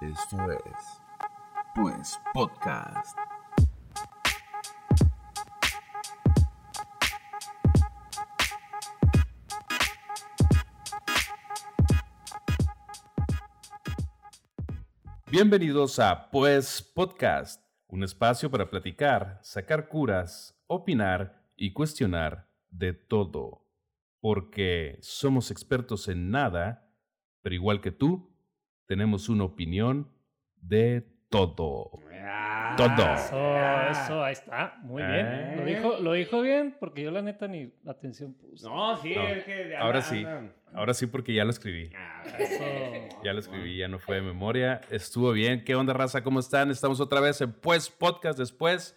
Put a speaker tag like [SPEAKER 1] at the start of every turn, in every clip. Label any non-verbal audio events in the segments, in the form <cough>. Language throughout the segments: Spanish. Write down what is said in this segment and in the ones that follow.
[SPEAKER 1] Esto es Pues Podcast.
[SPEAKER 2] Bienvenidos a Pues Podcast, un espacio para platicar, sacar curas, opinar y cuestionar de todo. Porque somos expertos en nada, pero igual que tú, tenemos una opinión de todo. Todo.
[SPEAKER 3] Ah,
[SPEAKER 4] Ah.
[SPEAKER 3] Eso, eso, ahí está. Muy bien. Lo
[SPEAKER 4] Eh.
[SPEAKER 3] dijo, lo dijo bien porque yo la neta ni atención puse.
[SPEAKER 4] No, sí,
[SPEAKER 2] No,
[SPEAKER 4] es que ya
[SPEAKER 2] Ahora
[SPEAKER 4] andan-
[SPEAKER 2] sí, ahora sí porque ya lo escribí.
[SPEAKER 4] Ah,
[SPEAKER 3] Eso.
[SPEAKER 2] Ya lo escribí, ya no fue de memoria. Estuvo bien. ¿Qué onda, raza? ¿Cómo están? Estamos otra vez en Pues Podcast después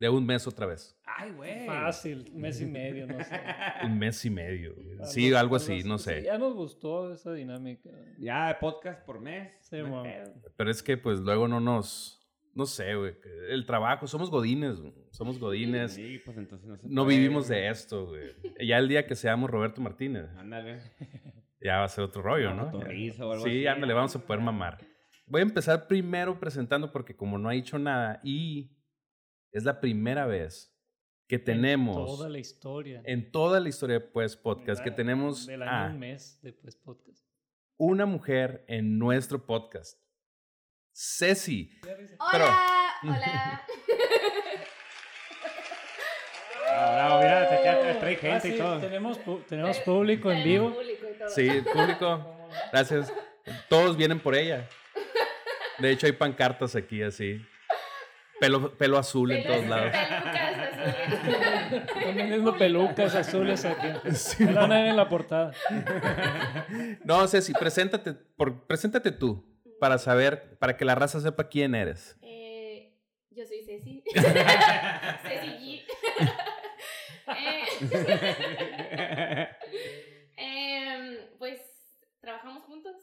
[SPEAKER 2] de un mes otra <laughs> vez.
[SPEAKER 4] Ay, güey.
[SPEAKER 3] Fácil, mes y medio, no
[SPEAKER 4] <laughs>
[SPEAKER 3] sé.
[SPEAKER 2] Un mes y medio. Sí, algo así, no
[SPEAKER 3] Sí,
[SPEAKER 2] sé.
[SPEAKER 3] Ya nos gustó esa dinámica.
[SPEAKER 4] Ya podcast por mes.
[SPEAKER 3] Sí,
[SPEAKER 4] no hay
[SPEAKER 3] mamá.
[SPEAKER 4] pedo.
[SPEAKER 2] Pero es que pues luego no nos... No sé, güey. El trabajo. Somos godines. güey. Somos godines.
[SPEAKER 4] Sí, pues entonces no se
[SPEAKER 2] No
[SPEAKER 4] puede,
[SPEAKER 2] vivimos
[SPEAKER 4] güey.
[SPEAKER 2] de esto, güey. Ya el día que seamos Roberto Martínez,
[SPEAKER 4] Ándale.
[SPEAKER 2] ya va a ser otro rollo,
[SPEAKER 4] Una
[SPEAKER 2] ¿no?
[SPEAKER 4] cotorriza o algo
[SPEAKER 2] Sí,
[SPEAKER 4] así.
[SPEAKER 2] ándale, vamos a poder mamar. Voy a empezar primero presentando porque como no ha dicho nada y es la primera vez que tenemos
[SPEAKER 3] Toda la historia.
[SPEAKER 2] en toda la historia de Pues Podcast que
[SPEAKER 3] ¿Verdad?
[SPEAKER 2] tenemos ah.
[SPEAKER 3] Del año
[SPEAKER 2] a
[SPEAKER 3] un mes después podcast.
[SPEAKER 2] una mujer en nuestro podcast. Ceci. Pero-
[SPEAKER 5] Hola,
[SPEAKER 3] mm, <laughs>
[SPEAKER 5] hola.
[SPEAKER 4] Ah, bravo, mira, te queda- trae gente
[SPEAKER 3] Ah, sí,
[SPEAKER 4] y todo. <laughs> Eh,
[SPEAKER 3] Tenemos, pu- tenemos público en
[SPEAKER 5] Tenemos
[SPEAKER 3] vivo.
[SPEAKER 5] público y todo.
[SPEAKER 2] Sí, público. Gracias. Todos vienen por ella. De hecho, hay pancartas aquí así. Pelo, pelo azul en todos lados.
[SPEAKER 5] Pelucas azules.
[SPEAKER 2] <laughs>
[SPEAKER 4] eh,
[SPEAKER 3] Están vendiendo pelucas azules aquí. Me la van a ver en la portada.
[SPEAKER 2] No, Ceci, preséntate, por, preséntate tú para saber, para que la raza sepa quién eres.
[SPEAKER 5] Eh, yo soy
[SPEAKER 2] <laughs>
[SPEAKER 5] Ceci. Ceci G. Eh, em, pues trabajamos juntos.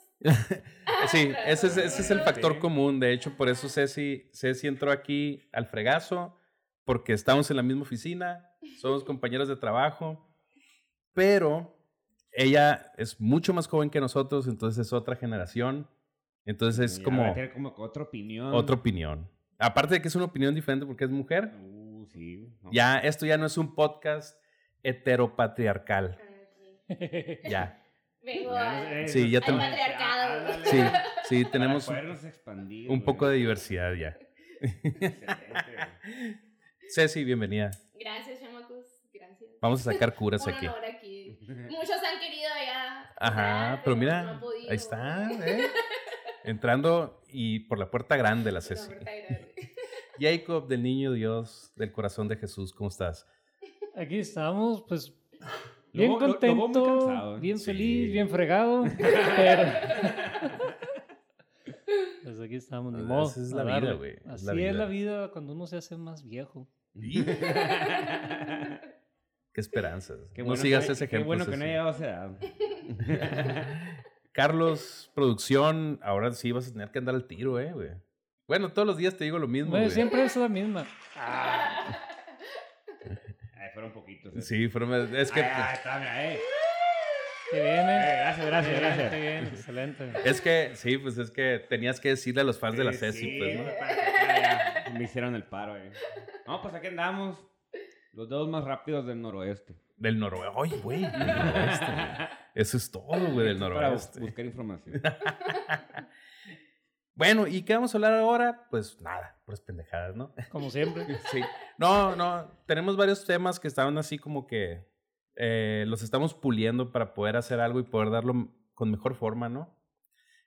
[SPEAKER 2] Sí, ese es, ese es el factor
[SPEAKER 4] Sí.
[SPEAKER 2] común. De hecho, por eso Ceci, Ceci entró aquí al fregazo, porque estamos en la misma oficina, somos compañeros de trabajo, pero ella es mucho más joven que nosotros, entonces es otra generación. Entonces <laughs> es
[SPEAKER 4] Ya, va
[SPEAKER 2] como
[SPEAKER 4] a tener como que otra opinión.
[SPEAKER 2] otra opinión. Aparte de que es una opinión diferente porque es mujer,
[SPEAKER 4] Uh, sí. no.
[SPEAKER 2] ya esto ya no es un podcast heteropatriarcal.
[SPEAKER 5] Ah, ok.
[SPEAKER 2] Ya.
[SPEAKER 5] Vengo
[SPEAKER 4] Ya no
[SPEAKER 5] a.
[SPEAKER 4] sé,
[SPEAKER 2] Sí, ya
[SPEAKER 4] no
[SPEAKER 2] te-
[SPEAKER 4] sé,
[SPEAKER 5] Hay patriarcado.
[SPEAKER 4] ah, ándale.
[SPEAKER 2] Sí, sí,
[SPEAKER 4] Para
[SPEAKER 2] tenemos
[SPEAKER 4] podernos expandir,
[SPEAKER 2] un
[SPEAKER 4] güey.
[SPEAKER 2] poco de diversidad ya.
[SPEAKER 4] Excelente, <laughs> güey.
[SPEAKER 2] Ceci, bienvenida.
[SPEAKER 5] Gracias, chamacos. Gracias.
[SPEAKER 2] Vamos a sacar curas
[SPEAKER 5] Un
[SPEAKER 2] aquí.
[SPEAKER 5] honor aquí. Muchos han querido ya.
[SPEAKER 2] Ajá,
[SPEAKER 5] entrar,
[SPEAKER 2] pero
[SPEAKER 5] no
[SPEAKER 2] mira,
[SPEAKER 5] han podido.
[SPEAKER 2] ahí está, ¿eh? Entrando y por la puerta grande la
[SPEAKER 5] Una
[SPEAKER 2] Ceci.
[SPEAKER 5] puerta grande.
[SPEAKER 2] <laughs> Jacob, del niño Dios, del corazón de Jesús, ¿cómo estás?
[SPEAKER 3] <laughs> Aquí estamos, pues
[SPEAKER 4] Lo
[SPEAKER 3] bien
[SPEAKER 4] veo- lo- lo veo muy
[SPEAKER 3] contento,
[SPEAKER 4] cansado, ¿eh?
[SPEAKER 3] bien
[SPEAKER 2] Sí.
[SPEAKER 3] feliz, bien fregado, <laughs> pero... pues aquí estamos, ni
[SPEAKER 2] Esa
[SPEAKER 3] modo.
[SPEAKER 2] es
[SPEAKER 3] a
[SPEAKER 2] la vida,
[SPEAKER 3] darle.
[SPEAKER 2] güey, es
[SPEAKER 3] Así
[SPEAKER 2] la
[SPEAKER 3] es
[SPEAKER 2] vida.
[SPEAKER 3] la vida cuando uno se hace más viejo.
[SPEAKER 2] Qué esperanzas.
[SPEAKER 4] <laughs> Qué
[SPEAKER 2] no
[SPEAKER 4] bueno
[SPEAKER 2] sigas
[SPEAKER 4] que-
[SPEAKER 2] ese ejemplo.
[SPEAKER 4] Qué bueno que no he
[SPEAKER 2] Ceci.
[SPEAKER 4] llegado a esa edad.
[SPEAKER 2] <laughs> Carlos, producción, ahora sí vas a tener que andar al tiro, ¿eh, güey? Bueno, todos los días te digo lo mismo.
[SPEAKER 3] Bueno,
[SPEAKER 2] güey.
[SPEAKER 3] siempre es la misma.
[SPEAKER 4] Ah. Ay, fueron poquitos. eh.
[SPEAKER 2] Sí, pero me- es que, pues-
[SPEAKER 4] Ay, ay, está, mira, eh.
[SPEAKER 3] Te viene.
[SPEAKER 4] Eh, gracias, gracias,
[SPEAKER 3] te viene,
[SPEAKER 4] gracias.
[SPEAKER 3] te viene, excelente.
[SPEAKER 2] es que, sí, pues es que tenías que decirle a los fans de la Ceci,
[SPEAKER 4] Sí,
[SPEAKER 2] pues, ¿no?
[SPEAKER 4] para que- ya, <laughs> Me hicieron el paro, eh. No, pues aquí andamos. Los dedos más rápidos del noroeste.
[SPEAKER 2] Del noroeste. Oye, güey,
[SPEAKER 4] <laughs>
[SPEAKER 2] del noroeste. güey. Eso es todo, güey, del
[SPEAKER 4] Esto es para
[SPEAKER 2] noroeste.
[SPEAKER 4] bus- buscar información.
[SPEAKER 2] Bueno, ¿y qué vamos a hablar ahora? Pues nada, puras pendejadas, ¿no?
[SPEAKER 3] Como siempre.
[SPEAKER 2] Sí. No, no, tenemos varios temas que estaban así como que eh, los estamos puliendo para poder hacer algo y poder darlo m- con mejor forma, ¿no?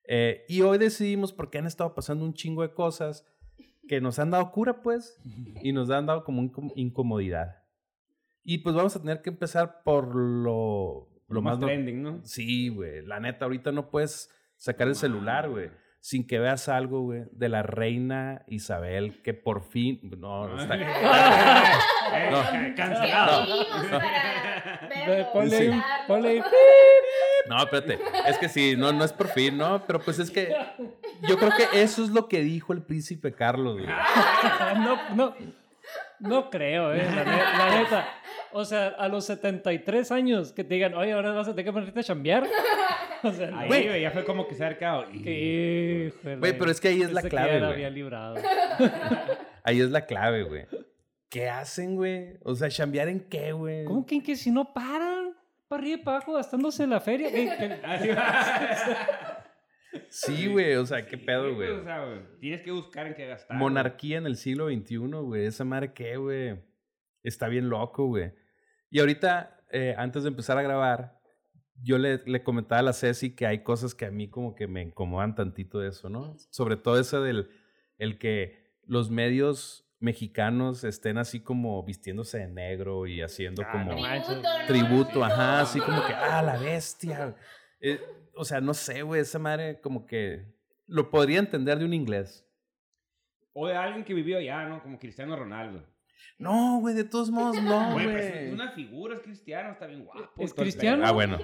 [SPEAKER 2] Eh, y hoy decidimos, porque han estado pasando un chingo de cosas que nos han dado cura, <laughs> pues, y nos han dado como incom- incomodidad. Y pues vamos a tener que empezar por lo, <laughs> lo más, no-
[SPEAKER 4] trending, ¿no?
[SPEAKER 2] Sí, güey. La neta, ahorita no puedes sacar el celular, güey. Sin que veas algo, güey, de la reina Isabel, que por fin. No,
[SPEAKER 3] Ah.
[SPEAKER 2] no está.
[SPEAKER 4] Ah. <laughs>
[SPEAKER 3] <laughs>
[SPEAKER 4] Eh,
[SPEAKER 2] No.
[SPEAKER 4] ca-
[SPEAKER 5] Aquí
[SPEAKER 4] Cancelado.
[SPEAKER 5] vivimos para
[SPEAKER 3] Ve,
[SPEAKER 5] verlo,
[SPEAKER 3] Eh, Ponle ahí, un- <laughs>
[SPEAKER 5] hablarlo.
[SPEAKER 3] ponle ahí.
[SPEAKER 2] No, espérate. Es que sí, no, no es por fin, ¿no? Pero pues es que. Yo creo que eso es lo que dijo el príncipe Carlos, güey.
[SPEAKER 3] Ah, No, no, no creo, eh, la, ne- la neta. O sea, a los 73 años que te digan, oye, ahora vas a tener que ponerte a chambear. <laughs> O sea, no.
[SPEAKER 4] Ahí,
[SPEAKER 2] Güey.
[SPEAKER 4] güey, ya fue como que cerca. y-
[SPEAKER 3] Híjole.
[SPEAKER 2] Güey, pero es que ahí es la
[SPEAKER 3] Pensé que
[SPEAKER 2] clave,
[SPEAKER 3] ya la
[SPEAKER 2] güey.
[SPEAKER 3] había librado.
[SPEAKER 2] <laughs> Ahí es la clave, güey. ¿Qué hacen, güey? O sea, ¿chambear en qué, güey?
[SPEAKER 3] ¿Cómo que en que si no paran? Para arriba y para abajo gastándose la feria. Güey,
[SPEAKER 2] <laughs>
[SPEAKER 3] que-
[SPEAKER 4] Así va.
[SPEAKER 2] Sí, güey. O sea, ¿qué pedo,
[SPEAKER 4] Sí,
[SPEAKER 2] güey?
[SPEAKER 4] O sea, güey, tienes que buscar en qué gastar. güey.
[SPEAKER 2] Monarquía en el siglo XXI, güey. Esa madre qué, güey. Está bien loco, güey. Y ahorita, eh, antes de empezar a grabar, yo le, le comentaba a la Ceci que hay cosas que a mí como que me incomodan tantito de eso, ¿no? Sobre todo ese del el que los medios mexicanos estén así como vistiéndose de negro y haciendo
[SPEAKER 4] Ah,
[SPEAKER 2] como
[SPEAKER 4] no manches.
[SPEAKER 5] Tributo, no,
[SPEAKER 2] tributo,
[SPEAKER 5] no,
[SPEAKER 2] ajá,
[SPEAKER 5] no.
[SPEAKER 2] así como que, ah, la bestia. Eh, o sea, no sé, güey, esa madre como que lo podría entender de un inglés.
[SPEAKER 4] O de alguien que vivió allá, ¿no? Como Cristiano Ronaldo.
[SPEAKER 2] No, güey, de todos modos, no,
[SPEAKER 4] Güey,
[SPEAKER 2] Ah, güey.
[SPEAKER 4] pero es una figura, es cristiano, está bien guapo.
[SPEAKER 3] ¿Es
[SPEAKER 4] y todo el
[SPEAKER 3] cristiano?
[SPEAKER 4] pedo.
[SPEAKER 2] Ah,
[SPEAKER 3] <laughs>
[SPEAKER 2] bueno.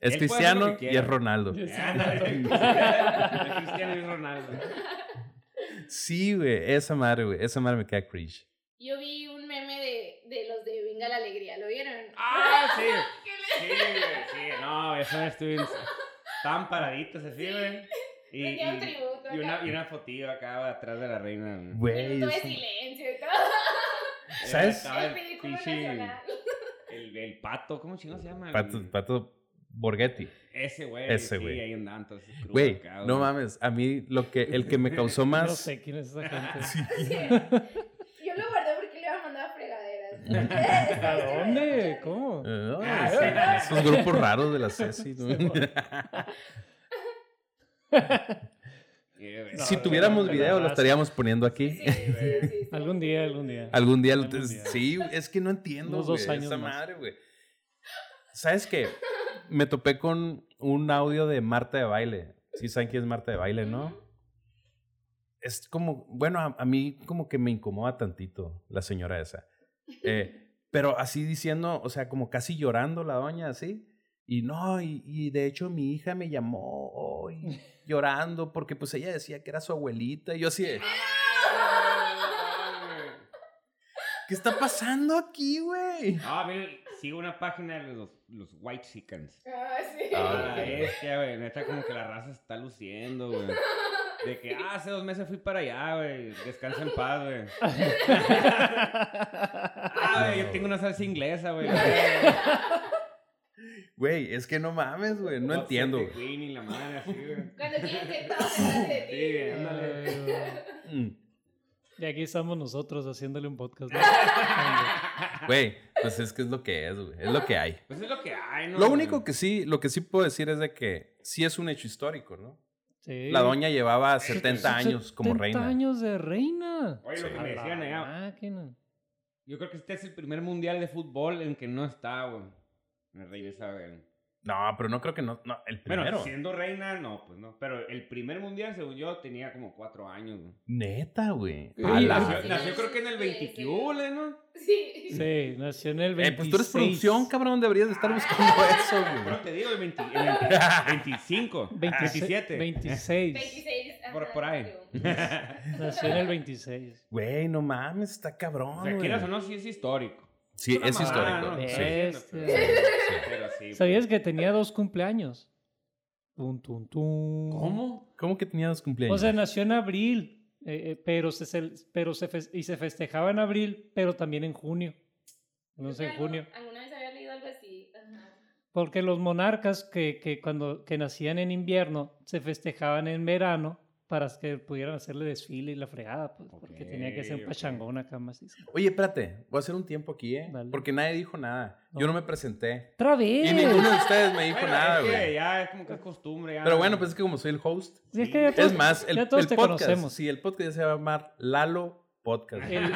[SPEAKER 2] Es
[SPEAKER 4] Él puede hacer lo
[SPEAKER 2] Cristiano
[SPEAKER 4] que
[SPEAKER 2] y
[SPEAKER 4] quiera.
[SPEAKER 2] es Ronaldo.
[SPEAKER 3] Yo sí.
[SPEAKER 4] <laughs> Ándale. Es cristiano y es Ronaldo.
[SPEAKER 2] Sí, güey, esa madre, güey, esa madre me queda cringe.
[SPEAKER 5] Yo vi un meme de, de los de Venga la Alegría, ¿lo vieron?
[SPEAKER 4] Ah, sí.
[SPEAKER 5] Que le-
[SPEAKER 4] Sí, güey, sí. No, eso es estuvieron tan paraditos así, güey. Y,
[SPEAKER 5] le dieron
[SPEAKER 4] y,
[SPEAKER 5] tributo.
[SPEAKER 4] y una,
[SPEAKER 5] acá.
[SPEAKER 4] y una fotillo acá atrás de la reina. güey.
[SPEAKER 2] Güey,
[SPEAKER 5] Minuto de
[SPEAKER 2] es un-
[SPEAKER 5] silencio y todo.
[SPEAKER 2] ¿sabes?
[SPEAKER 5] <laughs>
[SPEAKER 4] Estaba
[SPEAKER 5] El ridículo
[SPEAKER 4] pinche-
[SPEAKER 5] nacional.
[SPEAKER 4] <laughs> El, el pato, ¿cómo chingo se llama?
[SPEAKER 2] Pato, Pato Borghetti.
[SPEAKER 4] Ese güey.
[SPEAKER 2] Ese
[SPEAKER 4] sí,
[SPEAKER 2] güey.
[SPEAKER 4] ahí andaban todos esos crudos
[SPEAKER 2] Güey,
[SPEAKER 4] acá,
[SPEAKER 2] no
[SPEAKER 4] güey.
[SPEAKER 2] mames, a mí lo que, el que me causó más...
[SPEAKER 3] <laughs> Ah,
[SPEAKER 2] eh,
[SPEAKER 3] No sé quién es
[SPEAKER 2] <laughs>
[SPEAKER 3] esa gente.
[SPEAKER 5] Sí. Yo lo guardé porque le iba a mandar
[SPEAKER 4] <laughs>
[SPEAKER 5] a fregaderas.
[SPEAKER 3] ¿A dónde?
[SPEAKER 2] <laughs>
[SPEAKER 3] ¿Cómo? Este
[SPEAKER 2] Ah,
[SPEAKER 4] Ah,
[SPEAKER 2] sí, esos grupos raros de la Ceci. ¿no?
[SPEAKER 3] <laughs>
[SPEAKER 2] <laughs>
[SPEAKER 4] Sí, güey.
[SPEAKER 3] No,
[SPEAKER 2] <laughs> si
[SPEAKER 3] no,
[SPEAKER 2] tuviéramos
[SPEAKER 3] no, no,
[SPEAKER 2] video,
[SPEAKER 3] no,
[SPEAKER 2] lo
[SPEAKER 3] no.
[SPEAKER 2] estaríamos poniendo aquí.
[SPEAKER 5] Sí, sí,
[SPEAKER 4] <laughs>
[SPEAKER 5] sí, sí.
[SPEAKER 3] Algún día, algún día.
[SPEAKER 2] Algún día. lo-
[SPEAKER 3] Algún día.
[SPEAKER 2] Sí, es que no entiendo.
[SPEAKER 3] Unos dos
[SPEAKER 2] güey,
[SPEAKER 3] años
[SPEAKER 2] esa
[SPEAKER 3] más.
[SPEAKER 2] madre, güey. ¿Sabes qué? Me topé con un audio de Marta de baile. Sí, saben quién es Marta de baile,
[SPEAKER 3] Mm.
[SPEAKER 2] ¿no? Es como, bueno, a, a mí como que me incomoda tantito la señora esa. Eh, pero así diciendo, o sea, como casi llorando la doña, así. Y no, y, y de hecho mi hija me llamó
[SPEAKER 3] <laughs>
[SPEAKER 2] hoy llorando porque pues ella decía que era su abuelita. Y yo así, de,
[SPEAKER 5] Ah,
[SPEAKER 2] ¿qué está pasando aquí, güey?
[SPEAKER 4] Ah, miren, sigo una página de los, los White Chickens.
[SPEAKER 5] Ah, sí.
[SPEAKER 2] Ah,
[SPEAKER 4] Ah, bestia, güey. Neta, como que la raza se está luciendo, güey. De que, ah, hace dos meses fui para allá, güey. Descansa en paz, güey. Ah, güey, yo tengo una salsa inglesa, güey.
[SPEAKER 2] Güey, es que no mames, güey. No entiendo.
[SPEAKER 4] De Queen y la madre, así, güey.
[SPEAKER 5] Cuando quieren
[SPEAKER 4] <laughs>
[SPEAKER 5] que todos se de
[SPEAKER 4] Sí,
[SPEAKER 5] ti.
[SPEAKER 4] güey, ándale.
[SPEAKER 2] Mm.
[SPEAKER 3] Y aquí estamos nosotros haciéndole
[SPEAKER 2] <laughs>
[SPEAKER 3] un podcast. ¿no?
[SPEAKER 2] Güey, pues es que es lo que es, güey. Es lo que hay.
[SPEAKER 4] Pues es lo que hay, ¿no?
[SPEAKER 2] Lo único que sí, lo que sí puedo decir es de que sí es un hecho histórico, ¿no?
[SPEAKER 3] Sí.
[SPEAKER 2] La doña llevaba 70 años como
[SPEAKER 3] 70
[SPEAKER 2] reina.
[SPEAKER 3] años de reina.
[SPEAKER 4] Oye, lo
[SPEAKER 2] Sí.
[SPEAKER 4] que me
[SPEAKER 3] A la
[SPEAKER 4] decían allá.
[SPEAKER 3] máquina.
[SPEAKER 4] Yo creo que este es el primer mundial de fútbol en que no está, güey. Me regresa, güey.
[SPEAKER 2] No, pero no creo que no. no, el
[SPEAKER 4] Bueno,
[SPEAKER 2] primero.
[SPEAKER 4] siendo reina, no, pues no. Pero el primer mundial, según yo, tenía como cuatro años. güey.
[SPEAKER 2] Neta, güey.
[SPEAKER 3] Sí,
[SPEAKER 2] A la-
[SPEAKER 4] Nació,
[SPEAKER 5] sí.
[SPEAKER 4] nació creo que en el 20
[SPEAKER 5] Sí,
[SPEAKER 4] quiúle, ¿no?
[SPEAKER 5] Sí.
[SPEAKER 3] Sí, nació en el
[SPEAKER 2] Eh,
[SPEAKER 3] 26.
[SPEAKER 2] pues tú eres producción, cabrón. Deberías de estar buscando
[SPEAKER 4] Ah,
[SPEAKER 2] eso,
[SPEAKER 4] Pero
[SPEAKER 2] güey.
[SPEAKER 4] te digo, el, 20
[SPEAKER 5] <laughs>
[SPEAKER 4] el 20 25, 27.
[SPEAKER 5] <laughs>
[SPEAKER 3] 26.
[SPEAKER 5] 26. ajá,
[SPEAKER 4] Por- por ahí.
[SPEAKER 5] sí.
[SPEAKER 3] Nació en el 26.
[SPEAKER 2] Güey, no mames, está cabrón.
[SPEAKER 4] O sea,
[SPEAKER 2] güey.
[SPEAKER 4] quieras o no, sí es histórico.
[SPEAKER 2] Sí, es
[SPEAKER 4] Una mamada,
[SPEAKER 2] histórico.
[SPEAKER 4] ¿no? Eh.
[SPEAKER 2] sí.
[SPEAKER 4] Estoy diciendo,
[SPEAKER 2] Bestia.
[SPEAKER 4] pero- pero sí,
[SPEAKER 3] ¿Sabías
[SPEAKER 4] pues.
[SPEAKER 3] que tenía dos cumpleaños? Tum, tum, tum.
[SPEAKER 4] ¿Cómo?
[SPEAKER 2] ¿Cómo que tenía dos
[SPEAKER 3] O
[SPEAKER 2] cumpleaños?
[SPEAKER 3] sea, nació en abril, eh, eh, pero se, cel- pero se fes- y se festejaba en abril, pero también en junio. No sé, en
[SPEAKER 5] Algo-
[SPEAKER 3] junio.
[SPEAKER 5] ¿Alguna vez había leído algo así? Ajá.
[SPEAKER 3] Porque los monarcas que, que cuando que nacían en invierno se festejaban en verano para que pudieran hacerle desfile y la fregada, pues, porque tenía que ser un
[SPEAKER 4] Ok, ok.
[SPEAKER 3] pachangón acá más.
[SPEAKER 2] Oye, espérate, voy a hacer un tiempo aquí, ¿eh?
[SPEAKER 3] Dale.
[SPEAKER 2] Porque nadie dijo nada.
[SPEAKER 3] No.
[SPEAKER 2] Yo no me presenté.
[SPEAKER 3] ¡Otra
[SPEAKER 2] Y
[SPEAKER 3] vez!
[SPEAKER 2] ninguno
[SPEAKER 3] <laughs>
[SPEAKER 2] de ustedes me dijo
[SPEAKER 4] Bueno,
[SPEAKER 2] nada,
[SPEAKER 4] es que
[SPEAKER 2] güey.
[SPEAKER 4] Ya es como que es costumbre. ya.
[SPEAKER 2] Pero bueno, pues es que como soy el host.
[SPEAKER 3] Sí, es que ya todos-
[SPEAKER 2] Es más, el,
[SPEAKER 3] ya todos
[SPEAKER 2] el
[SPEAKER 3] te
[SPEAKER 2] podcast.
[SPEAKER 3] conocemos.
[SPEAKER 2] Sí, el podcast ya se va a llamar Lalo Podcast.
[SPEAKER 3] El, el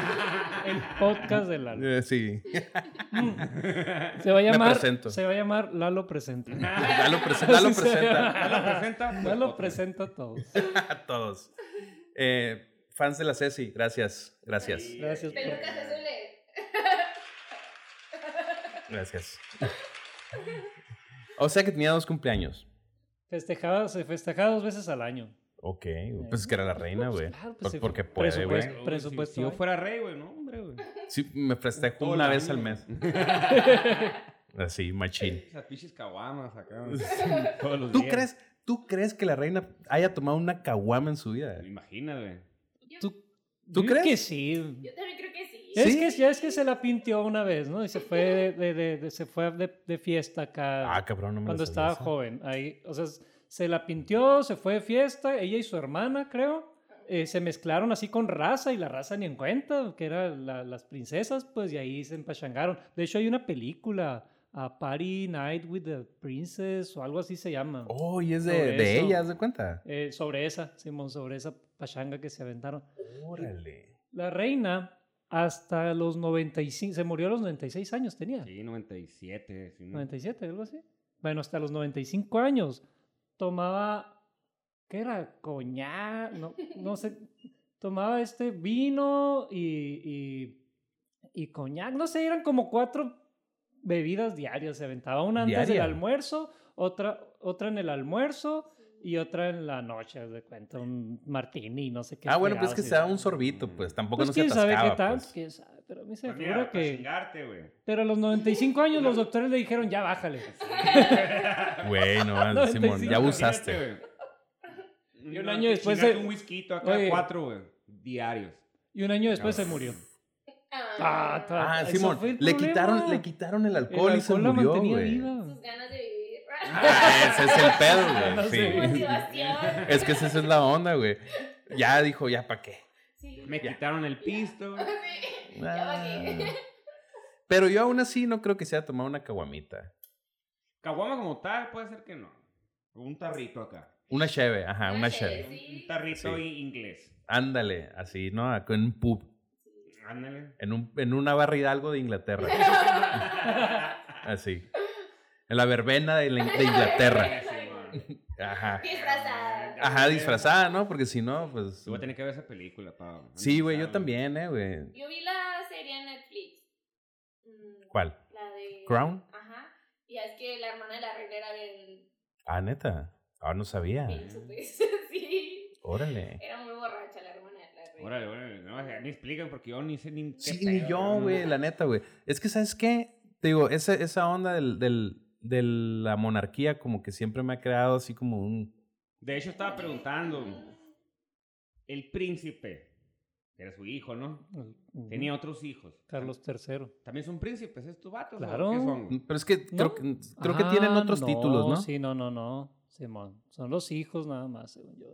[SPEAKER 3] podcast de Lalo.
[SPEAKER 2] <laughs> Eh,
[SPEAKER 3] <laughs>
[SPEAKER 2] sí. <laughs>
[SPEAKER 3] Se va
[SPEAKER 2] Me
[SPEAKER 3] a llamar,
[SPEAKER 2] presento.
[SPEAKER 3] se va a llamar Lalo Presenta.
[SPEAKER 2] Lalo, presen- Lalo
[SPEAKER 3] Sí, sí.
[SPEAKER 2] presenta
[SPEAKER 4] <laughs> Ya lo presenta. pues,
[SPEAKER 3] Lalo
[SPEAKER 4] otra.
[SPEAKER 3] presenta a todos.
[SPEAKER 2] a todos. Eh, fans de la Ceci, gracias, gracias,
[SPEAKER 4] Sí,
[SPEAKER 3] Gracias por-
[SPEAKER 5] Pelucas azules.
[SPEAKER 2] gracias. O sea que tenía dos cumpleaños.
[SPEAKER 3] Festejaba, se festejaba dos veces al año.
[SPEAKER 2] Ok, güey, pues es que era la reina, güey.
[SPEAKER 3] Claro, pues
[SPEAKER 2] Por-
[SPEAKER 3] sí,
[SPEAKER 2] porque puede,
[SPEAKER 3] presupuesto.
[SPEAKER 2] güey.
[SPEAKER 4] Uy,
[SPEAKER 3] presupuesto
[SPEAKER 4] Si, si yo
[SPEAKER 3] hay.
[SPEAKER 4] fuera rey, güey, no, hombre, güey.
[SPEAKER 2] Sí, me festejo
[SPEAKER 4] Todo
[SPEAKER 2] una
[SPEAKER 4] el
[SPEAKER 2] vez al
[SPEAKER 4] año.
[SPEAKER 2] mes. <laughs>
[SPEAKER 3] <laughs>
[SPEAKER 2] Así, machín.
[SPEAKER 4] Esas pinches caguamas acá. güey, Todos los
[SPEAKER 2] ¿Tú
[SPEAKER 4] días.
[SPEAKER 2] crees, ¿Tú crees que la reina haya tomado una caguama en su vida?
[SPEAKER 4] Imagínate.
[SPEAKER 5] Yo,
[SPEAKER 2] ¿Tú, tú
[SPEAKER 3] Yo creo
[SPEAKER 2] crees?
[SPEAKER 3] que sí.
[SPEAKER 5] yo también creo que sí.
[SPEAKER 3] Es que ya es que se la pintió una vez, ¿no? Y se fue de, de- de- de- se fue de, de fiesta acá
[SPEAKER 2] Ah, cabrón, no me la
[SPEAKER 3] cuando
[SPEAKER 2] sabía
[SPEAKER 3] estaba
[SPEAKER 2] esa.
[SPEAKER 3] joven. Ahí, o sea, s- se la pintió, se fue de fiesta, ella y su hermana, creo. eh, se mezclaron así con raza y la raza ni en cuenta, que eran las princesas, pues, y ahí se empachangaron. De hecho, hay una película, a Party Night with the Princess o algo así se llama.
[SPEAKER 2] Oh, y es de,
[SPEAKER 3] Sobre
[SPEAKER 2] de
[SPEAKER 3] eso.
[SPEAKER 2] ella, ¿haz de cuenta?
[SPEAKER 3] Eh, sobre esa, Simón, sobre esa pachanga que se aventaron.
[SPEAKER 2] Órale.
[SPEAKER 3] La reina hasta los 95, se murió a los 96 años tenía.
[SPEAKER 4] Sí, 97. sí, ¿no?
[SPEAKER 3] 97, algo así. Bueno, hasta los 95 años tomaba, ¿qué era? Coñac, no, no sé, tomaba este vino y, y, y coñac, no sé, eran como cuatro bebidas diarias, se aventaba una antes del
[SPEAKER 2] Diaria.
[SPEAKER 3] almuerzo, otra, otra en el almuerzo y otra en la noche, haz de cuenta, un martini, no sé qué.
[SPEAKER 2] Ah, bueno, pues que
[SPEAKER 3] fregados
[SPEAKER 2] se
[SPEAKER 3] era.
[SPEAKER 2] daba un sorbito, pues tampoco
[SPEAKER 3] Pues
[SPEAKER 2] no se
[SPEAKER 3] quién sabe
[SPEAKER 2] atascaba.
[SPEAKER 3] qué tal,
[SPEAKER 2] pues.
[SPEAKER 3] quién sabe, pero a mí se me
[SPEAKER 4] Pues mira,
[SPEAKER 3] figura
[SPEAKER 4] para
[SPEAKER 3] que...
[SPEAKER 4] chingarte, güey.
[SPEAKER 3] Pero a los
[SPEAKER 4] <laughs>
[SPEAKER 3] 95 años los doctores le dijeron, ya bájale.
[SPEAKER 2] Güey,
[SPEAKER 3] <laughs>
[SPEAKER 2] no,
[SPEAKER 3] No,
[SPEAKER 2] ah, Simón,
[SPEAKER 3] entonces,
[SPEAKER 2] ya abusaste.
[SPEAKER 4] Y
[SPEAKER 3] un año después se-
[SPEAKER 4] Un whisky acá,
[SPEAKER 3] Oye.
[SPEAKER 4] cuatro, güey. Diarios.
[SPEAKER 3] Y un año después se murió.
[SPEAKER 5] Ah,
[SPEAKER 3] ta-
[SPEAKER 2] Ah,
[SPEAKER 3] Eso
[SPEAKER 2] Simón,
[SPEAKER 3] fue el
[SPEAKER 2] le
[SPEAKER 3] problema.
[SPEAKER 2] quitaron, le quitaron el
[SPEAKER 3] El
[SPEAKER 2] alcohol, y se
[SPEAKER 3] alcohol la
[SPEAKER 2] murió,
[SPEAKER 3] mantenía
[SPEAKER 2] güey.
[SPEAKER 5] Sus
[SPEAKER 3] viva.
[SPEAKER 5] ganas de vivir. <laughs>
[SPEAKER 2] Ah, <laughs> Ese es el
[SPEAKER 3] <laughs> No
[SPEAKER 2] pedo,
[SPEAKER 3] sé,
[SPEAKER 5] Su
[SPEAKER 2] güey. sí.
[SPEAKER 5] motivación.
[SPEAKER 2] <laughs> Es que esa es la onda, güey. Ya dijo, ya para qué.
[SPEAKER 5] Sí. <laughs>
[SPEAKER 4] Me
[SPEAKER 2] Ya.
[SPEAKER 4] quitaron el pisto. güey.
[SPEAKER 5] Sí.
[SPEAKER 2] Ah.
[SPEAKER 5] Ya va que-
[SPEAKER 2] Pero yo aún así no creo que sea tomar una caguamita.
[SPEAKER 4] Caguama como tal, puede ser que no. Un tarrito acá.
[SPEAKER 2] Una cheve, ajá, una
[SPEAKER 5] Una
[SPEAKER 2] cheve.
[SPEAKER 5] cheve. Sí.
[SPEAKER 4] Un tarrito
[SPEAKER 2] Sí.
[SPEAKER 4] i- inglés.
[SPEAKER 2] Ándale, así, ¿no? Acá En un pub,
[SPEAKER 4] Ándale.
[SPEAKER 2] en, un, en una barrida algo de Inglaterra. <laughs> Así. En la verbena de, la- de Inglaterra. Ajá.
[SPEAKER 5] Disfrazada.
[SPEAKER 2] Ajá, disfrazada, ¿no? Porque si no, pues...
[SPEAKER 4] Tú vas a tener que ver esa película, Pablo.
[SPEAKER 2] Sí, güey, yo también, ¿eh, güey?
[SPEAKER 5] <laughs> Yo vi la serie en Netflix. Mm,
[SPEAKER 2] ¿Cuál?
[SPEAKER 5] La de.
[SPEAKER 2] ¿Crown?
[SPEAKER 5] Ajá. Y es que la hermana de la reina era bien.
[SPEAKER 2] Ah, neta. Ah, no sabía.
[SPEAKER 5] bien supis. <laughs> sí.
[SPEAKER 2] Órale.
[SPEAKER 5] Era muy borracha la hermana de la reina.
[SPEAKER 4] Órale, órale. No, ni explican porque yo ni sé ni. qué
[SPEAKER 2] Sí,
[SPEAKER 4] pedo,
[SPEAKER 2] ni yo,
[SPEAKER 4] no,
[SPEAKER 2] güey,
[SPEAKER 4] no.
[SPEAKER 2] la neta, güey. Es que, ¿sabes qué? Te digo, esa, esa onda del, del- de la monarquía como que siempre me ha creado así como un...
[SPEAKER 4] De hecho, estaba preguntando. El príncipe, que era su hijo, ¿no? Tenía otros hijos.
[SPEAKER 3] Carlos III.
[SPEAKER 4] También son príncipes, es tu vato.
[SPEAKER 3] Claro.
[SPEAKER 4] ¿Qué son? güey?
[SPEAKER 2] Pero es que
[SPEAKER 3] ¿No?
[SPEAKER 2] creo, que- creo que tienen
[SPEAKER 3] Ah,
[SPEAKER 2] otros títulos, ¿no?
[SPEAKER 3] Sí, no, no, no. Simón. Son los hijos nada más, según yo.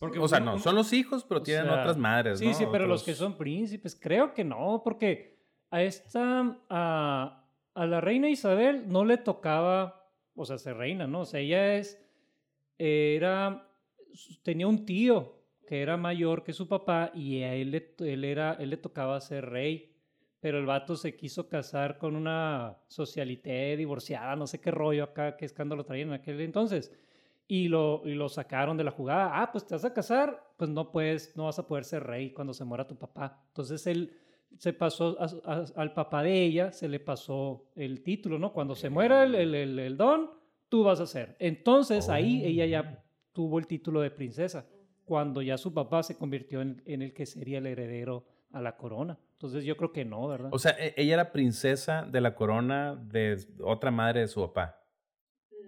[SPEAKER 4] Porque
[SPEAKER 2] o sea,
[SPEAKER 4] un-
[SPEAKER 2] no,
[SPEAKER 4] un-
[SPEAKER 2] son los hijos, pero
[SPEAKER 3] O
[SPEAKER 2] tienen
[SPEAKER 3] sea,
[SPEAKER 2] otras madres,
[SPEAKER 3] Sí,
[SPEAKER 2] Pues ¿no?
[SPEAKER 3] sí, pero los
[SPEAKER 2] Otros-
[SPEAKER 3] que son príncipes, creo que no, porque a esta, a, a la reina Isabel no le tocaba, o sea, ser reina, ¿no? O sea, ella es, era, tenía un tío que era mayor que su papá y a él le, él era, él le tocaba ser rey, pero el vato se quiso casar con una socialité divorciada, no sé qué rollo acá, qué escándalo traían en aquel entonces y lo, y lo sacaron de la jugada. Ah, pues te vas a casar, pues no puedes, no vas a poder ser rey cuando se muera tu papá. Entonces él se pasó a- a- al papá de ella, se le pasó el título, ¿no? Cuando se muera el, el, el- el don, tú vas a ser. Entonces ahí
[SPEAKER 2] Oh.
[SPEAKER 3] ella ya tuvo el título de princesa, cuando ya su papá se convirtió en, en el que sería el heredero a la corona. Entonces yo creo que no, ¿verdad?
[SPEAKER 2] O sea, e- ella era princesa de la corona de otra madre de su papá.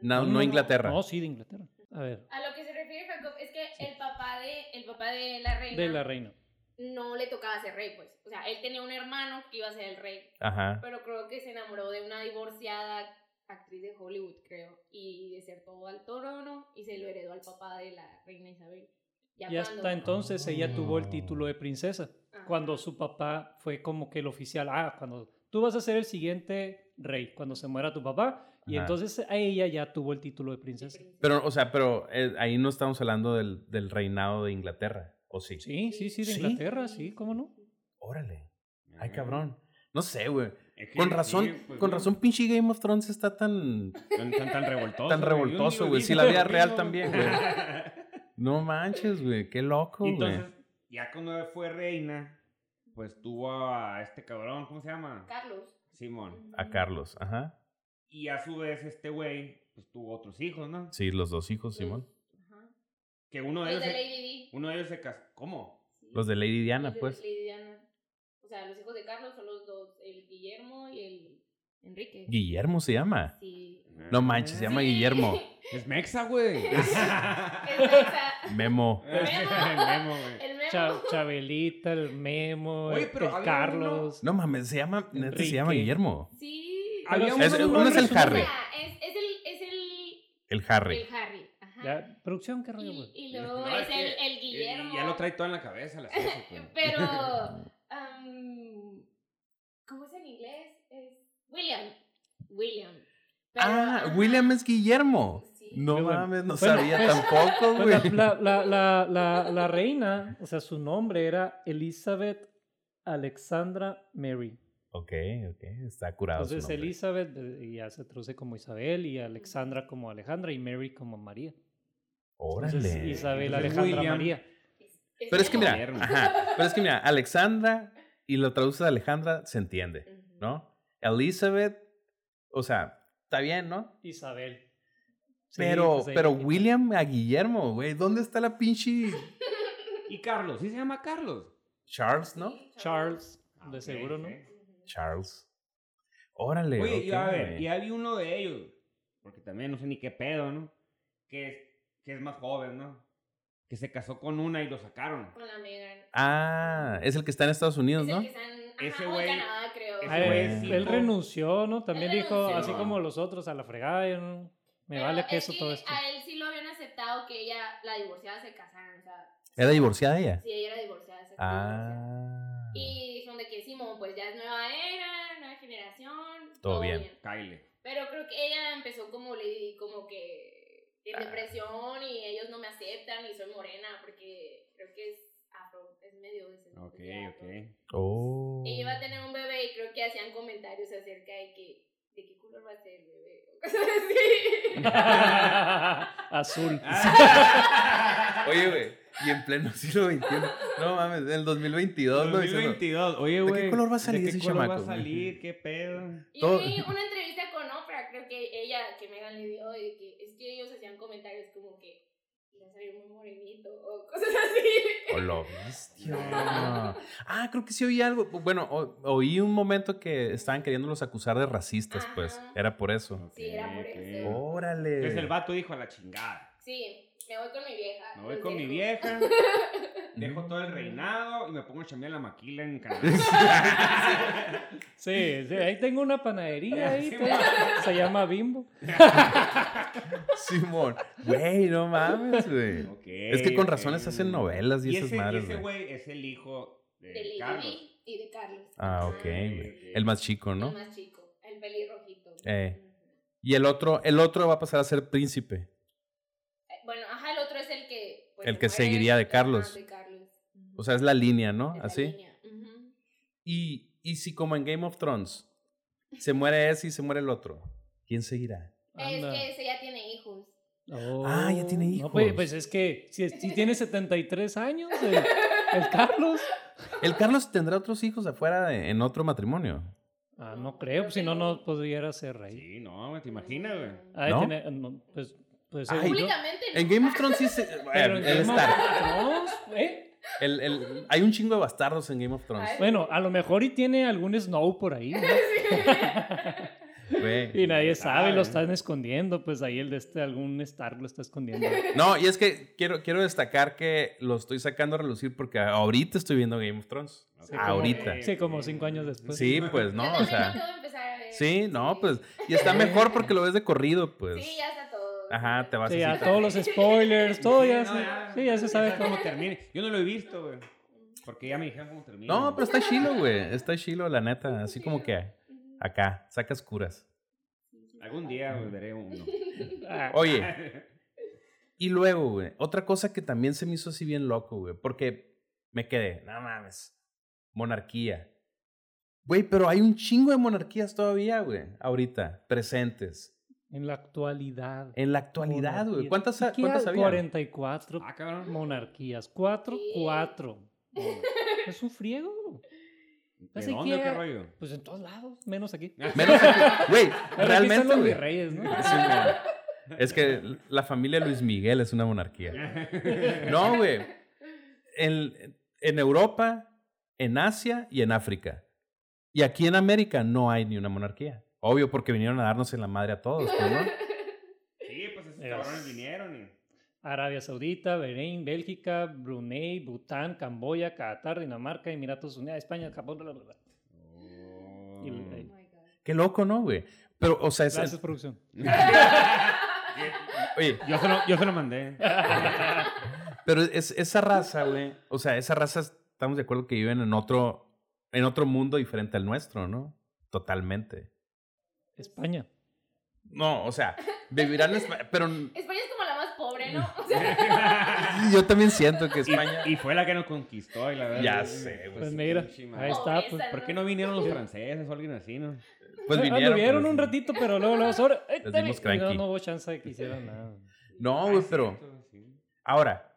[SPEAKER 2] No, no Inglaterra.
[SPEAKER 3] No, sí, de Inglaterra. A ver,
[SPEAKER 5] A lo que se refiere Jacob es que el papá de el papá de la reina
[SPEAKER 3] de la reina.
[SPEAKER 5] no le tocaba ser rey, pues. O sea, él tenía un hermano que iba a ser el rey,
[SPEAKER 2] Ajá.
[SPEAKER 5] pero creo que se enamoró de una divorciada actriz de Hollywood, creo, y desertó al trono y se lo heredó al papá de la reina Isabel. Ya Ah.
[SPEAKER 3] Y
[SPEAKER 5] cuando-
[SPEAKER 3] hasta entonces ella tuvo el
[SPEAKER 2] Oh.
[SPEAKER 3] título de princesa.
[SPEAKER 5] Ajá.
[SPEAKER 3] Cuando su papá fue como que el oficial, ah, cuando tú vas a ser el siguiente rey, cuando se muera tu papá. Y
[SPEAKER 2] Ajá.
[SPEAKER 3] entonces a ella ya tuvo el título de
[SPEAKER 5] Sí,
[SPEAKER 3] princesa.
[SPEAKER 2] Pero, o sea, pero eh, ahí no estamos hablando del, del reinado de Inglaterra, ¿o sí?
[SPEAKER 3] Sí, sí, sí, de
[SPEAKER 2] ¿Sí?
[SPEAKER 3] Inglaterra, sí, ¿cómo no?
[SPEAKER 2] Órale. Ay, cabrón. No sé, güey.
[SPEAKER 4] Eh, Es que
[SPEAKER 2] Con
[SPEAKER 4] sí,
[SPEAKER 2] razón,
[SPEAKER 4] pues,
[SPEAKER 2] con
[SPEAKER 4] güey,
[SPEAKER 2] razón pinche Game of Thrones está tan...
[SPEAKER 4] Tan, tan, tan revoltoso.
[SPEAKER 2] Tan
[SPEAKER 4] güey. Yo
[SPEAKER 2] revoltoso,
[SPEAKER 4] digo,
[SPEAKER 2] güey.
[SPEAKER 4] yo
[SPEAKER 2] Sí,
[SPEAKER 4] digo
[SPEAKER 2] la
[SPEAKER 4] lo <laughs>
[SPEAKER 2] vida real
[SPEAKER 4] mismo.
[SPEAKER 2] también, güey.
[SPEAKER 4] <laughs>
[SPEAKER 2] No manches, güey. Qué loco, güey.
[SPEAKER 4] Entonces, ya cuando fue reina, pues tuvo a este cabrón, ¿cómo se llama?
[SPEAKER 5] Carlos.
[SPEAKER 4] Simón.
[SPEAKER 2] A Carlos, ajá.
[SPEAKER 4] Y a su vez, este güey, pues tuvo otros hijos, ¿no?
[SPEAKER 2] Sí, los dos hijos, Simón.
[SPEAKER 5] Ajá.
[SPEAKER 4] Que uno de
[SPEAKER 5] Los
[SPEAKER 4] ellos,
[SPEAKER 5] de
[SPEAKER 4] se,
[SPEAKER 5] Lady Di.
[SPEAKER 4] uno de ellos se casó. ¿Cómo?
[SPEAKER 5] Sí.
[SPEAKER 2] Los de Lady Diana,
[SPEAKER 5] Los de
[SPEAKER 2] pues.
[SPEAKER 5] Lady Diana. O sea, los hijos de Carlos son los dos, el Guillermo y el Enrique.
[SPEAKER 2] Guillermo se llama.
[SPEAKER 5] Sí.
[SPEAKER 2] No manches, se llama
[SPEAKER 5] Sí. <laughs>
[SPEAKER 2] Guillermo.
[SPEAKER 4] Es Mexa, güey.
[SPEAKER 5] Es mexa.
[SPEAKER 2] Memo.
[SPEAKER 4] Memo, güey.
[SPEAKER 5] El memo.
[SPEAKER 3] Cha- Chabelita, el Memo,
[SPEAKER 4] Oye,
[SPEAKER 3] el-
[SPEAKER 4] pero
[SPEAKER 3] el
[SPEAKER 4] había
[SPEAKER 3] Carlos.
[SPEAKER 2] No mames, se llama. neta, se
[SPEAKER 3] Enrique.
[SPEAKER 2] llama Guillermo.
[SPEAKER 5] Sí.
[SPEAKER 4] <laughs> Había
[SPEAKER 3] Pero
[SPEAKER 4] uno
[SPEAKER 3] sí
[SPEAKER 2] Es-
[SPEAKER 3] son
[SPEAKER 2] uno
[SPEAKER 3] nombres,
[SPEAKER 2] es el
[SPEAKER 3] son-
[SPEAKER 2] Harry.
[SPEAKER 5] Ah, Es, es el, es el,
[SPEAKER 2] El Harry.
[SPEAKER 5] el Harry. Ajá.
[SPEAKER 3] Ya, producción, qué rollo,
[SPEAKER 5] Y,
[SPEAKER 3] güey.
[SPEAKER 5] y luego
[SPEAKER 4] No,
[SPEAKER 5] es,
[SPEAKER 4] es que-
[SPEAKER 5] el, el Guillermo.
[SPEAKER 4] Ya lo trae todo en la cabeza, la
[SPEAKER 5] <laughs>
[SPEAKER 4] Ceci, güey. <laughs>
[SPEAKER 5] Pero, am, ¿cómo es en inglés? Es William. William. Pero,
[SPEAKER 2] Ah,
[SPEAKER 5] ajá,
[SPEAKER 2] William es Guillermo.
[SPEAKER 5] Sí.
[SPEAKER 2] No
[SPEAKER 3] Muy bueno.
[SPEAKER 2] mames, no
[SPEAKER 3] Bueno,
[SPEAKER 2] sabía
[SPEAKER 3] pues-
[SPEAKER 2] tampoco,
[SPEAKER 3] Pues
[SPEAKER 2] güey.
[SPEAKER 3] la, la- la- la- la- la reina, o sea, su nombre era Elizabeth Alexandra Mary.
[SPEAKER 2] Ok, ok, está curado. Ah, su
[SPEAKER 3] Entonces
[SPEAKER 2] nombre.
[SPEAKER 3] Elizabeth eh, ya se traduce como Isabel y Alexandra como Alejandra y Mary como María. Entonces,
[SPEAKER 2] Órale.
[SPEAKER 3] Isabel
[SPEAKER 4] Entonces,
[SPEAKER 3] Alejandra
[SPEAKER 4] William.
[SPEAKER 3] María.
[SPEAKER 2] Pero es que mira,
[SPEAKER 4] Guillermo.
[SPEAKER 2] ajá, pero es que mira, Alexandra y lo traduces a Alejandra, se entiende,
[SPEAKER 5] Ujú.
[SPEAKER 2] ¿no? Elizabeth, o sea, está bien, ¿no?
[SPEAKER 3] Isabel. Sí,
[SPEAKER 2] Pero,
[SPEAKER 3] pues ahí
[SPEAKER 2] pero
[SPEAKER 3] quita.
[SPEAKER 2] William a Guillermo, güey, ¿dónde está la pinche
[SPEAKER 4] Y Carlos, sí se llama Carlos.
[SPEAKER 2] Charles, no?
[SPEAKER 3] Charles,
[SPEAKER 4] Ah,
[SPEAKER 3] de
[SPEAKER 4] ok,
[SPEAKER 3] seguro, ¿no?
[SPEAKER 4] ok.
[SPEAKER 2] Charles. Órale,
[SPEAKER 4] Oye, y
[SPEAKER 2] ok,
[SPEAKER 4] a ver,
[SPEAKER 2] güey.
[SPEAKER 4] y había uno de ellos, porque también no sé ni qué pedo, ¿no? Que es, que es más joven, ¿no? Que se casó con una y lo sacaron.
[SPEAKER 5] Con la Megan.
[SPEAKER 2] Ah, es el que está en Estados Unidos,
[SPEAKER 5] Es el
[SPEAKER 2] ¿no?
[SPEAKER 5] que están- ajá,
[SPEAKER 4] Ese
[SPEAKER 5] o en
[SPEAKER 4] güey-
[SPEAKER 5] Canadá, creo.
[SPEAKER 4] ese
[SPEAKER 3] Ah,
[SPEAKER 4] Ese güey
[SPEAKER 3] él,
[SPEAKER 2] es
[SPEAKER 3] él
[SPEAKER 4] hijo.
[SPEAKER 3] renunció, ¿no? También
[SPEAKER 5] Él
[SPEAKER 3] dijo,
[SPEAKER 5] renunció.
[SPEAKER 3] así como los otros, a la fregada, yo no- me
[SPEAKER 5] Pero
[SPEAKER 3] vale
[SPEAKER 5] es
[SPEAKER 3] queso todo
[SPEAKER 5] que
[SPEAKER 3] esto. <laughs>
[SPEAKER 5] A él sí lo habían aceptado que ella, la divorciada, se casaran. O sea,
[SPEAKER 2] ¿Era divorciada ella?
[SPEAKER 5] si ella era divorciada, se divorciada.
[SPEAKER 2] Ah.
[SPEAKER 5] Y dijeron de que Simón, pues ya es nueva era, nueva generación.
[SPEAKER 2] Todo bien.
[SPEAKER 4] Kyle.
[SPEAKER 5] Pero creo que ella empezó como lady, como que en depresión y ellos no me aceptan y soy morena porque creo que es afro, es medio
[SPEAKER 4] Ok,
[SPEAKER 5] descendiente de afro.
[SPEAKER 4] ok.
[SPEAKER 2] Oh.
[SPEAKER 5] Ella iba a tener un bebé y creo que hacían comentarios acerca de que de qué color va a ser el bebé <laughs> o cosas así.
[SPEAKER 3] Azul.
[SPEAKER 5] Ah,
[SPEAKER 2] Oye, güey, y en pleno <laughs> siglo XXI. No mames, en el 2022, ¿no? Diciendo,
[SPEAKER 4] 2022. Oye,
[SPEAKER 2] ¿De qué
[SPEAKER 4] güey.
[SPEAKER 2] color va a salir
[SPEAKER 4] ¿De qué
[SPEAKER 2] ese
[SPEAKER 4] color
[SPEAKER 2] chamaco,
[SPEAKER 4] va a
[SPEAKER 2] güey?
[SPEAKER 4] salir? ¿Qué pedo?
[SPEAKER 5] Y
[SPEAKER 2] Todo- <laughs>
[SPEAKER 5] vi una entrevista con Oprah, creo que ella, que Megan le dio, de que es que ellos hacían comentarios como que iba a salir muy morenito o cosas <laughs> así.
[SPEAKER 2] O lo ¡Oh, bestia. Ah, creo que sí oí algo. Bueno, o- oí un momento que estaban queriéndolos acusar de racistas, pues.
[SPEAKER 5] Ajá.
[SPEAKER 2] Era por eso.
[SPEAKER 5] Sí, era por
[SPEAKER 4] Ok,
[SPEAKER 5] eso.
[SPEAKER 4] ok.
[SPEAKER 2] Órale.
[SPEAKER 4] Entonces el vato dijo a la chingada.
[SPEAKER 5] Sí, me voy con mi vieja. pues,
[SPEAKER 4] Me voy
[SPEAKER 5] los
[SPEAKER 4] con mi
[SPEAKER 5] dejo.
[SPEAKER 4] vieja,
[SPEAKER 5] <laughs>
[SPEAKER 2] Mm.
[SPEAKER 4] dejo todo el reinado y me pongo a chambear la maquila
[SPEAKER 2] <laughs>
[SPEAKER 4] en Canadá.
[SPEAKER 2] Sí.
[SPEAKER 3] Sí, sí, ahí tengo una panadería ahí,
[SPEAKER 4] <laughs> Sí,
[SPEAKER 3] tengo- se llama Bimbo.
[SPEAKER 2] Simón. Güey, no mames, güey.
[SPEAKER 4] Ok,
[SPEAKER 2] Es que con
[SPEAKER 4] ok.
[SPEAKER 2] razón les hacen novelas y esas
[SPEAKER 4] ese,
[SPEAKER 2] madres,
[SPEAKER 4] ese
[SPEAKER 2] güey.
[SPEAKER 4] güey es el hijo de,
[SPEAKER 5] De Lady
[SPEAKER 4] Carlos.
[SPEAKER 5] Di y de Carlos.
[SPEAKER 2] Ah,
[SPEAKER 5] Ajá.
[SPEAKER 2] ok, güey.
[SPEAKER 4] ok.
[SPEAKER 2] El más chico,
[SPEAKER 5] El
[SPEAKER 2] ¿no?
[SPEAKER 5] más chico, el pelirrojito.
[SPEAKER 2] Eh.
[SPEAKER 5] Ujú.
[SPEAKER 2] Y el otro, el otro va a pasar a ser príncipe.
[SPEAKER 5] Eh, Bueno, ajá, el otro es el que... pues,
[SPEAKER 2] El
[SPEAKER 5] se
[SPEAKER 2] que
[SPEAKER 5] muere,
[SPEAKER 2] seguiría de
[SPEAKER 5] ajá,
[SPEAKER 2] Carlos.
[SPEAKER 5] de Carlos. Ujú.
[SPEAKER 2] O sea, es la línea, ¿no?
[SPEAKER 5] Es la
[SPEAKER 2] Así.
[SPEAKER 5] línea, ujú.
[SPEAKER 2] Y, y si como en Game of Thrones se muere ese y se muere el otro, ¿quién seguirá?
[SPEAKER 5] Es
[SPEAKER 3] Anda. Oh.
[SPEAKER 5] que ese ya tiene hijos.
[SPEAKER 2] Ah, ya tiene
[SPEAKER 3] No, pues,
[SPEAKER 2] hijos.
[SPEAKER 3] pues es que si, si tiene 73 años, el, el Carlos.
[SPEAKER 2] ¿El Carlos tendrá otros hijos afuera de- en otro matrimonio?
[SPEAKER 3] Ah, no creo, pues, si no, no pudiera ser rey.
[SPEAKER 4] Sí, no, güey, te imaginas, güey.
[SPEAKER 3] Ah,
[SPEAKER 2] ¿No?
[SPEAKER 3] tiene- no, pues, pues
[SPEAKER 2] Ay,
[SPEAKER 3] según yo-
[SPEAKER 5] Públicamente
[SPEAKER 2] <laughs> En
[SPEAKER 5] no. <laughs>
[SPEAKER 2] Game of Thrones sí
[SPEAKER 3] <laughs>
[SPEAKER 2] se...
[SPEAKER 3] pero
[SPEAKER 2] el
[SPEAKER 3] en Game of
[SPEAKER 2] Stark.
[SPEAKER 3] Thrones, ¿eh?
[SPEAKER 2] El- el- hay un chingo de bastardos en Game of Thrones.
[SPEAKER 3] Bueno, a lo mejor y tiene algún Snow por ahí, ¿no?
[SPEAKER 2] güey.
[SPEAKER 3] Y nadie sabe, lo
[SPEAKER 4] sabe.
[SPEAKER 3] están escondiendo, pues ahí el de este, algún Stark lo está escondiendo.
[SPEAKER 4] <laughs>
[SPEAKER 2] No, y es que quiero, quiero destacar que lo estoy sacando a relucir porque ahorita estoy viendo Game of Thrones.
[SPEAKER 4] Sí,
[SPEAKER 3] como-
[SPEAKER 2] ahorita.
[SPEAKER 3] Sí, como cinco años después.
[SPEAKER 2] Sí, pues no,
[SPEAKER 5] Yo
[SPEAKER 2] o
[SPEAKER 3] <laughs>
[SPEAKER 5] también lo
[SPEAKER 2] sea...
[SPEAKER 5] acabo de empezar a ver.
[SPEAKER 2] Sí, no, pues... Y está mejor porque lo ves de corrido, pues.
[SPEAKER 5] Sí, ya está todo.
[SPEAKER 2] Ajá, te vas
[SPEAKER 3] Sí,
[SPEAKER 2] así.
[SPEAKER 3] ya todos los spoilers, Pues todo
[SPEAKER 4] Sí,
[SPEAKER 3] ya,
[SPEAKER 4] no,
[SPEAKER 3] se- sí, ya se sabe
[SPEAKER 4] sabes
[SPEAKER 3] cómo.
[SPEAKER 4] termina. Yo no lo he visto, güey. Porque ya me dijeron cómo termina.
[SPEAKER 2] No, pero está chilo, güey. Está chilo, la neta. Así como que
[SPEAKER 5] Ujú.
[SPEAKER 2] acá, sacas curas.
[SPEAKER 4] Algún día volveré
[SPEAKER 5] <laughs>
[SPEAKER 4] uno.
[SPEAKER 3] Ah,
[SPEAKER 2] Oye, y luego, güey, otra cosa que también se me hizo así bien loco, güey, porque me quedé, no mames, monarquía. Güey, pero hay un chingo de monarquías todavía, güey, ahorita, presentes.
[SPEAKER 3] En la actualidad.
[SPEAKER 2] En la actualidad, güey.
[SPEAKER 3] monarquías.
[SPEAKER 2] ¿Cuántas,
[SPEAKER 3] Aquí hay
[SPEAKER 2] cuántas había?
[SPEAKER 3] 44
[SPEAKER 4] <laughs> Ah, cabrón.
[SPEAKER 3] monarquías. 4,
[SPEAKER 5] Sí.
[SPEAKER 3] 4. Es un friego.
[SPEAKER 4] ¿De
[SPEAKER 3] Así
[SPEAKER 4] dónde o
[SPEAKER 3] que-
[SPEAKER 4] qué rollo?
[SPEAKER 3] Pues en todos lados, menos aquí.
[SPEAKER 4] <laughs>
[SPEAKER 2] Menos que- Güey,
[SPEAKER 3] Pero aquí están
[SPEAKER 2] realmente,
[SPEAKER 3] los
[SPEAKER 2] güey.
[SPEAKER 3] virreyes, ¿no?
[SPEAKER 2] Sí, güey. Es que la familia Luis Miguel es una monarquía. No, güey. En, en Europa, en Asia y en África. Y aquí en América no hay ni una monarquía. Obvio, porque vinieron a darnos en la madre a todos, pues, ¿no?
[SPEAKER 5] Oh
[SPEAKER 4] Sí, pues esos
[SPEAKER 3] Es-
[SPEAKER 4] cabrones vinieron y...
[SPEAKER 3] Arabia Saudita, Bahrein, Bélgica, Brunei, Bután, Camboya, Qatar, Dinamarca, Emiratos Unidos, España, Japón, bla, bla, bla. Y-
[SPEAKER 5] Oh
[SPEAKER 3] eh,
[SPEAKER 5] my God.
[SPEAKER 2] Qué loco, ¿no, güey? Pero, o sea, es-
[SPEAKER 3] Gracias, producción.
[SPEAKER 2] oye,
[SPEAKER 4] <laughs> Yo se, lo, yo se
[SPEAKER 2] <laughs>
[SPEAKER 4] lo mandé.
[SPEAKER 2] pero es, esa raza, güey, o sea, esa raza estamos de acuerdo que viven en otro, en otro mundo diferente al nuestro, ¿no? Totalmente.
[SPEAKER 3] España.
[SPEAKER 2] No, o sea, vivirán en España, pero
[SPEAKER 5] España es como la más pobre, ¿no? O sea,
[SPEAKER 2] yo también siento que España...
[SPEAKER 4] Y fue la que nos conquistó, y la verdad.
[SPEAKER 2] Ya sé, güey.
[SPEAKER 3] Pues mira,
[SPEAKER 4] pinche
[SPEAKER 3] ahí
[SPEAKER 4] madre.
[SPEAKER 3] está. Pues.
[SPEAKER 5] Pobreza,
[SPEAKER 4] ¿Por qué no vinieron los franceses o alguien así, no?
[SPEAKER 2] Pues
[SPEAKER 3] Ah,
[SPEAKER 2] vinieron.
[SPEAKER 3] anduvieron
[SPEAKER 2] pero-
[SPEAKER 3] un ratito, pero luego,
[SPEAKER 2] <laughs>
[SPEAKER 3] luego, sobre. eh,
[SPEAKER 2] Les
[SPEAKER 3] dale.
[SPEAKER 2] dimos
[SPEAKER 3] Y no,
[SPEAKER 2] cranky.
[SPEAKER 3] no hubo chance de que hicieran nada.
[SPEAKER 2] No,
[SPEAKER 4] Ay,
[SPEAKER 2] güey,
[SPEAKER 4] Ah, sí,
[SPEAKER 2] pero
[SPEAKER 4] cierto, sí.
[SPEAKER 2] ahora,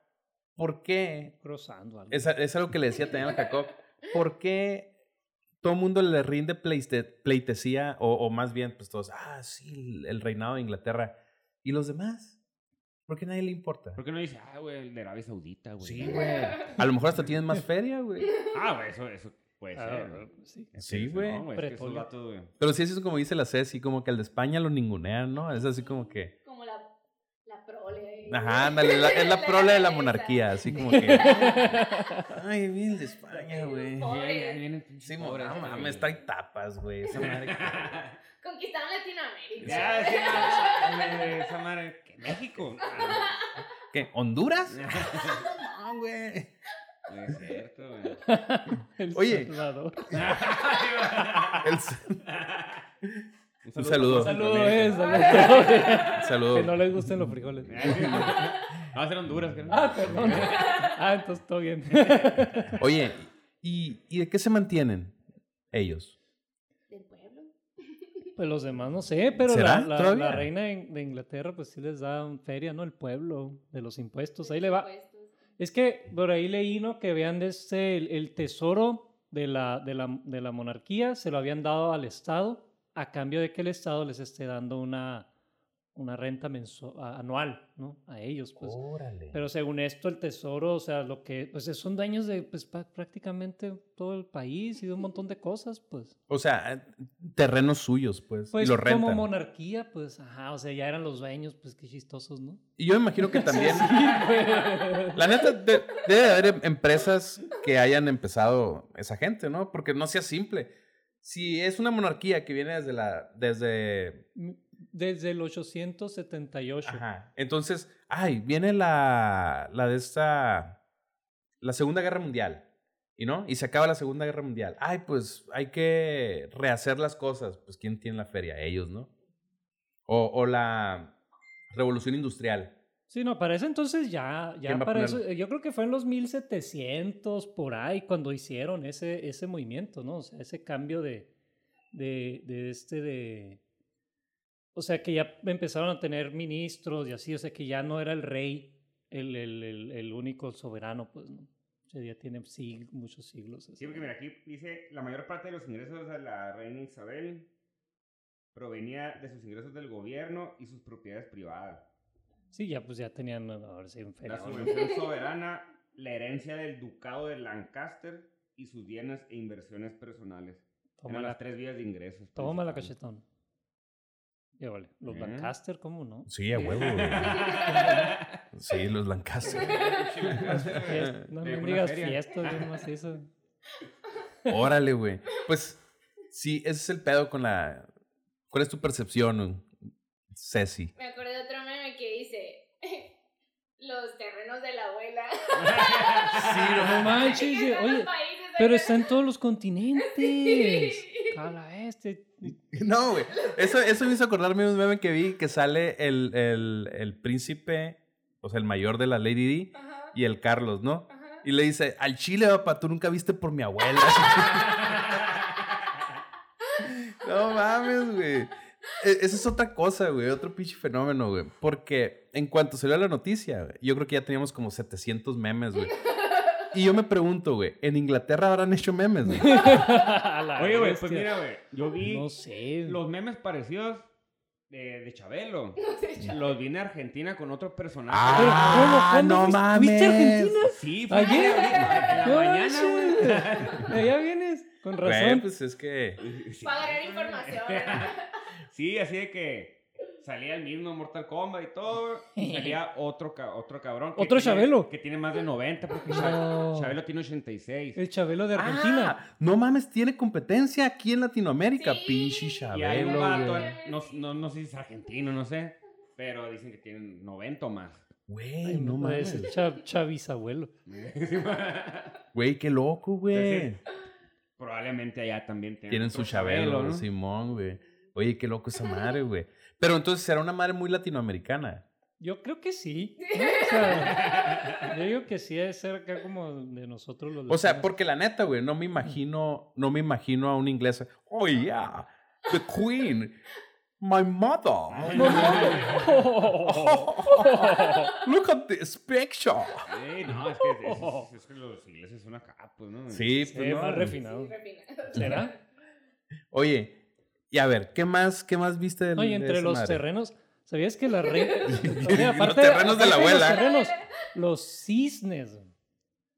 [SPEAKER 2] ¿por qué?
[SPEAKER 3] Cruzando algo.
[SPEAKER 2] Es, es algo que le decía también a Jacob. ¿Por qué todo el mundo le rinde pleiste- pleitesía o, o más bien, pues todos, ah, sí, el, el reinado de Inglaterra y los demás? ¿Por qué nadie le importa?
[SPEAKER 4] ¿Por qué no dice, ah, güey, el de Arabia Saudita, güey?
[SPEAKER 2] Sí, <laughs> güey. A lo mejor hasta tienen más feria, güey.
[SPEAKER 4] Ah, güey, eso, eso puede
[SPEAKER 3] Ah,
[SPEAKER 4] ser. güey.
[SPEAKER 2] <laughs>
[SPEAKER 3] sí.
[SPEAKER 4] Es
[SPEAKER 2] Sí,
[SPEAKER 4] que-
[SPEAKER 2] güey.
[SPEAKER 4] No, güey, es que esos
[SPEAKER 3] Pretorio.
[SPEAKER 4] vatos, güey.
[SPEAKER 2] Pero sí, eso es como dice la Ceci, como que el de España lo ningunean, ¿no? Es así como que.
[SPEAKER 5] Como la, la prole.
[SPEAKER 2] Ajá, ándale, la- es la prole de la monarquía, así como que. Ay, bien el de España, güey.
[SPEAKER 5] Pobre.
[SPEAKER 4] Ahí- ahí viene el pinche
[SPEAKER 2] Sí, mo-
[SPEAKER 4] pobre
[SPEAKER 2] no
[SPEAKER 4] este,
[SPEAKER 2] mames,
[SPEAKER 4] güey.
[SPEAKER 2] trae tapas, güey. Esa madre que-
[SPEAKER 5] Conquistaron Latinoamérica.
[SPEAKER 4] Ya, sí, no, güey, esa madre.
[SPEAKER 2] <laughs>
[SPEAKER 4] ¿qué, México.
[SPEAKER 2] ¿Qué?
[SPEAKER 4] <laughs>
[SPEAKER 2] ¿Honduras?
[SPEAKER 4] No,
[SPEAKER 2] No, güey.
[SPEAKER 4] es cierto, güey.
[SPEAKER 3] El
[SPEAKER 2] Oye.
[SPEAKER 3] Salvador.
[SPEAKER 2] El
[SPEAKER 3] <laughs>
[SPEAKER 2] s-
[SPEAKER 4] Un
[SPEAKER 2] Un saludo.
[SPEAKER 4] a
[SPEAKER 3] Saludos,
[SPEAKER 4] Centroamérica.
[SPEAKER 3] eh,
[SPEAKER 2] <laughs>
[SPEAKER 3] saludos.
[SPEAKER 2] saludo.
[SPEAKER 3] Que no les gusten los frijoles.
[SPEAKER 2] <laughs> eh.
[SPEAKER 4] <laughs> No, va a ser Honduras, creo.
[SPEAKER 3] Ah, perdón. <laughs> Ah, entonces todo
[SPEAKER 2] <laughs>
[SPEAKER 3] bien.
[SPEAKER 2] Oye, ¿y, y de qué se mantienen ellos?
[SPEAKER 5] Del pueblo.
[SPEAKER 3] Pues los demás no sé, pero
[SPEAKER 2] ¿Será?
[SPEAKER 3] la, la-
[SPEAKER 2] ¿Todavía?
[SPEAKER 3] la reina de In- de Inglaterra pues sí les da un feria, ¿no? El pueblo de los impuestos. Pues Ahí le va.
[SPEAKER 5] Impuestos.
[SPEAKER 3] Es que por ahí leí, ¿no? Que vean desde el, el tesoro de la, de, la, de la monarquía, se lo habían dado al Estado a cambio de que el Estado les esté dando una, una renta mensual, anual, ¿no? A ellos, pues.
[SPEAKER 2] Órale.
[SPEAKER 3] Pero según esto, el tesoro, o sea, lo que, pues son dueños de pues, pa- prácticamente todo el país y de un montón de cosas, pues.
[SPEAKER 2] o sea, terrenos suyos, pues.
[SPEAKER 3] Pues
[SPEAKER 2] y los
[SPEAKER 3] como
[SPEAKER 2] rentan.
[SPEAKER 3] monarquía, pues, ajá, o sea, ya eran los dueños, pues qué chistosos, ¿no?
[SPEAKER 2] y yo me imagino
[SPEAKER 3] <laughs>
[SPEAKER 2] que también.
[SPEAKER 3] Pues, <laughs>
[SPEAKER 2] La neta, de- debe de haber em- empresas que hayan empezado esa gente, ¿no? Porque no sea simple. Si es una monarquía que viene desde la. desde.
[SPEAKER 3] Desde el 878.
[SPEAKER 2] Ajá. Entonces, ay, viene la. la de esta. la Segunda Guerra Mundial. ¿Y no? Y se acaba la Segunda Guerra Mundial. Ay, pues hay que rehacer las cosas. Pues, ¿quién tiene la feria? Ellos, ¿no? O, o la Revolución Industrial.
[SPEAKER 3] Sí, no, para ese entonces ya, ya
[SPEAKER 2] ¿Quién va a
[SPEAKER 3] para eso,
[SPEAKER 2] ponerlo?
[SPEAKER 3] eh, yo creo que fue en los 1700 por ahí cuando hicieron ese, ese movimiento, ¿no? O sea, ese cambio de, de, de este, de... O sea, que ya empezaron a tener ministros y así, o sea, que ya no era el rey el, el, el, el único soberano, pues, ¿no? O sea, ya tiene sig- muchos siglos. así.
[SPEAKER 4] Sí, porque mira, aquí dice, la mayor parte de los ingresos de la reina Isabel provenía de sus ingresos del gobierno y sus propiedades privadas.
[SPEAKER 3] Sí, ya pues ya tenían, ahora sí, un
[SPEAKER 4] La
[SPEAKER 3] ferión.
[SPEAKER 4] subvención soberana, la herencia del ducado de Lancaster y sus bienes e inversiones personales.
[SPEAKER 3] Toma
[SPEAKER 4] Eran
[SPEAKER 3] la-
[SPEAKER 4] las tres vías de ingresos. pues.
[SPEAKER 3] Toma la <laughs>
[SPEAKER 4] principales.
[SPEAKER 3] cachetón. Ya vale. Los
[SPEAKER 4] ¿Eh?
[SPEAKER 3] Lancaster, ¿cómo no?
[SPEAKER 2] Sí, a huevo. <laughs> Sí, los Lancaster. <laughs> Eh,
[SPEAKER 3] Fies- No
[SPEAKER 4] Le
[SPEAKER 3] me
[SPEAKER 4] dejó una
[SPEAKER 3] digas
[SPEAKER 4] feria.
[SPEAKER 3] fiestas, bien macizo.
[SPEAKER 2] Órale, güey. Pues sí, ese es el pedo con la. ¿Cuál es tu percepción, Ceci?
[SPEAKER 5] Me acordé de otro meme que dice <laughs> los terrenos de la
[SPEAKER 3] <laughs>
[SPEAKER 5] abuela.
[SPEAKER 3] Sí, no manches.
[SPEAKER 5] <laughs> Que están
[SPEAKER 3] Oye,
[SPEAKER 5] los países
[SPEAKER 3] <laughs> pero
[SPEAKER 5] acá.
[SPEAKER 3] está en todos los continentes. <laughs> Cala este.
[SPEAKER 2] No, güey. Eso, eso me hizo acordarme de un meme que vi que sale el, el- el príncipe, o sea, el mayor de la Lady D
[SPEAKER 5] Ajá,
[SPEAKER 2] y el Carlos, ¿no?
[SPEAKER 5] ajá. <laughs>
[SPEAKER 2] Y le dice, al chile, papá, tú nunca viste por mi abuela. <laughs> no mames, güey. E- Esa es otra cosa, güey. Otro pinche fenómeno, güey. Porque en cuanto salió la noticia, güey, yo creo que ya teníamos como 700 memes, güey. Y yo me pregunto, güey, ¿en Inglaterra habrán hecho memes, güey?
[SPEAKER 3] A la
[SPEAKER 4] <laughs> Oye, güey,
[SPEAKER 3] bestia.
[SPEAKER 4] pues mira, güey. Yo vi
[SPEAKER 3] No sé.
[SPEAKER 4] los memes parecidos de, de Chabelo.
[SPEAKER 5] No sé, yo-
[SPEAKER 4] Los vi en Argentina con otro personaje.
[SPEAKER 3] Pero, ¿cómo?
[SPEAKER 2] Ah,
[SPEAKER 3] ¿Cuándo
[SPEAKER 2] no
[SPEAKER 3] fuiste-
[SPEAKER 2] mames.
[SPEAKER 3] ¿Fuiste a Argentina?
[SPEAKER 4] Sí, fue en
[SPEAKER 3] ¿Ayer?
[SPEAKER 4] la- en la
[SPEAKER 3] No
[SPEAKER 4] mañana, güey.
[SPEAKER 3] manches. ¿Allá vienes? Con
[SPEAKER 2] Güey,
[SPEAKER 3] razón.
[SPEAKER 2] pues es que.
[SPEAKER 4] <laughs> Sí.
[SPEAKER 5] Para ganar información.
[SPEAKER 3] <laughs>
[SPEAKER 4] Sí, así de que salía el mismo Mortal Kombat y todo.
[SPEAKER 3] <laughs>
[SPEAKER 4] y Salía otro, ca- otro cabrón. que
[SPEAKER 3] Otro
[SPEAKER 4] tiene-
[SPEAKER 3] Chabelo.
[SPEAKER 4] Que tiene más de 90, porque
[SPEAKER 3] No.
[SPEAKER 4] Cha- Chabelo tiene 86.
[SPEAKER 3] El Chabelo de Argentina.
[SPEAKER 2] Ah, no mames, tiene competencia aquí en Latinoamérica,
[SPEAKER 5] Sí.
[SPEAKER 2] pinche
[SPEAKER 4] Y hay un
[SPEAKER 2] Chabelo.
[SPEAKER 4] vato, eh.
[SPEAKER 2] güey.
[SPEAKER 4] no, no, no sé si es argentino, no sé. Pero dicen que tienen 90 o más. <laughs>
[SPEAKER 2] Güey,
[SPEAKER 3] Ay,
[SPEAKER 2] no mames.
[SPEAKER 3] ese cha- chavisabuelo.
[SPEAKER 2] Güey, qué loco, güey.
[SPEAKER 4] Entonces, Probablemente allá también tienen,
[SPEAKER 2] Tienen
[SPEAKER 4] otro
[SPEAKER 2] su Chabelo,
[SPEAKER 4] ¿no?
[SPEAKER 2] Simón, güey. Oye, qué loco esa madre, güey. Pero entonces será una madre muy latinoamericana.
[SPEAKER 3] Yo creo que sí. ¿no? O sea, yo digo que sí es ser acá como de nosotros los
[SPEAKER 2] O sea,
[SPEAKER 3] latinos. <laughs>
[SPEAKER 2] porque la neta, güey, no me imagino, no me imagino a un inglés. Oh yeah, the queen, my mother. <laughs>
[SPEAKER 3] <laughs>
[SPEAKER 2] Look at this picture.
[SPEAKER 4] Sí, no, es que, es,
[SPEAKER 3] <laughs>
[SPEAKER 4] es- es que los ingleses son acá, pues, ¿no?
[SPEAKER 2] Sí,
[SPEAKER 3] Sí,
[SPEAKER 2] pues no.
[SPEAKER 3] más
[SPEAKER 5] Sí,
[SPEAKER 3] refinado.
[SPEAKER 5] refinado.
[SPEAKER 3] ¿Será?
[SPEAKER 2] Oye, y a ver, ¿qué más, qué más viste del
[SPEAKER 3] No, y
[SPEAKER 2] de
[SPEAKER 3] entre
[SPEAKER 2] esa
[SPEAKER 3] los
[SPEAKER 2] madre?
[SPEAKER 3] terrenos, ¿sabías que
[SPEAKER 2] <laughs>
[SPEAKER 3] la reina.
[SPEAKER 2] Los terrenos de la abuela.
[SPEAKER 3] Los terrenos, los cisnes. güey.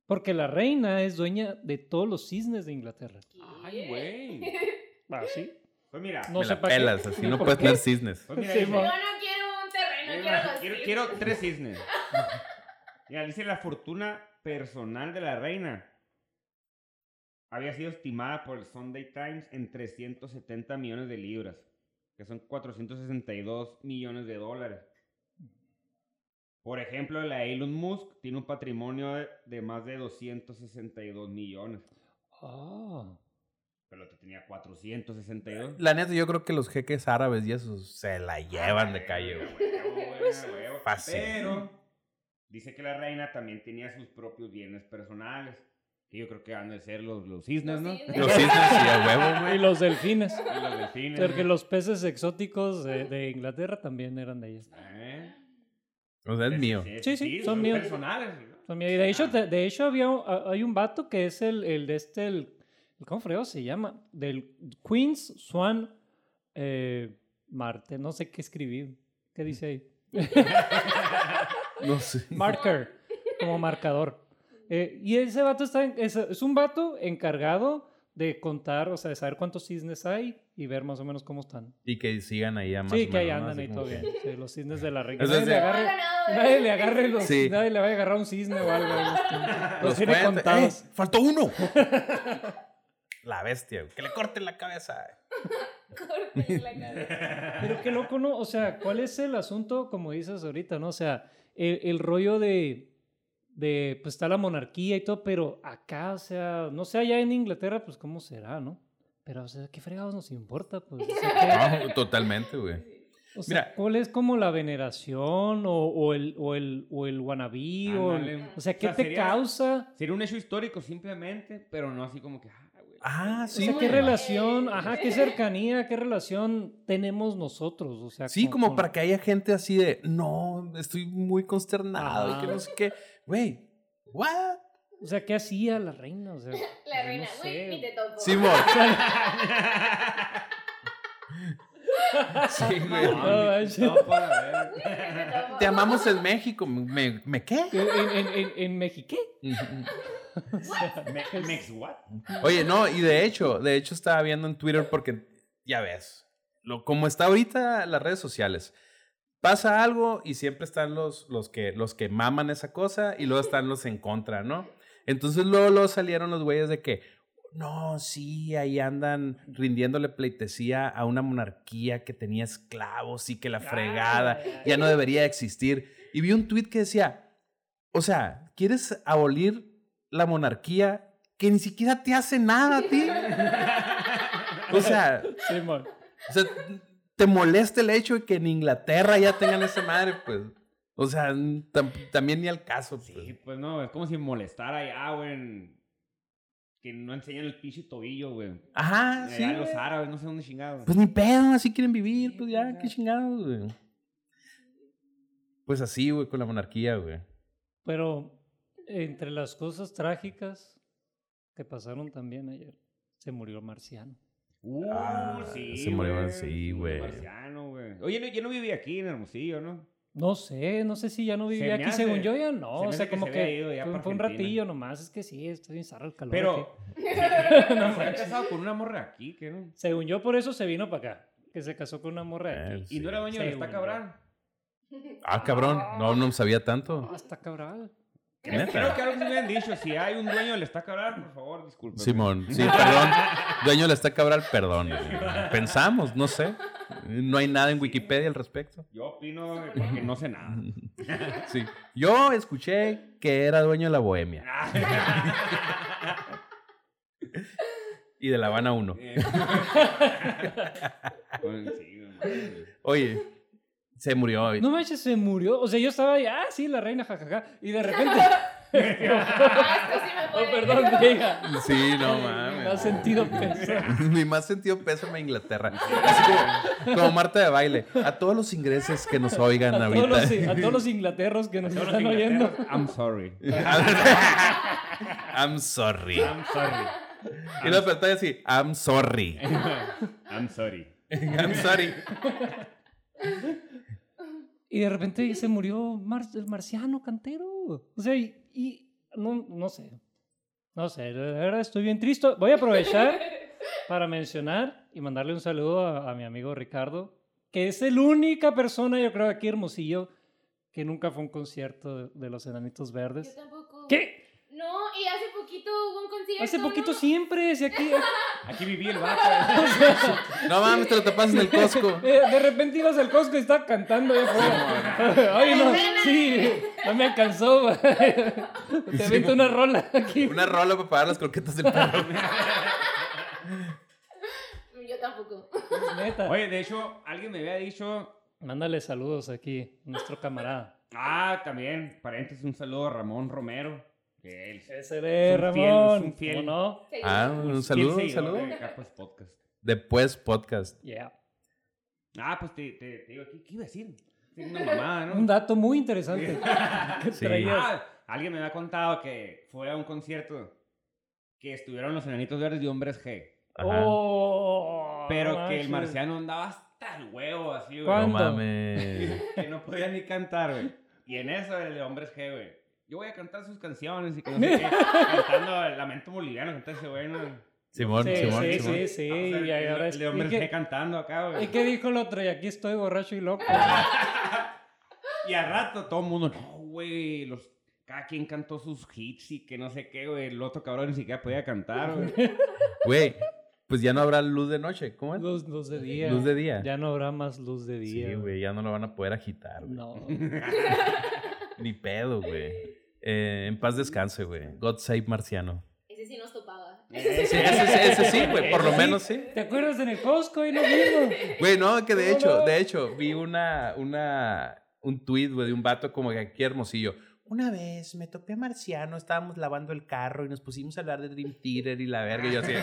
[SPEAKER 3] Porque la reina es dueña de todos los cisnes de Inglaterra.
[SPEAKER 4] Ay, güey.
[SPEAKER 3] <laughs> Ah, sí.
[SPEAKER 4] Pues mira,
[SPEAKER 3] No
[SPEAKER 2] Me
[SPEAKER 3] sé
[SPEAKER 2] la
[SPEAKER 3] para qué.
[SPEAKER 2] pelas, así
[SPEAKER 3] ni
[SPEAKER 2] no
[SPEAKER 3] por
[SPEAKER 2] puedes
[SPEAKER 3] qué.
[SPEAKER 2] tener cisnes.
[SPEAKER 4] pues mira,
[SPEAKER 3] Sí,
[SPEAKER 4] dice-
[SPEAKER 5] Yo no quiero un terreno, quiero
[SPEAKER 4] Mira,
[SPEAKER 5] los
[SPEAKER 4] quiero,
[SPEAKER 5] cisnes.
[SPEAKER 4] quiero tres cisnes. <laughs> Mira, dice la fortuna personal de la reina. Había sido estimada por el Sunday Times en 370 millones de libras, que son 462 millones de dólares. Por ejemplo, la Elon Musk tiene un patrimonio de, de más de 262 millones,
[SPEAKER 3] Ah.
[SPEAKER 4] pero te tenía 462.
[SPEAKER 2] La neta, yo creo que los jeques árabes y esos se la llevan de calle,
[SPEAKER 4] <laughs>
[SPEAKER 3] <laughs>
[SPEAKER 2] güey.
[SPEAKER 4] Pues, huevo.
[SPEAKER 2] fácil.
[SPEAKER 4] Pero dice que la reina también tenía sus propios bienes personales. Que yo creo que han de ser los, los cisnes, ¿no? <laughs>
[SPEAKER 5] Los cisnes.
[SPEAKER 2] Los cisnes y a huevo,
[SPEAKER 3] Y
[SPEAKER 2] güey.
[SPEAKER 3] los delfines.
[SPEAKER 4] Y los delfines.
[SPEAKER 3] Porque
[SPEAKER 4] ¿no?
[SPEAKER 3] los peces exóticos de, de Inglaterra también eran de ellas.
[SPEAKER 4] ¿Eh?
[SPEAKER 2] O sea, es mío.
[SPEAKER 3] Sí, sí, son míos.
[SPEAKER 4] personales. ¿no?
[SPEAKER 3] Son mías. Pues Y de hecho,
[SPEAKER 4] <laughs>
[SPEAKER 3] de, de hecho había, un- a- hay un vato que es el, el de este, el, el- ¿cómo freo se llama? Del Queen's Swan eh, Marte. No sé qué escribí. ¿Qué dice ahí?
[SPEAKER 2] No sé.
[SPEAKER 3] Marker, como marcador. Eh, y ese vato está en- es, es un vato encargado de contar, o sea, de saber cuántos cisnes hay y ver más o menos cómo están.
[SPEAKER 2] Y que sigan ahí a más
[SPEAKER 3] sí,
[SPEAKER 2] o
[SPEAKER 3] que ahí
[SPEAKER 2] menos, ¿no?
[SPEAKER 3] andan
[SPEAKER 2] Así
[SPEAKER 3] ahí
[SPEAKER 2] como
[SPEAKER 3] todavía.
[SPEAKER 2] que-
[SPEAKER 3] Sí, los cisnes de la reina.
[SPEAKER 2] Eso
[SPEAKER 3] nadie,
[SPEAKER 2] es
[SPEAKER 3] le
[SPEAKER 2] de-
[SPEAKER 5] No ha
[SPEAKER 3] agarre,
[SPEAKER 5] ganado, eh.
[SPEAKER 3] nadie le agarre los-
[SPEAKER 2] Sí.
[SPEAKER 3] nadie le vaya a agarrar un cisne o algo. ahí, los tiene- Los
[SPEAKER 2] Los
[SPEAKER 3] tiene
[SPEAKER 2] cuentan,
[SPEAKER 3] contados.
[SPEAKER 2] ¡eh! ¡Faltó
[SPEAKER 3] <laughs>
[SPEAKER 2] uno! la bestia, güey. Que le corten la
[SPEAKER 3] <laughs>
[SPEAKER 2] cabeza.
[SPEAKER 5] Corten la cabeza.
[SPEAKER 3] Pero qué loco, ¿no? O sea, ¿cuál es el asunto, como dices ahorita, ¿no? O sea, el, el rollo de, de, pues está la monarquía y todo, pero acá, o sea, no sé, allá en Inglaterra, pues cómo será, ¿no? Pero, o sea, ¿qué fregados nos importa? Pues, O sea,
[SPEAKER 2] <laughs> No, totalmente, güey.
[SPEAKER 3] <laughs> ¿qué- o sea,
[SPEAKER 2] Mira.
[SPEAKER 3] ¿cuál es como la veneración o, o el, o, el, o el wannabe? O, el-
[SPEAKER 4] Ándale.
[SPEAKER 3] o sea, ¿qué
[SPEAKER 4] O sea,
[SPEAKER 3] te
[SPEAKER 4] sería-
[SPEAKER 3] causa?
[SPEAKER 4] Sería un hecho histórico simplemente, pero no así como que. Ah, güey.
[SPEAKER 2] Ah,
[SPEAKER 3] o
[SPEAKER 2] sí.
[SPEAKER 3] sea, ¿qué
[SPEAKER 2] güey.
[SPEAKER 3] relación, ajá, qué cercanía, qué relación tenemos nosotros? O sea,
[SPEAKER 2] Sí,
[SPEAKER 3] con-
[SPEAKER 2] como
[SPEAKER 3] con-
[SPEAKER 2] para que haya gente así de, no, estoy muy consternado
[SPEAKER 3] Ajá.
[SPEAKER 2] y que no sé qué. Güey, ¿what?
[SPEAKER 3] O sea, ¿qué hacía la reina? O sea,
[SPEAKER 5] La
[SPEAKER 3] yo
[SPEAKER 5] reina,
[SPEAKER 3] no
[SPEAKER 5] güey,
[SPEAKER 3] sé.
[SPEAKER 5] ni te
[SPEAKER 3] <laughs>
[SPEAKER 5] topo.
[SPEAKER 2] Simón. Ah.
[SPEAKER 4] <laughs>
[SPEAKER 2] Sí, güey.
[SPEAKER 3] No, manches.
[SPEAKER 4] No, para ver.
[SPEAKER 5] <laughs> Ni te
[SPEAKER 3] <laughs>
[SPEAKER 5] topo.
[SPEAKER 2] Te amamos en México. ¿Me, me qué?
[SPEAKER 3] ¿En, en, en, en Mexiqué?
[SPEAKER 4] Me- Mex,
[SPEAKER 3] <laughs>
[SPEAKER 4] what?
[SPEAKER 2] Oye, no, y de hecho, de hecho estaba viendo en Twitter porque, ya ves, lo, como está ahorita las redes sociales, pasa algo y siempre están los, los, que, los que maman esa cosa y luego están los en contra, ¿no? Entonces luego, luego salieron los güeyes de que, no, sí, ahí andan rindiéndole pleitesía a una monarquía que tenía esclavos y que
[SPEAKER 3] Ah,
[SPEAKER 2] la fregada ya no debería de existir. Y vi un tweet que decía, o sea, ¿quieres abolir la monarquía que ni siquiera te hace nada a ti? O sea,
[SPEAKER 3] Sí, mon.
[SPEAKER 2] o sea, te molesta el hecho de que en Inglaterra ya tengan esa madre, pues. O sea, tam- también ni al caso, pues.
[SPEAKER 4] Sí, pues no, es como si molestara ya, güey. en- Que no enseñan el pinche tobillo, güey.
[SPEAKER 2] Ajá, Ah, sí.
[SPEAKER 4] Allá los
[SPEAKER 2] güey.
[SPEAKER 4] árabes, no sé dónde chingados.
[SPEAKER 2] Pues ni pedo, así quieren vivir,
[SPEAKER 4] Sí,
[SPEAKER 2] pues
[SPEAKER 4] pues,
[SPEAKER 2] ya,
[SPEAKER 4] ya.
[SPEAKER 2] qué chingados, güey. Pues así, güey, con la monarquía, güey.
[SPEAKER 3] Pero entre las cosas trágicas que pasaron también ayer, se murió Marciano.
[SPEAKER 4] Uh,
[SPEAKER 2] Ah,
[SPEAKER 4] sí.
[SPEAKER 2] se murió,
[SPEAKER 4] güey,
[SPEAKER 2] sí,
[SPEAKER 4] se murió
[SPEAKER 2] güey.
[SPEAKER 4] Marciano, güey. Oye, no- yo no viví aquí en Hermosillo, ¿no?
[SPEAKER 3] No sé, no sé si ya no
[SPEAKER 4] me
[SPEAKER 3] vivía aquí.
[SPEAKER 4] hace-
[SPEAKER 3] Según yo ya
[SPEAKER 4] se
[SPEAKER 3] no.
[SPEAKER 4] me
[SPEAKER 3] o
[SPEAKER 4] hace
[SPEAKER 3] sea,
[SPEAKER 4] que
[SPEAKER 3] como
[SPEAKER 4] se
[SPEAKER 3] que,
[SPEAKER 4] había ido ya
[SPEAKER 3] fue,
[SPEAKER 4] para
[SPEAKER 3] fue un
[SPEAKER 4] Argentina.
[SPEAKER 3] ratillo nomás. Es que sí, estoy bien zarra el calor. aquí.
[SPEAKER 4] Pero. <laughs> Se
[SPEAKER 3] No
[SPEAKER 4] había
[SPEAKER 3] manches.
[SPEAKER 4] casado con una morra aquí, que no.
[SPEAKER 3] Según yo, por eso se vino para acá. Que se casó con una morra de
[SPEAKER 2] Eh,
[SPEAKER 3] aquí.
[SPEAKER 4] Y no era dueño de
[SPEAKER 3] Según
[SPEAKER 4] esta
[SPEAKER 3] yo.
[SPEAKER 4] cabrón.
[SPEAKER 2] Ah, cabrón. No, no sabía tanto.
[SPEAKER 3] Ah, está cabrón.
[SPEAKER 4] Creo
[SPEAKER 2] Neta.
[SPEAKER 4] que algo sí me han dicho. Si hay un dueño, le está cabrón, por favor, disculpen.
[SPEAKER 2] Simón, sí, perdón. Dueño la está cabral, perdón. Pensamos, no sé. No hay nada en Wikipedia al respecto.
[SPEAKER 4] Yo opino porque no
[SPEAKER 2] <laughs>
[SPEAKER 4] sé nada.
[SPEAKER 2] Sí. Yo escuché que era dueño de la Bohemia
[SPEAKER 4] <laughs>
[SPEAKER 2] <laughs> y de La Habana 1.
[SPEAKER 4] Bueno, Eh, pues, sí, no mames.
[SPEAKER 2] Oye, se murió hoy.
[SPEAKER 3] No manches, se murió. O sea, yo estaba ahí, ah, sí, la reina, jajaja. Y
[SPEAKER 4] <laughs>
[SPEAKER 3] de repente.
[SPEAKER 5] <laughs>
[SPEAKER 3] <laughs>
[SPEAKER 5] Ah, esto sí me
[SPEAKER 3] oh,
[SPEAKER 5] puede.
[SPEAKER 3] perdón, diga.
[SPEAKER 2] Sí, no
[SPEAKER 5] Ah,
[SPEAKER 3] Me ha
[SPEAKER 2] mames. <laughs>
[SPEAKER 3] sentido pesar.
[SPEAKER 2] Mi más sentido pésame a Inglaterra. Así como, como Marta de baile. A todos los ingleses que nos oigan
[SPEAKER 3] A
[SPEAKER 2] ahorita.
[SPEAKER 3] todos, los, a todos los inglaterros que nos
[SPEAKER 4] Todos
[SPEAKER 3] están
[SPEAKER 4] los
[SPEAKER 3] oyendo.
[SPEAKER 4] ingleterros, I'm sorry.
[SPEAKER 2] I'm sorry.
[SPEAKER 4] I'm sorry.
[SPEAKER 2] Y la pantalla así, I'm
[SPEAKER 3] <laughs>
[SPEAKER 2] sorry.
[SPEAKER 4] <laughs> I'm sorry.
[SPEAKER 2] I'm sorry.
[SPEAKER 3] Y de repente se murió Mar- el marciano cantero. O sea, y, y no, no sé. No sé, de verdad estoy bien triste. Voy a aprovechar
[SPEAKER 5] <laughs>
[SPEAKER 3] para mencionar y mandarle un saludo a, a mi amigo Ricardo, que es el única persona, yo creo, aquí Hermosillo, que nunca fue a un concierto de, de los Enanitos
[SPEAKER 5] Yo
[SPEAKER 3] Verdes.
[SPEAKER 5] tampoco.
[SPEAKER 3] ¿Qué?
[SPEAKER 5] No, y hace poquito hubo un concierto.
[SPEAKER 3] Hace poquito
[SPEAKER 5] ¿no?
[SPEAKER 3] siempre, si aquí...
[SPEAKER 4] Aquí viví el vato. ¿eh?
[SPEAKER 2] No mames, te lo tapas en el Costco.
[SPEAKER 3] Eh, de repente ibas al Costco y estaba cantando allá afuera. <laughs> Ay, no, sí, no me alcanzó. <laughs> Te avento una rola aquí.
[SPEAKER 2] Una rola para pagar las croquetas del
[SPEAKER 3] <laughs>
[SPEAKER 2] perro.
[SPEAKER 5] Mm, Yo tampoco. <laughs>
[SPEAKER 3] Neta.
[SPEAKER 4] Oye, de hecho, alguien me había dicho.
[SPEAKER 3] Mándale saludos aquí, nuestro camarada.
[SPEAKER 4] Ah, también, paréntesis, un saludo a Ramón Romero. Que él es
[SPEAKER 3] Ese de
[SPEAKER 4] Es un fiel,
[SPEAKER 3] Eh, Ramón.
[SPEAKER 4] es un fiel.
[SPEAKER 3] ¿Cómo no?
[SPEAKER 5] Seguimos.
[SPEAKER 2] Ah, un saludo, un
[SPEAKER 4] fiel seguidor
[SPEAKER 2] saludo.
[SPEAKER 4] de Capas pues, Podcast.
[SPEAKER 2] Después podcast.
[SPEAKER 3] Yeah.
[SPEAKER 4] Ah, pues te, te- te digo, ¿qué, qué iba a decir? Es <laughs> una mamada,
[SPEAKER 3] Un
[SPEAKER 4] ¿no?
[SPEAKER 3] dato muy interesante. <laughs> que
[SPEAKER 2] Sí.
[SPEAKER 3] traías.
[SPEAKER 4] Ah, alguien me había contado que fue a un concierto que estuvieron los enanitos verdes y hombres G.
[SPEAKER 2] Ajá.
[SPEAKER 3] Oh,
[SPEAKER 4] Pero que
[SPEAKER 3] manches.
[SPEAKER 4] el marciano andaba hasta el huevo así,
[SPEAKER 2] no
[SPEAKER 4] güey.
[SPEAKER 3] ¿Cuál?
[SPEAKER 2] mames.
[SPEAKER 4] Que no podía ni cantar, güey. Y en eso el de hombres G, güey. Yo voy a cantar sus canciones y que no sé
[SPEAKER 2] <laughs>
[SPEAKER 4] qué. Cantando el lamento boliviano, cantando ese güey, ¿no?
[SPEAKER 2] Simón,
[SPEAKER 3] Sí,
[SPEAKER 2] Simón,
[SPEAKER 3] sí,
[SPEAKER 2] Simón.
[SPEAKER 3] sí, sí.
[SPEAKER 4] Ah, o sea,
[SPEAKER 3] y
[SPEAKER 4] el,
[SPEAKER 3] ahora
[SPEAKER 4] el
[SPEAKER 3] es-
[SPEAKER 4] de hombres
[SPEAKER 3] ¿y
[SPEAKER 4] G
[SPEAKER 3] qué-
[SPEAKER 4] cantando acá,
[SPEAKER 3] ¿Y
[SPEAKER 4] güey.
[SPEAKER 3] qué dijo el otro? Y aquí estoy borracho y loco.
[SPEAKER 4] Y al rato todo el mundo, no, güey, los... Cada quien cantó sus hits y que no sé qué, güey. El otro cabrón ni siquiera podía cantar,
[SPEAKER 2] <laughs>
[SPEAKER 4] güey.
[SPEAKER 2] Güey, pues ya no habrá luz de noche. ¿Cómo es?
[SPEAKER 3] Luz, luz de día.
[SPEAKER 2] Luz de día.
[SPEAKER 3] Ya no habrá más luz de día.
[SPEAKER 2] Sí, güey, ya no lo van a poder agitar. güey.
[SPEAKER 3] No.
[SPEAKER 2] Ni pedo, güey. Eh, en paz descanse, güey. God save Marciano.
[SPEAKER 5] Ese sí nos topaba.
[SPEAKER 2] Sí, ese, sí- ese sí, güey, por lo
[SPEAKER 4] <laughs>
[SPEAKER 3] Sí.
[SPEAKER 2] menos sí.
[SPEAKER 3] ¿Te acuerdas en el Costco y no vino?
[SPEAKER 2] Güey, no, que de
[SPEAKER 3] ¿Cómo
[SPEAKER 2] hecho,
[SPEAKER 3] no?
[SPEAKER 2] de hecho, vi una, una, un tweet, güey, de un vato como que aquí hermosillo. Una vez me topé a Marciano, estábamos lavando el carro y nos pusimos a hablar de Dream Theater y la verga. Y
[SPEAKER 3] <laughs>
[SPEAKER 2] yo así,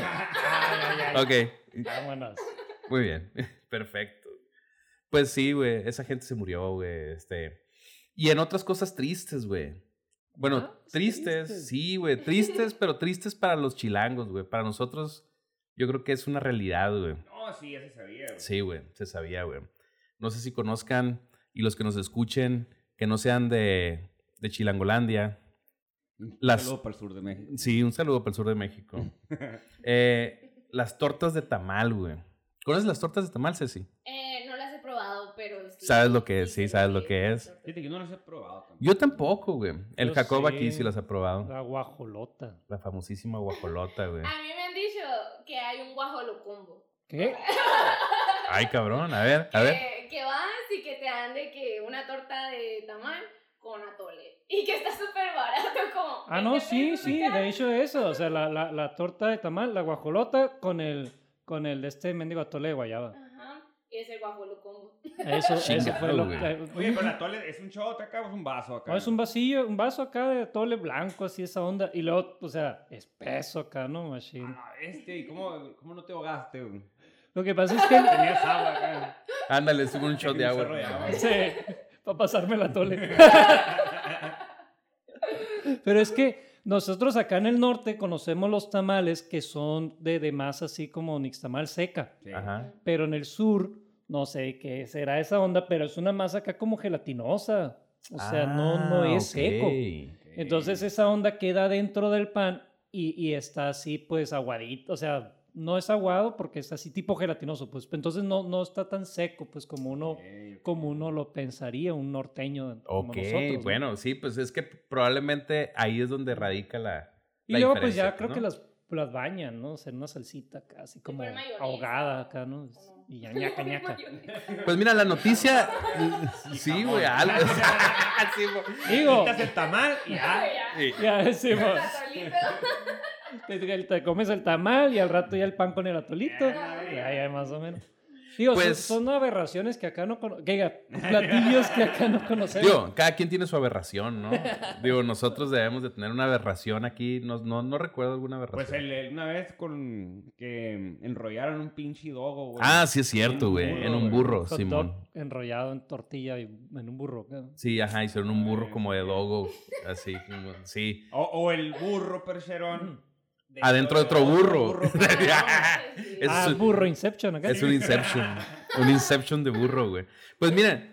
[SPEAKER 2] ok,
[SPEAKER 3] Vámonos.
[SPEAKER 2] muy bien, <laughs> perfecto. Pues sí, güey, esa gente se murió, güey, este. Y en otras cosas tristes, güey. Bueno,
[SPEAKER 3] Ah,
[SPEAKER 2] tristes,
[SPEAKER 3] tristes.
[SPEAKER 2] sí, güey, tristes, pero tristes para los chilangos, güey. Para nosotros, yo creo que es una realidad, güey.
[SPEAKER 4] No, sí, ya se sabía, güey.
[SPEAKER 2] Sí, güey, se sabía, güey. No sé si conozcan y los que nos escuchen que no sean de, de Chilangolandia.
[SPEAKER 4] Un
[SPEAKER 2] Las-
[SPEAKER 4] saludo para el sur de México.
[SPEAKER 2] Sí, un saludo para el sur de
[SPEAKER 4] <laughs>
[SPEAKER 2] México. Eh, las tortas de tamal, güey. ¿Conoces las tortas de tamal, Ceci?
[SPEAKER 5] Eh, no las he probado, pero sí.
[SPEAKER 2] Sabes lo que es, sí,
[SPEAKER 5] sé
[SPEAKER 2] sabes lo que es.
[SPEAKER 4] Fíjate que yo no las he probado. tampoco.
[SPEAKER 2] Yo tampoco, güey. El
[SPEAKER 3] Yo
[SPEAKER 2] Jacob
[SPEAKER 3] sí.
[SPEAKER 2] aquí sí las ha probado.
[SPEAKER 3] La guajolota.
[SPEAKER 2] La famosísima guajolota, güey.
[SPEAKER 5] A mí me han dicho que hay un guajolo combo.
[SPEAKER 3] ¿Qué?
[SPEAKER 2] Ay, cabrón. A ver, a
[SPEAKER 5] <laughs>
[SPEAKER 2] ver.
[SPEAKER 5] Que, que vas y que te dan de que una torta de tamal con atole. Y que está súper barato como...
[SPEAKER 3] Ah, no,
[SPEAKER 5] 20
[SPEAKER 3] sí,
[SPEAKER 5] pesos
[SPEAKER 3] sí,
[SPEAKER 5] acá.
[SPEAKER 3] de hecho eso. O sea, la, la, la torta de tamal, la guajolota con el, con el de este mendigo atole de guayaba.
[SPEAKER 5] Ajá. Y es el guajolo <laughs> combo.
[SPEAKER 3] Eso, eso
[SPEAKER 2] Chingado,
[SPEAKER 3] fue lo
[SPEAKER 2] güey.
[SPEAKER 3] que... eh,
[SPEAKER 4] Oye, pero la tole es un shot acá o es un vaso acá.
[SPEAKER 3] No, es un vasillo, un vaso acá de atole blanco, así esa onda. Y luego, o sea, espeso acá, ¿no,
[SPEAKER 4] Ah,
[SPEAKER 3] machine?
[SPEAKER 4] no, este, ¿y cómo, cómo no te ahogaste? güey?
[SPEAKER 3] Lo que pasa es que...
[SPEAKER 4] Tenías agua acá.
[SPEAKER 2] Ándale, sube un shot de agua.
[SPEAKER 4] Un chorro de agua.
[SPEAKER 3] <laughs> para pasarme la tole. <laughs> Pero es que nosotros acá en el norte conocemos los tamales que son de, de masa así como nixtamal seca,
[SPEAKER 4] Sí.
[SPEAKER 2] Ajá.
[SPEAKER 3] pero en el sur No sé qué será esa onda, pero es una masa acá como gelatinosa. O sea, no, no
[SPEAKER 2] Ah,
[SPEAKER 3] es seco. Entonces esa onda queda dentro del pan y, y está así pues aguadito, o sea, no es aguado porque está así tipo gelatinoso, pues entonces no, no está tan seco pues como uno, como uno lo pensaría, un norteño como
[SPEAKER 2] Ok,
[SPEAKER 3] nosotros, ¿no?
[SPEAKER 2] bueno, sí, pues es que probablemente ahí es donde radica la.
[SPEAKER 3] Y
[SPEAKER 2] la
[SPEAKER 3] luego pues
[SPEAKER 2] diferencia,
[SPEAKER 3] ya creo
[SPEAKER 2] ¿no?
[SPEAKER 3] que las, las bañan, ¿no? O sea, en una salsita acá, así como
[SPEAKER 5] ponen mayonesa,
[SPEAKER 3] ahogada acá, ¿no?
[SPEAKER 5] no?
[SPEAKER 3] Y ya
[SPEAKER 5] <laughs>
[SPEAKER 3] ñaca ñaca. <laughs>
[SPEAKER 2] Pues mira, la noticia. <laughs> sí, güey, algo. sí, güey.
[SPEAKER 3] Digo,
[SPEAKER 4] Quitas el tamal y
[SPEAKER 5] Ah,
[SPEAKER 4] ya.
[SPEAKER 2] <laughs> Sí.
[SPEAKER 3] ya decimos,
[SPEAKER 2] <laughs>
[SPEAKER 5] <laughs> Pero
[SPEAKER 3] te, te comes el tamal y al rato ya el pan con el atolito. Ya, ya, más o menos. Digo, son-
[SPEAKER 2] Pues-
[SPEAKER 3] son, aberraciones que acá no conocemos. platillos que acá no conocemos.
[SPEAKER 2] Digo, cada quien tiene su aberración, ¿no? <laughs> Digo, nosotros debemos de tener una aberración aquí. No, no, no recuerdo alguna aberración.
[SPEAKER 4] Pues el- el- una vez con que enrollaron un pinche dogo, güey.
[SPEAKER 2] ah, sí es cierto, <laughs>
[SPEAKER 4] un
[SPEAKER 2] güey.
[SPEAKER 4] burro,
[SPEAKER 2] En un
[SPEAKER 4] güey.
[SPEAKER 2] burro,
[SPEAKER 3] Hot dog
[SPEAKER 2] Simón.
[SPEAKER 3] enrollado en tortilla y en un burro. ¿no?
[SPEAKER 2] Sí, ajá, hicieron un burro como de dogo. Así, como- sí.
[SPEAKER 4] O, o el burro percherón.
[SPEAKER 2] Adentro de otro burro. <laughs>
[SPEAKER 4] percherón.
[SPEAKER 2] Es
[SPEAKER 3] ah,
[SPEAKER 2] un-
[SPEAKER 3] burro Inception acá.
[SPEAKER 2] Es un Inception. Un Inception de burro, güey. Pues mira,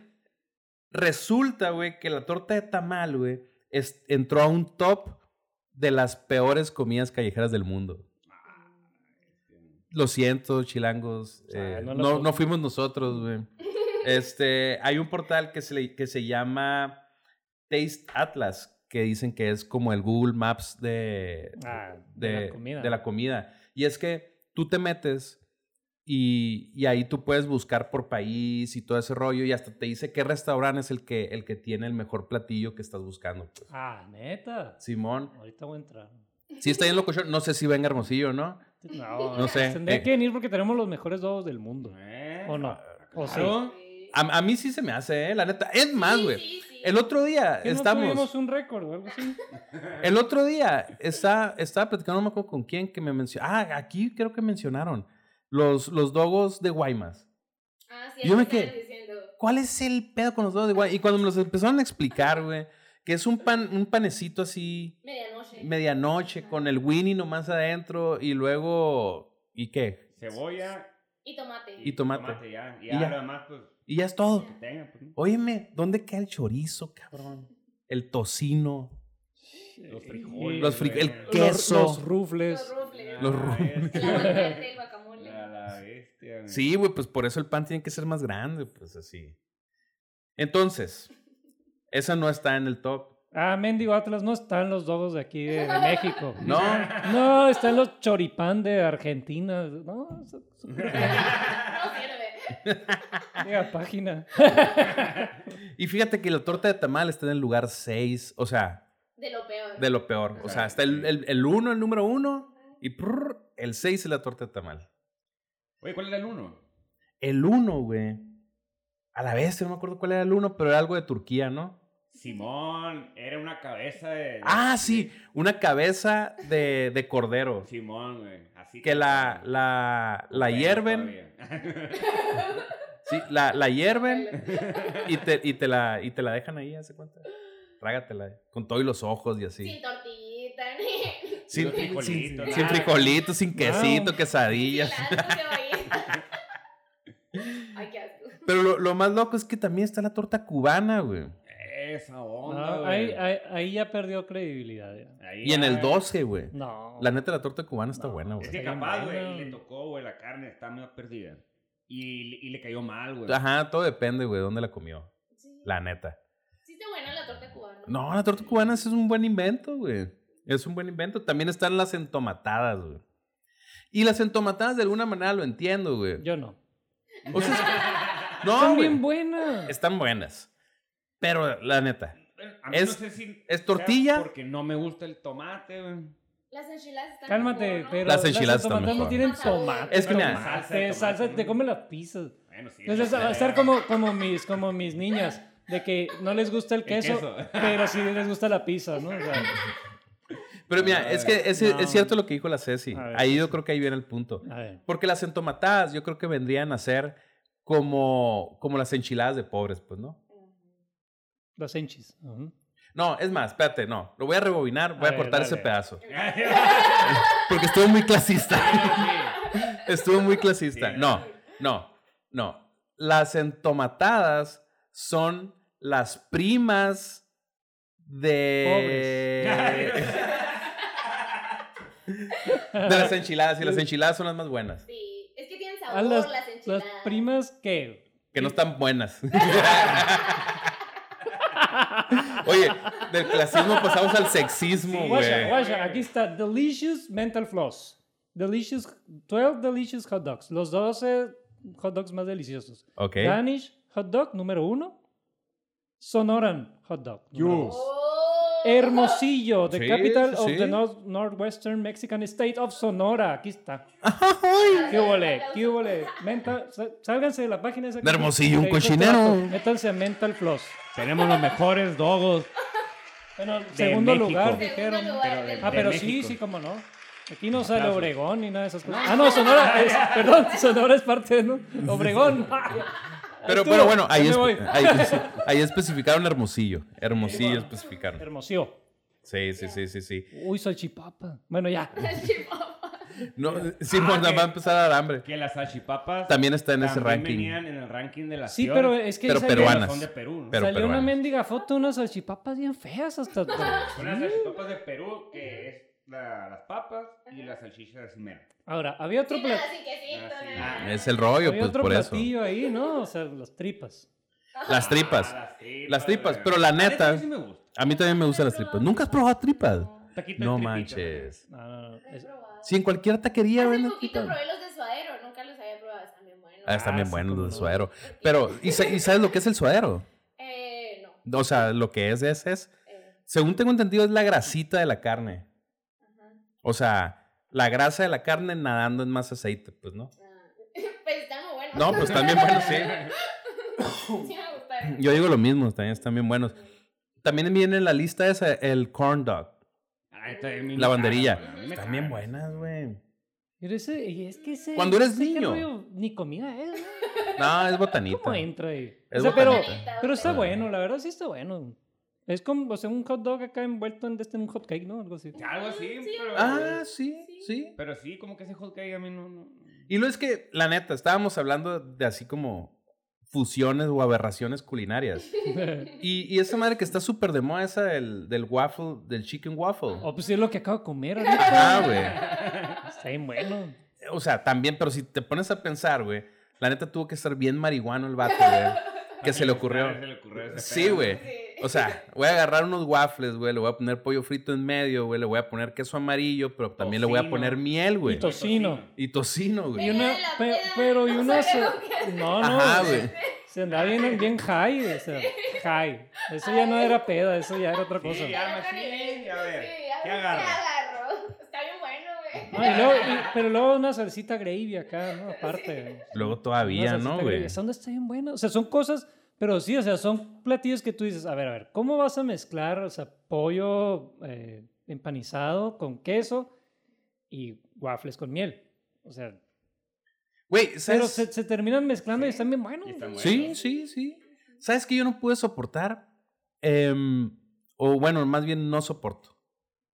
[SPEAKER 2] resulta, güey, que la torta de tamal, güey, es- entró a un top de las peores comidas callejeras del mundo. Lo siento, chilangos.
[SPEAKER 3] O sea,
[SPEAKER 2] eh,
[SPEAKER 3] no
[SPEAKER 2] no,
[SPEAKER 3] la pu-
[SPEAKER 2] no fuimos nosotros,
[SPEAKER 3] <laughs>
[SPEAKER 2] güey. Este, hay un portal que se, le- que se llama Taste Atlas, que dicen que es como el Google Maps de,
[SPEAKER 3] Ah, de,
[SPEAKER 2] de,
[SPEAKER 3] la comida.
[SPEAKER 2] de la comida. Y es que tú te metes y, y ahí tú puedes buscar por país y todo ese rollo y hasta te dice qué restaurante es el que, el que tiene el mejor platillo que estás buscando. pues.
[SPEAKER 3] Ah, neta.
[SPEAKER 2] Simón,
[SPEAKER 3] Ahorita voy a entrar.
[SPEAKER 2] sí está bien locochón. No sé si venga Hermosillo, ¿no?
[SPEAKER 3] No,
[SPEAKER 2] No sé.
[SPEAKER 3] Tendría
[SPEAKER 2] Eh.
[SPEAKER 3] que venir porque tenemos los mejores dogos del mundo.
[SPEAKER 4] Eh,
[SPEAKER 3] ¿O no? ¿O sí?
[SPEAKER 4] claro.
[SPEAKER 2] A, a mí sí se me hace, ¿eh? la neta. Es más, güey. El otro día
[SPEAKER 3] ¿Que no
[SPEAKER 2] estamos.
[SPEAKER 3] tuvimos un récord o algo así?
[SPEAKER 2] El otro día estaba, estaba platicando, no me acuerdo con quién, que me mencionó. Ah, aquí creo que mencionaron. Los, los dogos de Guaymas.
[SPEAKER 5] Ah,
[SPEAKER 2] Yo me quedé- ¿cuál es el pedo con los dedos de guay? Y cuando me los empezaron a explicar, güey, que es un pan, un panecito así,
[SPEAKER 5] Medianoche.
[SPEAKER 2] medianoche, con el Winnie nomás adentro, y luego, ¿y qué?
[SPEAKER 4] Cebolla
[SPEAKER 5] Y tomate.
[SPEAKER 2] Y tomate.
[SPEAKER 4] ya. Y
[SPEAKER 2] Y
[SPEAKER 4] ya,
[SPEAKER 2] ya.
[SPEAKER 4] lo demás, pues,
[SPEAKER 2] Y ya es todo.
[SPEAKER 4] que tenga, pues, ¿no?
[SPEAKER 2] Óyeme, ¿dónde queda el chorizo, cabrón? El tocino,
[SPEAKER 4] Los frijoles.
[SPEAKER 2] los fri- el
[SPEAKER 4] güey. Ah, este.
[SPEAKER 3] Los-
[SPEAKER 2] queso.
[SPEAKER 3] Los rufles.
[SPEAKER 5] Los rufles.
[SPEAKER 2] <laughs> Los
[SPEAKER 4] La
[SPEAKER 2] ru-
[SPEAKER 4] bestia,
[SPEAKER 5] La guacamole,
[SPEAKER 3] <laughs>
[SPEAKER 5] el guacamole.
[SPEAKER 4] La, la bestia. güey.
[SPEAKER 2] Sí, güey, pues por eso el pan tiene que ser más grande, pues así. Entonces, esa no está en el top.
[SPEAKER 3] Ah, mendigo Atlas, no están los dogos de aquí
[SPEAKER 4] <laughs>
[SPEAKER 3] de, de México.
[SPEAKER 2] No,
[SPEAKER 3] No, están los choripán de Argentina. No, eso-
[SPEAKER 4] <laughs>
[SPEAKER 3] eso-
[SPEAKER 5] No sirve.
[SPEAKER 3] diga página.
[SPEAKER 2] y fíjate que la torta de tamal está en el lugar 6, o sea,
[SPEAKER 5] De lo peor.
[SPEAKER 2] De lo peor. O sea, está el 1, el, el, uno, el número 1, y prrr, el 6 es la torta de tamal.
[SPEAKER 4] <laughs> Oye, ¿cuál era el uno?
[SPEAKER 2] El 1, güey. A la vez, no me acuerdo cuál era el 1, pero era algo de Turquía, ¿no?
[SPEAKER 4] Simón, era una cabeza de. de-
[SPEAKER 2] Ah, sí, una cabeza de, de cordero.
[SPEAKER 4] Simón, güey. Así
[SPEAKER 2] Que la, la, la
[SPEAKER 4] Bueno,
[SPEAKER 2] hierven,
[SPEAKER 4] todavía. <laughs>
[SPEAKER 2] sí, la, la
[SPEAKER 5] <laughs>
[SPEAKER 2] hierven y te, y, te la, y te la dejan ahí, ¿hace cuenta? Trágatela, eh, con todos los ojos y así.
[SPEAKER 5] Sin tortillita, <laughs> ni.
[SPEAKER 2] Sin,
[SPEAKER 4] Sin frijolitos,
[SPEAKER 2] sin-
[SPEAKER 4] nada.
[SPEAKER 2] sin frijolitos, sin quesito,
[SPEAKER 3] Wow.
[SPEAKER 5] <laughs>
[SPEAKER 2] quesadillas.
[SPEAKER 5] cilantro,
[SPEAKER 2] <laughs>
[SPEAKER 5] cebollita. Ay, qué asco.
[SPEAKER 2] Pero lo, lo más loco es que también está la torta cubana, güey.
[SPEAKER 4] Esa onda,
[SPEAKER 3] No, ahí,
[SPEAKER 4] güey.
[SPEAKER 3] ahí- ahí ya perdió credibilidad. ya.
[SPEAKER 4] Ahí
[SPEAKER 2] Y en el
[SPEAKER 4] ya-
[SPEAKER 2] 12, güey.
[SPEAKER 3] No.
[SPEAKER 2] La neta, la torta cubana está
[SPEAKER 3] No.
[SPEAKER 2] buena,
[SPEAKER 4] Es
[SPEAKER 2] güey.
[SPEAKER 4] que
[SPEAKER 3] Está bien
[SPEAKER 4] capaz, güey,
[SPEAKER 3] buena.
[SPEAKER 4] le tocó, güey, la carne está medio perdida. Y, y le cayó mal,
[SPEAKER 2] <laughs>
[SPEAKER 4] güey. <laughs>
[SPEAKER 2] Ajá, todo depende, güey, de dónde la comió.
[SPEAKER 5] Sí.
[SPEAKER 2] La neta.
[SPEAKER 5] Sí está buena la torta cubana.
[SPEAKER 2] No, la torta cubana es un buen invento, güey. Es un buen invento. También están las entomatadas, güey. Y las entomatadas de alguna manera lo entiendo, güey.
[SPEAKER 3] Yo no.
[SPEAKER 2] O sea, es- no,
[SPEAKER 3] Están bien
[SPEAKER 2] güey.
[SPEAKER 3] buenas.
[SPEAKER 2] Están buenas. Pero la neta,
[SPEAKER 4] Bueno, a mí
[SPEAKER 2] Es-
[SPEAKER 4] no sé si
[SPEAKER 2] es
[SPEAKER 4] sea
[SPEAKER 2] tortilla.
[SPEAKER 4] Porque no me gusta el tomate, güey.
[SPEAKER 5] Las enchiladas están
[SPEAKER 3] Cálmate,
[SPEAKER 5] mejor, ¿no?
[SPEAKER 3] pero
[SPEAKER 2] Las enchiladas están
[SPEAKER 3] tomates no
[SPEAKER 2] mejor.
[SPEAKER 3] tienen tomate.
[SPEAKER 2] Es que mira-
[SPEAKER 3] tomate,
[SPEAKER 4] Salsa de tomate,
[SPEAKER 3] salsa,
[SPEAKER 4] ¿no?
[SPEAKER 3] te comen las pizzas.
[SPEAKER 4] Bueno, sí.
[SPEAKER 3] Entonces, va a estar como, como, mis, como mis niñas, de que no les gusta el queso,
[SPEAKER 4] queso. <laughs>
[SPEAKER 3] pero sí les gusta la pizza, ¿no? O sea,
[SPEAKER 2] Pero mira, es que es,
[SPEAKER 3] Ah, No.
[SPEAKER 2] es cierto lo que dijo la Ceci.
[SPEAKER 3] A ver,
[SPEAKER 2] Ahí yo creo que ahí viene el punto.
[SPEAKER 3] a ver.
[SPEAKER 2] Porque las entomatadas yo creo que vendrían a ser como, como las enchiladas de pobres, pues, ¿no?
[SPEAKER 3] Los enchis. ujú.
[SPEAKER 2] No, es más, espérate, no. Lo voy a rebobinar, voy
[SPEAKER 3] A
[SPEAKER 2] a,
[SPEAKER 3] ver,
[SPEAKER 2] cortar ese
[SPEAKER 3] dale.
[SPEAKER 2] pedazo.
[SPEAKER 4] Sí,
[SPEAKER 2] Porque estuvo muy clasista. <laughs>
[SPEAKER 4] sí.
[SPEAKER 2] estuvo muy clasista.
[SPEAKER 4] Sí.
[SPEAKER 2] No, no, no. las entomatadas son las primas Eh, de... de las enchiladas. Y las enchiladas son las más buenas.
[SPEAKER 5] Sí, es que tienen
[SPEAKER 3] A
[SPEAKER 5] sabor
[SPEAKER 3] Ah, las,
[SPEAKER 5] las,
[SPEAKER 3] las
[SPEAKER 5] enchiladas.
[SPEAKER 3] primas que...
[SPEAKER 2] Que no están
[SPEAKER 3] <laughs>
[SPEAKER 2] buenas. Oye, del clasismo pasamos al sexismo, güey.
[SPEAKER 4] Sí,
[SPEAKER 3] Guacha, guacha, aquí está. Delicious Mental Floss. Delicious, 12 Delicious Hot Dogs. Los 12 hot dogs más deliciosos.
[SPEAKER 2] Ok.
[SPEAKER 3] Danish Hot Dog número 1. Sonoran Hot Dog. número
[SPEAKER 4] Yo.
[SPEAKER 3] dos.
[SPEAKER 5] Oh. <laughs>
[SPEAKER 3] Hermosillo, the
[SPEAKER 2] Sí,
[SPEAKER 3] capital
[SPEAKER 2] sí,
[SPEAKER 3] of the
[SPEAKER 2] sí.
[SPEAKER 3] north, northwestern Mexican state of Sonora. Aquí está.
[SPEAKER 5] Aplausos,
[SPEAKER 3] ¿Qué huele?
[SPEAKER 5] aplausos.
[SPEAKER 3] ¿Qué huele? Mental, sa- sálganse de la página esa. que-
[SPEAKER 2] De Hermosillo, un
[SPEAKER 3] que dijo este
[SPEAKER 2] cochinero.
[SPEAKER 3] vato. Métanse a Mental Floss.
[SPEAKER 4] Tenemos los mejores dogos.
[SPEAKER 3] Bueno, segundo
[SPEAKER 4] México.
[SPEAKER 3] lugar,
[SPEAKER 5] Segundo
[SPEAKER 3] dijeron.
[SPEAKER 5] lugar
[SPEAKER 4] pero
[SPEAKER 5] de-
[SPEAKER 4] de-
[SPEAKER 3] Ah,
[SPEAKER 4] de
[SPEAKER 5] <laughs>
[SPEAKER 3] pero sí,
[SPEAKER 4] México.
[SPEAKER 3] sí, cómo no. Aquí no sale
[SPEAKER 4] Aplausos.
[SPEAKER 3] Obregón ni nada de esas cosas. Ah, no, Sonora.
[SPEAKER 2] <laughs>
[SPEAKER 3] es- perdón, Sonora es parte de ¿no? Obregón. <laughs>
[SPEAKER 2] Pero,
[SPEAKER 3] Estuvo,
[SPEAKER 2] pero bueno, ahí,
[SPEAKER 3] ya me
[SPEAKER 2] espe-
[SPEAKER 3] voy.
[SPEAKER 2] ahí, ahí especificaron Hermosillo. Hermosillo especificaron.
[SPEAKER 3] Hermosillo.
[SPEAKER 2] Sí, sí, sí, sí, sí.
[SPEAKER 3] Uy, salchipapa. Bueno, ya.
[SPEAKER 5] Chipapa.
[SPEAKER 2] No, sí,
[SPEAKER 3] Ah,
[SPEAKER 2] pues,
[SPEAKER 4] que-
[SPEAKER 2] va a empezar a dar hambre.
[SPEAKER 4] Que las salchipapas
[SPEAKER 2] También está en ese
[SPEAKER 4] también
[SPEAKER 2] ranking.
[SPEAKER 4] venían en el ranking de las
[SPEAKER 3] Sí,
[SPEAKER 4] peores,
[SPEAKER 3] pero eh, es que
[SPEAKER 2] Pero
[SPEAKER 3] esa-
[SPEAKER 2] peruanas.
[SPEAKER 4] Son de Perú. ¿no?
[SPEAKER 2] Pero
[SPEAKER 3] Salió una
[SPEAKER 2] peruanas.
[SPEAKER 3] mendiga foto, unas salchipapas bien feas hasta.
[SPEAKER 4] Son las salchipapas de Perú, que es la- las papas y las salchichas de cimera.
[SPEAKER 3] Ahora, había otro,
[SPEAKER 5] Sí,
[SPEAKER 3] pla-
[SPEAKER 5] nada, así que sí,
[SPEAKER 4] Ah, sí.
[SPEAKER 5] nada.
[SPEAKER 2] Es el rollo,
[SPEAKER 3] había
[SPEAKER 2] pues
[SPEAKER 3] otro
[SPEAKER 2] por eso.
[SPEAKER 3] platillo ahí, ¿no? O sea, las tripas.
[SPEAKER 2] Las tripas.
[SPEAKER 4] Ah, las tripas.
[SPEAKER 2] Las tripas,
[SPEAKER 4] güey.
[SPEAKER 2] pero la
[SPEAKER 4] a
[SPEAKER 2] neta-
[SPEAKER 4] mí sí me gusta.
[SPEAKER 2] A mí también me gustan las tripas. ¿Nunca has probado tripas?
[SPEAKER 4] Taquito de
[SPEAKER 2] No
[SPEAKER 4] tripita.
[SPEAKER 2] manches.
[SPEAKER 3] No, no, no,
[SPEAKER 5] No he
[SPEAKER 3] es-
[SPEAKER 5] probado.
[SPEAKER 2] Si en cualquier taquería
[SPEAKER 5] Hace
[SPEAKER 2] venden
[SPEAKER 5] poquito
[SPEAKER 2] tripas.
[SPEAKER 5] probé los de suadero, nunca los había probado, están bien buenos.
[SPEAKER 2] Ah, están
[SPEAKER 3] Ah,
[SPEAKER 2] bien
[SPEAKER 3] sí,
[SPEAKER 2] buenos
[SPEAKER 3] cómo
[SPEAKER 2] los de
[SPEAKER 3] no.
[SPEAKER 2] suadero. Pero, ¿y, sa- y sabes lo que es el suadero?
[SPEAKER 5] Eh, no.
[SPEAKER 2] O sea, lo que es, es, es,
[SPEAKER 5] eh,
[SPEAKER 2] según tengo entendido, es la grasita de la carne.
[SPEAKER 5] ajá.
[SPEAKER 2] O sea, la grasa de la carne nadando en más aceite, pues, ¿no?
[SPEAKER 5] Ah, <laughs> Pues están muy buenos.
[SPEAKER 2] No, pues también buenos, sí.
[SPEAKER 5] Sí, me gustaron.
[SPEAKER 2] Yo digo lo mismo, también están bien buenos. También viene en la lista esa el corn dog.
[SPEAKER 4] <laughs> Ay, está bien, me
[SPEAKER 2] La banderilla.
[SPEAKER 4] cagan, güey, a mí me
[SPEAKER 2] Están bien
[SPEAKER 4] cagan.
[SPEAKER 2] buenas, güey.
[SPEAKER 3] pero ese- y es que ese-
[SPEAKER 2] Cuando eres
[SPEAKER 3] ese qué
[SPEAKER 2] niño.
[SPEAKER 3] rollo, ni comida es, ¿no?
[SPEAKER 2] No, es
[SPEAKER 3] ¿Cómo
[SPEAKER 2] botanita.
[SPEAKER 3] entra ahí?
[SPEAKER 2] Es
[SPEAKER 3] O sea, pero,
[SPEAKER 5] botanita.
[SPEAKER 3] pero está
[SPEAKER 5] Ah.
[SPEAKER 3] bueno, la verdad sí está bueno. Es como, o sea, un hot dog acá envuelto en, este- en un hot cake, ¿no? Algo
[SPEAKER 5] <laughs>
[SPEAKER 3] así.
[SPEAKER 4] Algo así,
[SPEAKER 5] Sí.
[SPEAKER 4] pero.
[SPEAKER 2] Ah, sí, sí.
[SPEAKER 4] Pero sí, como que ese hot cake a mí no. no-
[SPEAKER 2] Y lo es que, la neta, estábamos hablando de así como fusiones o aberraciones culinarias. Y, y esa madre que está súper de moda, esa del, del waffle, del chicken waffle.
[SPEAKER 3] o pues sí es lo que acabo de comer ahorita.
[SPEAKER 2] Ajá, Ah, güey.
[SPEAKER 3] Está bien bueno.
[SPEAKER 2] O sea, también, pero si te pones a pensar, güey, la neta tuvo que estar bien marihuano el vato,
[SPEAKER 3] <laughs>
[SPEAKER 2] güey. Que se le ocurrió.
[SPEAKER 4] Se le ocurrió ese
[SPEAKER 2] Sí,
[SPEAKER 4] pedo.
[SPEAKER 2] güey.
[SPEAKER 5] Sí.
[SPEAKER 2] O sea, voy a agarrar unos waffles, güey, le voy a poner pollo frito en medio, güey, le voy a poner queso amarillo, pero también le voy a
[SPEAKER 4] Tocino.
[SPEAKER 2] poner miel,
[SPEAKER 3] Y
[SPEAKER 2] güey.
[SPEAKER 3] tocino.
[SPEAKER 2] Y tocino,
[SPEAKER 3] Y
[SPEAKER 2] güey.
[SPEAKER 3] una,
[SPEAKER 5] Era la
[SPEAKER 3] pe-
[SPEAKER 5] peda,
[SPEAKER 3] pero y
[SPEAKER 5] no
[SPEAKER 3] una se,
[SPEAKER 5] sabemos qué hacer.
[SPEAKER 3] no, no,
[SPEAKER 2] Ajá,
[SPEAKER 3] se-
[SPEAKER 2] güey.
[SPEAKER 3] se andaba bien, bien high, o sea, high. Eso ya no era peda, eso ya era otra cosa.
[SPEAKER 4] Sí, ya. llama
[SPEAKER 5] Agarra nivel.
[SPEAKER 4] así, a ver,
[SPEAKER 5] Sí, a
[SPEAKER 4] ¿qué
[SPEAKER 5] ver,
[SPEAKER 4] agarro?
[SPEAKER 5] agarro? Está bien bueno, güey.
[SPEAKER 3] No, Ah, y luego- y- pero luego una salsita gravy acá, ¿no? Aparte.
[SPEAKER 2] Luego
[SPEAKER 3] una
[SPEAKER 2] todavía,
[SPEAKER 3] salsita
[SPEAKER 2] ¿no,
[SPEAKER 3] gravy.
[SPEAKER 2] güey?
[SPEAKER 3] Esa onda está bien buena. O sea, son cosas, pero sí, o sea, son platillos que tú dices, a ver, a ver, ¿cómo vas a mezclar, o sea, pollo eh, empanizado con queso y waffles con miel? O sea,
[SPEAKER 2] Güey,
[SPEAKER 3] pero
[SPEAKER 2] ¿sabes?
[SPEAKER 3] se, se terminan mezclando y están bien buenos.
[SPEAKER 4] Y están
[SPEAKER 3] güey.
[SPEAKER 2] Sí,
[SPEAKER 4] Bueno.
[SPEAKER 2] sí, sí. ¿Sabes que yo no pude soportar? Em, o bueno, más bien no soporto.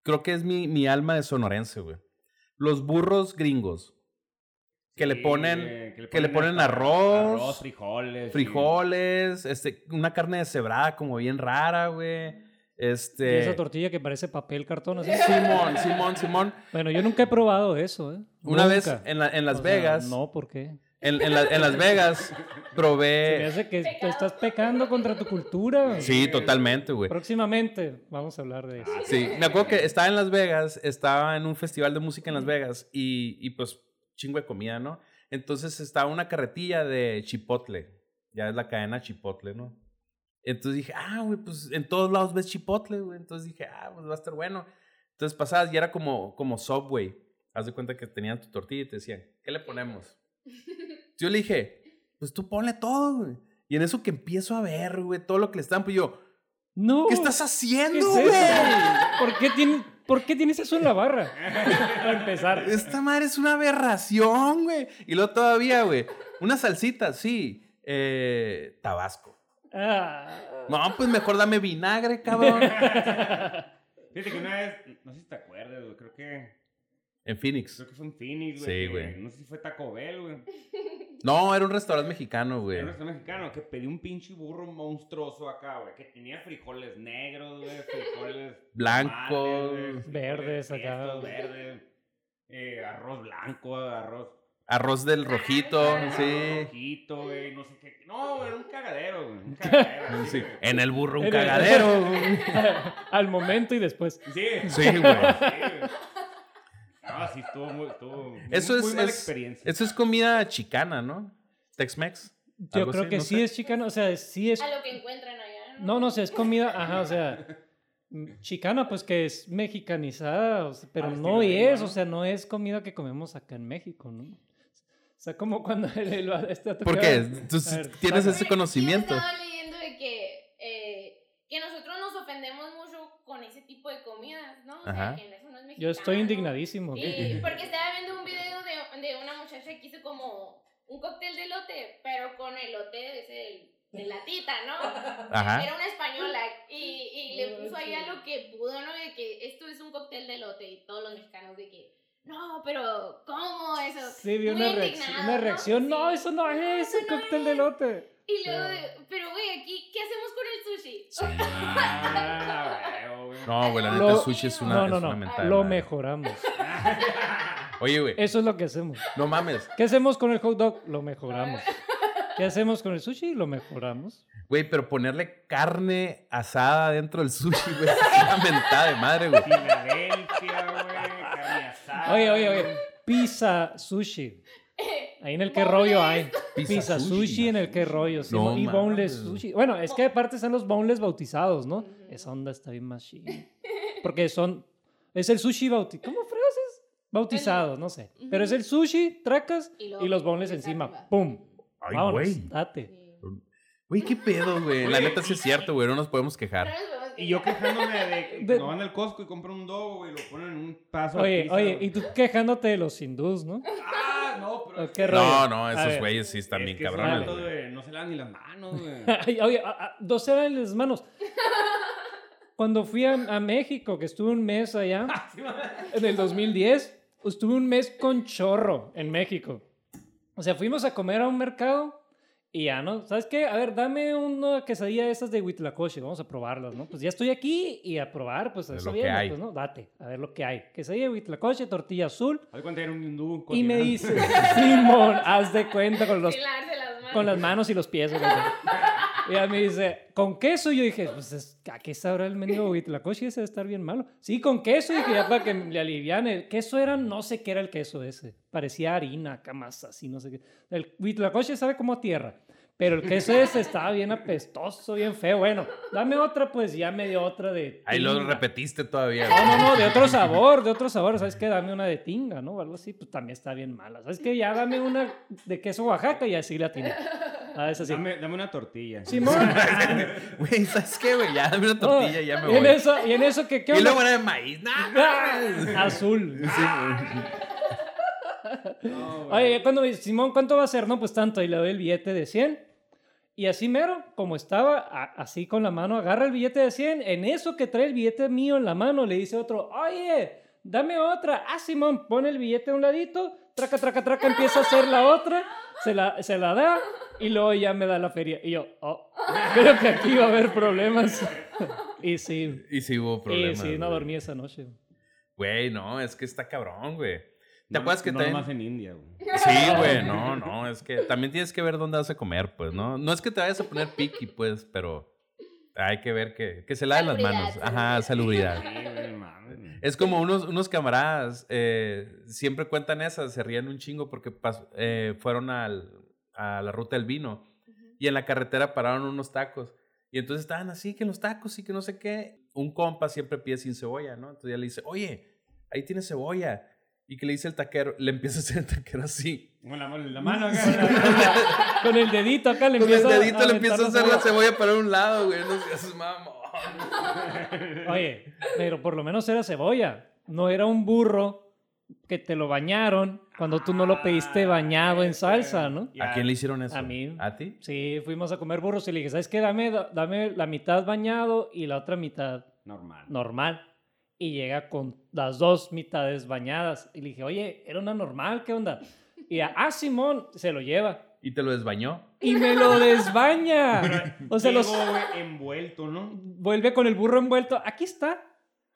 [SPEAKER 2] Creo que es mi, mi alma de sonorense, güey. Los burros gringos. Que le
[SPEAKER 4] Sí,
[SPEAKER 2] ponen
[SPEAKER 4] güey,
[SPEAKER 2] que le ponen
[SPEAKER 4] hasta
[SPEAKER 2] arroz,
[SPEAKER 4] arroz, frijoles.
[SPEAKER 2] frijoles, este, una carne deshebrada como bien rara, güey.
[SPEAKER 3] Y
[SPEAKER 2] Este.
[SPEAKER 3] esa tortilla que parece papel cartón así.
[SPEAKER 2] <laughs> Simón, Simón, Simón.
[SPEAKER 3] Bueno, yo nunca he probado eso, ¿eh?
[SPEAKER 2] Una vez
[SPEAKER 3] Nunca.
[SPEAKER 2] en, la- en Las
[SPEAKER 3] O sea,
[SPEAKER 2] Vegas.
[SPEAKER 3] no, ¿por qué?
[SPEAKER 2] en, en la- en Las
[SPEAKER 3] <laughs>
[SPEAKER 2] Vegas
[SPEAKER 3] Se me
[SPEAKER 2] probé.
[SPEAKER 3] hace que
[SPEAKER 5] Pecado.
[SPEAKER 3] estás pecando contra tu cultura. güey.
[SPEAKER 2] Eh. Sí, totalmente, güey.
[SPEAKER 3] Próximamente vamos a hablar de eso.
[SPEAKER 4] Ah,
[SPEAKER 2] Sí, me acuerdo que estaba en Las Vegas, estaba en un festival de música en Las Vegas y, y pues chingo de comida, ¿no? Entonces estaba una carretilla de Chipotle, ya es la cadena Chipotle, ¿no? Entonces dije, ah, güey, pues en todos lados ves Chipotle, güey. Entonces dije, ah, pues va a estar bueno. Entonces pasabas y era como, como Subway. Haz de cuenta que tenían tu tortilla y te decían, ¿qué le ponemos? Yo le dije, pues tú ponle todo, güey. Y en eso que empiezo a ver, güey, todo lo que le están, pues yo,
[SPEAKER 3] No.
[SPEAKER 2] ¿qué estás
[SPEAKER 3] Uh, ¿Qué
[SPEAKER 2] haciendo, güey?
[SPEAKER 3] es eso? ¿Por qué, tiene- por qué tienes eso en la barra? Para empezar.
[SPEAKER 2] Esta madre es una aberración, güey. Y luego todavía, güey. Una salsita, sí. Eh, tabasco.
[SPEAKER 3] Ah.
[SPEAKER 2] No, pues mejor dame vinagre, cabrón.
[SPEAKER 4] <laughs> Fíjate que una vez, no sé si te acuerdas, güey, creo que,
[SPEAKER 2] En Phoenix.
[SPEAKER 4] creo que fue en Phoenix, güey.
[SPEAKER 2] Sí,
[SPEAKER 4] que
[SPEAKER 2] güey.
[SPEAKER 4] No sé si fue Taco Bell, güey.
[SPEAKER 2] No, era un restaurante mexicano, güey.
[SPEAKER 4] Era un restaurante mexicano que pedí un pinche burro monstruoso acá, güey. Que tenía frijoles negros, güey. Frijoles
[SPEAKER 2] Blancos,
[SPEAKER 4] tamales, güey, frijoles
[SPEAKER 3] verdes acá,
[SPEAKER 4] prietos,
[SPEAKER 3] güey.
[SPEAKER 4] verdes. eh, arroz blanco, arroz.
[SPEAKER 2] Arroz del rojito,
[SPEAKER 5] Ah,
[SPEAKER 2] sí.
[SPEAKER 4] Rojito, güey. No sé qué. No, güey, era un cagadero, güey. Un cagadero.
[SPEAKER 2] <laughs> Sí.
[SPEAKER 4] así, güey.
[SPEAKER 2] En el burro un
[SPEAKER 3] En el-
[SPEAKER 2] cagadero. güey.
[SPEAKER 3] <laughs> Al momento y después.
[SPEAKER 4] Sí.
[SPEAKER 2] Sí, güey.
[SPEAKER 4] güey. No, sí, estuvo muy. Estuvo
[SPEAKER 2] Eso
[SPEAKER 4] muy
[SPEAKER 2] es-
[SPEAKER 4] mala
[SPEAKER 2] es-
[SPEAKER 4] experiencia.
[SPEAKER 2] Eso es comida chicana, ¿no? Tex-Mex.
[SPEAKER 3] Yo
[SPEAKER 2] Algo
[SPEAKER 3] creo
[SPEAKER 2] así,
[SPEAKER 3] que
[SPEAKER 2] no
[SPEAKER 3] sí
[SPEAKER 2] sé.
[SPEAKER 3] es chicano, o sea, sí es...
[SPEAKER 5] A lo que encuentran allá.
[SPEAKER 3] No, no, o sea, es comida, ajá, o sea, mm, chicana, pues que es mexicanizada, o sea, pero
[SPEAKER 4] Al estilo
[SPEAKER 3] no es,
[SPEAKER 4] gringo,
[SPEAKER 3] o
[SPEAKER 4] ¿no?
[SPEAKER 3] sea, no es comida que comemos acá en México, ¿no? O sea, como cuando <laughs> el, el- este ha
[SPEAKER 2] ¿Por
[SPEAKER 3] tocado-
[SPEAKER 2] qué? Tú s-
[SPEAKER 3] A ver,
[SPEAKER 2] tienes
[SPEAKER 3] saca.
[SPEAKER 5] Güey,
[SPEAKER 2] ese conocimiento.
[SPEAKER 5] Yo estaba leyendo de que, eh, que nosotros nos ofendemos mucho con ese tipo de comidas, ¿no? O sea,
[SPEAKER 2] Ajá.
[SPEAKER 5] que eso no es mexicano.
[SPEAKER 3] Yo estoy indignadísimo. ok.
[SPEAKER 5] Y porque estaba viendo un video de, de una muchacha que hizo como un cóctel de elote, pero con elote ese del- de latita, ¿no?
[SPEAKER 2] Ajá.
[SPEAKER 5] Era una española y, y le
[SPEAKER 3] Ay,
[SPEAKER 5] puso ahí a
[SPEAKER 3] sí.
[SPEAKER 5] lo que pudo, ¿no? De que esto es un cóctel de elote y todos los mexicanos de que, no, pero ¿cómo eso?
[SPEAKER 3] Sí, vi
[SPEAKER 5] Muy
[SPEAKER 3] una reacción,
[SPEAKER 5] indignado,
[SPEAKER 3] una
[SPEAKER 5] ¿no?
[SPEAKER 3] reacción, no,
[SPEAKER 5] Sí.
[SPEAKER 3] eso no es
[SPEAKER 5] eso
[SPEAKER 3] un
[SPEAKER 5] no
[SPEAKER 3] cóctel
[SPEAKER 5] es".
[SPEAKER 3] de lote.
[SPEAKER 5] Y luego, de, pero güey, aquí, ¿qué hacemos con
[SPEAKER 3] <laughs>
[SPEAKER 5] el sushi?
[SPEAKER 4] Ah, güey, güey.
[SPEAKER 2] No, güey, la neta,
[SPEAKER 3] Lo-
[SPEAKER 2] el sushi es una,
[SPEAKER 3] no, no,
[SPEAKER 2] es una
[SPEAKER 3] no,
[SPEAKER 2] mentada de
[SPEAKER 3] lo
[SPEAKER 2] madre.
[SPEAKER 3] mejoramos.
[SPEAKER 2] Oye, güey,
[SPEAKER 3] Eso es lo que hacemos.
[SPEAKER 2] no mames.
[SPEAKER 3] ¿Qué hacemos con el hot dog? Lo mejoramos. ¿Qué hacemos con el sushi? Lo mejoramos.
[SPEAKER 2] Güey, pero ponerle carne asada dentro del sushi, güey, <laughs> es una mentada de madre, güey.
[SPEAKER 4] Filadelfia, güey. Carne asada.
[SPEAKER 3] Oye, oye, oye. Pizza sushi. Ahí en el que rollo hay.
[SPEAKER 2] Pizza
[SPEAKER 3] Pizza, sushi,
[SPEAKER 2] sushi.
[SPEAKER 3] en el que rollo. sí,
[SPEAKER 2] No
[SPEAKER 3] ¿no? y
[SPEAKER 2] mames.
[SPEAKER 3] boneless sushi. Bueno, es que aparte están los boneless bautizados, ¿no?
[SPEAKER 5] Ujú.
[SPEAKER 3] Esa onda está bien más chida. Porque son. Es el sushi bautizado. ¿Cómo fregas es? Bautizado, no sé. Pero es el sushi, tracas
[SPEAKER 5] Y
[SPEAKER 3] y,
[SPEAKER 5] luego
[SPEAKER 3] los boneless
[SPEAKER 5] le
[SPEAKER 3] encima.
[SPEAKER 5] arriba.
[SPEAKER 3] ¡Pum!
[SPEAKER 2] Ay,
[SPEAKER 3] Vámonos,
[SPEAKER 2] güey.
[SPEAKER 3] date.
[SPEAKER 2] Güey, qué pedo, güey. La neta sí es cierto, güey, no nos podemos quejar.
[SPEAKER 4] Y yo quejándome de que
[SPEAKER 3] De-
[SPEAKER 4] no van al Costco y compran un dogo, güey, y lo ponen en un paso. de
[SPEAKER 3] Oye,
[SPEAKER 4] pizza,
[SPEAKER 3] oye,
[SPEAKER 4] güey.
[SPEAKER 3] y tú quejándote de los hindús, ¿no?
[SPEAKER 4] Ah, no, pero. es
[SPEAKER 3] ¿O ¿Qué
[SPEAKER 4] que-
[SPEAKER 3] rollo?
[SPEAKER 2] No, no,
[SPEAKER 3] A
[SPEAKER 2] esos
[SPEAKER 3] ver.
[SPEAKER 2] güeyes sí están
[SPEAKER 4] es
[SPEAKER 2] bien
[SPEAKER 4] que esos
[SPEAKER 2] cabrones,
[SPEAKER 4] vatos,
[SPEAKER 2] güey.
[SPEAKER 4] güey, No se lavan ni las manos,
[SPEAKER 3] <laughs>
[SPEAKER 4] güey.
[SPEAKER 3] <laughs> Ay, oye, a- a- dos eran en las manos. <laughs> Cuando fui a, a México, que estuve un mes <laughs> allá,
[SPEAKER 4] Ah,
[SPEAKER 3] en el 2010, estuve un mes con chorro en México. O sea, fuimos a comer a un mercado y ya, ¿no? ¿Sabes qué? A ver, dame una quesadilla de esas de Huitlacoche, vamos a probarlas, ¿no? Pues ya estoy aquí y a probar, pues
[SPEAKER 2] Es
[SPEAKER 3] eso
[SPEAKER 2] lo que
[SPEAKER 3] viene,
[SPEAKER 2] hay.
[SPEAKER 3] pues, ¿no? Date, a ver lo que hay. Quesadilla de Huitlacoche, tortilla azul.
[SPEAKER 4] Haz de cuenta que era un hindú.
[SPEAKER 3] Y me
[SPEAKER 4] cocinando.
[SPEAKER 3] dice, <laughs> Simón, haz de cuenta con los
[SPEAKER 5] Sin lavarse las manos.
[SPEAKER 3] con las manos y los pies. güey. Y ella me dice, ¿con queso? Y yo dije, pues, es- ¿a qué sabrá el mendigo huitlacoche ese de estar bien malo? Sí, con queso. Y dije, ya para que le alivian. El queso era, no sé qué era el queso ese. Parecía harina, camas así, no sé qué. El huitlacoche sabe como a tierra. Pero el queso ese estaba bien apestoso, bien feo. Bueno, dame otra, pues ya me dio otra de...
[SPEAKER 2] Ahí lo
[SPEAKER 3] tinga.
[SPEAKER 2] repetiste todavía,
[SPEAKER 3] No,
[SPEAKER 2] güey.
[SPEAKER 3] no, no, de otro sabor, de otro sabor. ¿Sabes qué? Dame una de tinga, ¿no? O algo así, pues también está bien mala. ¿Sabes qué? Ya dame una de queso Oaxaca y así la tiene. Ah, es así.
[SPEAKER 4] Dame, dame una tortilla.
[SPEAKER 3] Simón.
[SPEAKER 2] <laughs> Güey, ¿sabes qué, güey? Ya dame una tortilla y ya me
[SPEAKER 3] y en
[SPEAKER 2] voy.
[SPEAKER 3] eso, y en eso que, ¿qué
[SPEAKER 2] Y
[SPEAKER 3] onda?
[SPEAKER 2] luego era de maíz. ¡Nah!
[SPEAKER 3] Ah, Azul.
[SPEAKER 4] No, güey.
[SPEAKER 3] Oye, ya cuando me dice, Simón, ¿cuánto va a ser? No, pues tanto. Y le doy el billete de 100. Y así mero, como estaba, a- así con la mano, agarra el billete de 100. En eso que trae el billete mío en la mano, le dice otro, oye, dame otra. Ah, Simón, pone el billete a un ladito, traca, traca, traca, empieza a hacer la otra, se la, se la da y luego ya me da la feria. Y yo, oh, creo que aquí va a haber problemas. <laughs> y sí,
[SPEAKER 2] Y sí hubo
[SPEAKER 3] y
[SPEAKER 2] problemas.
[SPEAKER 3] sí, no
[SPEAKER 2] güey.
[SPEAKER 3] dormí esa noche.
[SPEAKER 2] Güey, no, es que está cabrón, güey. ¿Te
[SPEAKER 4] No-
[SPEAKER 2] acuerdas que
[SPEAKER 4] no
[SPEAKER 2] también-
[SPEAKER 4] más en India, güey.
[SPEAKER 2] Sí, güey, no, no, es que también tienes que ver dónde vas a comer, pues, ¿no? No es que te vayas a poner piqui, pues, pero hay que ver que, que se laven las manos.
[SPEAKER 5] Salubridad,
[SPEAKER 2] Ajá,
[SPEAKER 4] Sí,
[SPEAKER 2] salubridad.
[SPEAKER 4] güey, mames, güey.
[SPEAKER 2] Es como unos, unos camaradas, eh, siempre cuentan esas, se ríen un chingo porque pas- eh, fueron al, a la ruta del vino y en la carretera pararon unos tacos. Y entonces estaban así, que los tacos y que no sé qué. Un compa siempre pide sin cebolla, ¿no? Entonces ya le dice, oye, ahí tiene cebolla. Y que le dice el taquero, le empieza a hacer el taquero así.
[SPEAKER 4] Con la, <laughs> la mano acá.
[SPEAKER 3] Con el dedito acá le
[SPEAKER 2] Con el
[SPEAKER 3] empieza a
[SPEAKER 2] dedito le empieza a
[SPEAKER 3] aventar
[SPEAKER 2] hacer la
[SPEAKER 3] las-
[SPEAKER 2] cebolla para un lado, güey. No seas mamón.
[SPEAKER 3] Oye, pero por lo menos era cebolla. No era un burro que te lo bañaron cuando tú no lo pediste bañado en salsa, ¿no?
[SPEAKER 4] Ah, Ya.
[SPEAKER 2] ¿A quién le hicieron eso?
[SPEAKER 3] A mí.
[SPEAKER 2] ¿A ti?
[SPEAKER 3] Sí, fuimos a comer burros y le dije, ¿sabes qué? Dame, dame la mitad bañado y la otra mitad
[SPEAKER 4] Normal.
[SPEAKER 3] normal. Y llega con las dos mitades bañadas. Y le dije, oye, era una normal, ¿qué onda? Y ya, ah, Simón, se lo lleva.
[SPEAKER 2] y te lo
[SPEAKER 3] <laughs>
[SPEAKER 2] desbañó.
[SPEAKER 3] Y me lo desbaña. O sea, los
[SPEAKER 4] Llegó, güey, envuelto, ¿no?
[SPEAKER 3] vuelve con el burro envuelto. Aquí está.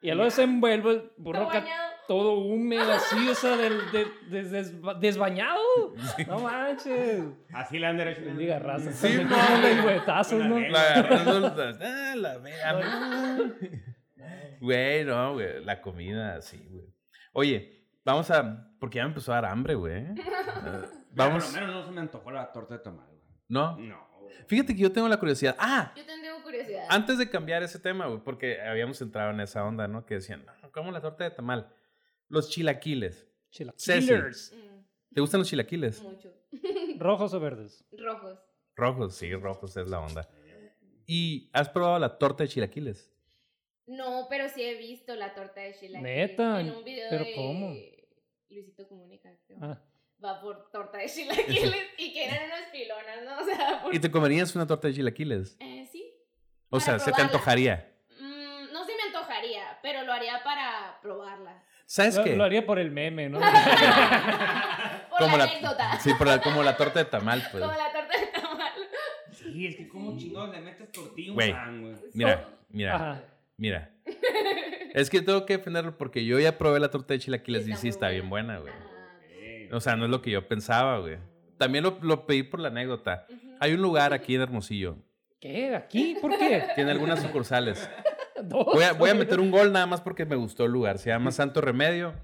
[SPEAKER 3] Y ya lo desenvuelvo, el burro
[SPEAKER 5] Todo
[SPEAKER 3] acá
[SPEAKER 5] bañado.
[SPEAKER 3] todo húmedo, así, o sea, del, de- des- desba- desbañado. No manches.
[SPEAKER 4] Así le han derecho.
[SPEAKER 3] Bendiga raza.
[SPEAKER 2] Sí,
[SPEAKER 3] Con
[SPEAKER 2] no,
[SPEAKER 3] lengüetazos, ¿no?
[SPEAKER 4] Con
[SPEAKER 2] La agarró, ah, la verga. Güey, no, güey. La comida, así, güey. Oye, vamos a. Porque ya me empezó a dar hambre, güey. Ah,
[SPEAKER 4] Vamos. Por
[SPEAKER 2] Vamos.
[SPEAKER 4] lo menos no se me antojó la torta de tamal, güey.
[SPEAKER 2] No.
[SPEAKER 4] No. güey.
[SPEAKER 2] Fíjate que yo tengo la curiosidad. Ah,
[SPEAKER 5] Yo tendría curiosidad.
[SPEAKER 2] antes de cambiar ese tema, güey, porque habíamos entrado en esa onda, ¿no? Que decían, no, ¿cómo la torta de tamal? Los chilaquiles.
[SPEAKER 3] Chilaquiles.
[SPEAKER 5] Mm,
[SPEAKER 2] ¿Te gustan los chilaquiles?
[SPEAKER 5] mucho.
[SPEAKER 3] Rojos o verdes.
[SPEAKER 5] Rojos.
[SPEAKER 2] Rojos, sí, rojos es la onda. ¿Y has probado la torta de chilaquiles?
[SPEAKER 5] No, pero sí he visto la torta de chilaquiles.
[SPEAKER 3] Neta,
[SPEAKER 5] En un video
[SPEAKER 3] ¿pero
[SPEAKER 5] de
[SPEAKER 3] cómo?
[SPEAKER 5] Luisito Comunica, creo.
[SPEAKER 3] Ah,
[SPEAKER 5] Va por torta de chilaquiles <laughs> y que eran unas pilonas, ¿no? <laughs> O sea, por...
[SPEAKER 2] ¿Y te comerías una torta de chilaquiles?
[SPEAKER 5] Eh, sí.
[SPEAKER 2] O
[SPEAKER 5] Para
[SPEAKER 2] sea, se te
[SPEAKER 5] probarla.
[SPEAKER 2] antojaría.
[SPEAKER 5] Mm, no se me antojaría, pero lo haría para probarla.
[SPEAKER 2] ¿Sabes
[SPEAKER 3] lo,
[SPEAKER 2] qué?
[SPEAKER 3] lo haría por el meme, ¿no?
[SPEAKER 5] Por
[SPEAKER 2] Como
[SPEAKER 5] la
[SPEAKER 2] la-
[SPEAKER 5] anécdota.
[SPEAKER 2] <laughs> Sí, por la- como la torta de tamal, pues.
[SPEAKER 5] Como la torta de tamal.
[SPEAKER 2] <laughs>
[SPEAKER 4] Sí, es que como chingados le metes tortilla y un
[SPEAKER 2] Güey.
[SPEAKER 4] pan, güey.
[SPEAKER 2] Mira, mira,
[SPEAKER 3] Ajá.
[SPEAKER 5] <laughs>
[SPEAKER 2] mira. Es que tengo que defenderlo porque yo ya probé la torta de chilaquiles y
[SPEAKER 5] Está
[SPEAKER 2] sí
[SPEAKER 5] muy
[SPEAKER 2] está
[SPEAKER 5] buena.
[SPEAKER 2] bien buena, güey.
[SPEAKER 5] Ah,
[SPEAKER 4] Eh,
[SPEAKER 2] O sea, no es lo que yo pensaba, güey. También lo, lo pedí por la anécdota.
[SPEAKER 5] ujú.
[SPEAKER 2] Hay un lugar aquí en Hermosillo.
[SPEAKER 3] ¿Qué? ¿Aquí? ¿Por qué?
[SPEAKER 2] Tiene algunas sucursales.
[SPEAKER 3] Dos,
[SPEAKER 2] Voy a, voy a
[SPEAKER 3] <laughs> ¿no?
[SPEAKER 2] meter un gol nada más porque me gustó el lugar. Se llama Santo Remedio.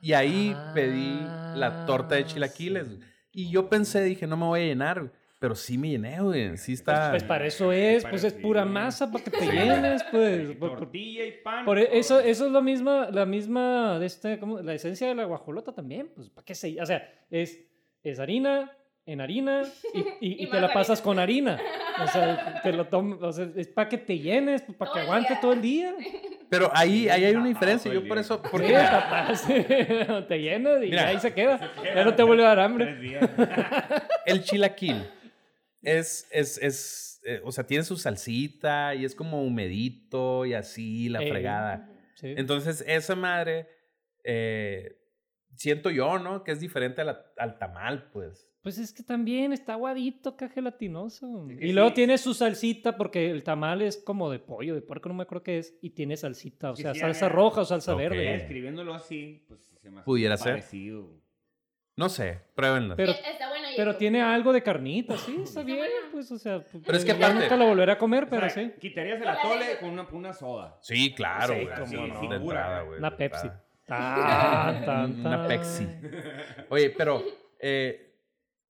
[SPEAKER 2] Y ahí
[SPEAKER 3] Ah,
[SPEAKER 2] pedí la torta de chilaquiles.
[SPEAKER 3] sí.
[SPEAKER 2] Y yo pensé, dije, no me voy a llenar. Pero sí me llené, güey. Sí está.
[SPEAKER 3] Pues para eso es, pues es
[SPEAKER 4] Parecido.
[SPEAKER 3] pura masa para que te
[SPEAKER 4] Sí.
[SPEAKER 3] llenes, pues.
[SPEAKER 4] y
[SPEAKER 3] por- por-
[SPEAKER 4] tortilla y pan.
[SPEAKER 3] por e- eso,
[SPEAKER 4] <laughs>
[SPEAKER 3] eso es la misma, la misma, de este, ¿cómo? la esencia de la guajolota también, pues, ¿para qué se? O sea, es, es harina, en harina, y, y- y
[SPEAKER 5] <laughs> Y
[SPEAKER 3] te
[SPEAKER 5] más
[SPEAKER 3] la pasas con harina. O
[SPEAKER 5] <laughs>
[SPEAKER 3] sea, te lo tom- o sea, es para que te llenes, para
[SPEAKER 5] Todo
[SPEAKER 3] que
[SPEAKER 5] el
[SPEAKER 3] aguantes
[SPEAKER 5] día.
[SPEAKER 3] todo el día.
[SPEAKER 2] Pero ahí, ahí hay una
[SPEAKER 4] Ah,
[SPEAKER 2] diferencia.
[SPEAKER 4] todo el
[SPEAKER 2] Yo por
[SPEAKER 4] día.
[SPEAKER 2] eso.
[SPEAKER 3] ¿Por
[SPEAKER 2] Porque,
[SPEAKER 3] qué? <laughs> te llenas y
[SPEAKER 2] Mira.
[SPEAKER 3] ahí se queda. Ya no te vuelve a dar hambre.
[SPEAKER 4] Tres días.
[SPEAKER 3] <laughs>
[SPEAKER 2] el chilaquil es, es, es, eh, o sea, tiene su salsita y es como humedito y así, la
[SPEAKER 3] Ey.
[SPEAKER 2] fregada.
[SPEAKER 5] Ujú.
[SPEAKER 3] Sí.
[SPEAKER 2] Entonces, esa madre, eh, siento yo, ¿no? Que es diferente a la- al tamal, pues.
[SPEAKER 3] Pues es que también está aguadito, acá gelatinoso.
[SPEAKER 4] Es que
[SPEAKER 3] Y luego
[SPEAKER 4] sí.
[SPEAKER 3] tiene su salsita, porque el tamal es como de pollo, de puerco, no me acuerdo qué es, y tiene salsita, o
[SPEAKER 4] Que
[SPEAKER 3] sea,
[SPEAKER 4] sí
[SPEAKER 3] salsa
[SPEAKER 4] haga-
[SPEAKER 3] roja o salsa
[SPEAKER 2] Ok.
[SPEAKER 4] Ya
[SPEAKER 3] verde.
[SPEAKER 4] escribiéndolo así, pues se me hace
[SPEAKER 2] Pudiera ser.
[SPEAKER 4] parecido. güey.
[SPEAKER 2] No sé, pruébenlo.
[SPEAKER 3] Pero-
[SPEAKER 5] Sí, está buena y
[SPEAKER 3] Pero
[SPEAKER 5] es
[SPEAKER 3] tiene algo de carnita, sí, está
[SPEAKER 5] Está
[SPEAKER 3] bien,
[SPEAKER 5] bueno.
[SPEAKER 3] pues, o sea. pues,
[SPEAKER 2] Pero es que
[SPEAKER 3] ya
[SPEAKER 2] aparte-
[SPEAKER 3] Nunca lo volveré a comer,
[SPEAKER 4] O
[SPEAKER 3] pero
[SPEAKER 4] sea,
[SPEAKER 3] sí.
[SPEAKER 4] Quitarías el
[SPEAKER 5] Con la
[SPEAKER 4] atole
[SPEAKER 5] leche.
[SPEAKER 4] con una, una soda.
[SPEAKER 2] Sí, claro,
[SPEAKER 3] Sí,
[SPEAKER 2] güey.
[SPEAKER 3] cómo
[SPEAKER 2] sí,
[SPEAKER 3] no.
[SPEAKER 2] de entrada, güey,
[SPEAKER 3] Una
[SPEAKER 2] de
[SPEAKER 3] Pepsi.
[SPEAKER 2] entrada. Ah,
[SPEAKER 3] Tan, tan,
[SPEAKER 2] Una
[SPEAKER 3] tan. <laughs>
[SPEAKER 2] Pepsi. Oye, pero eh,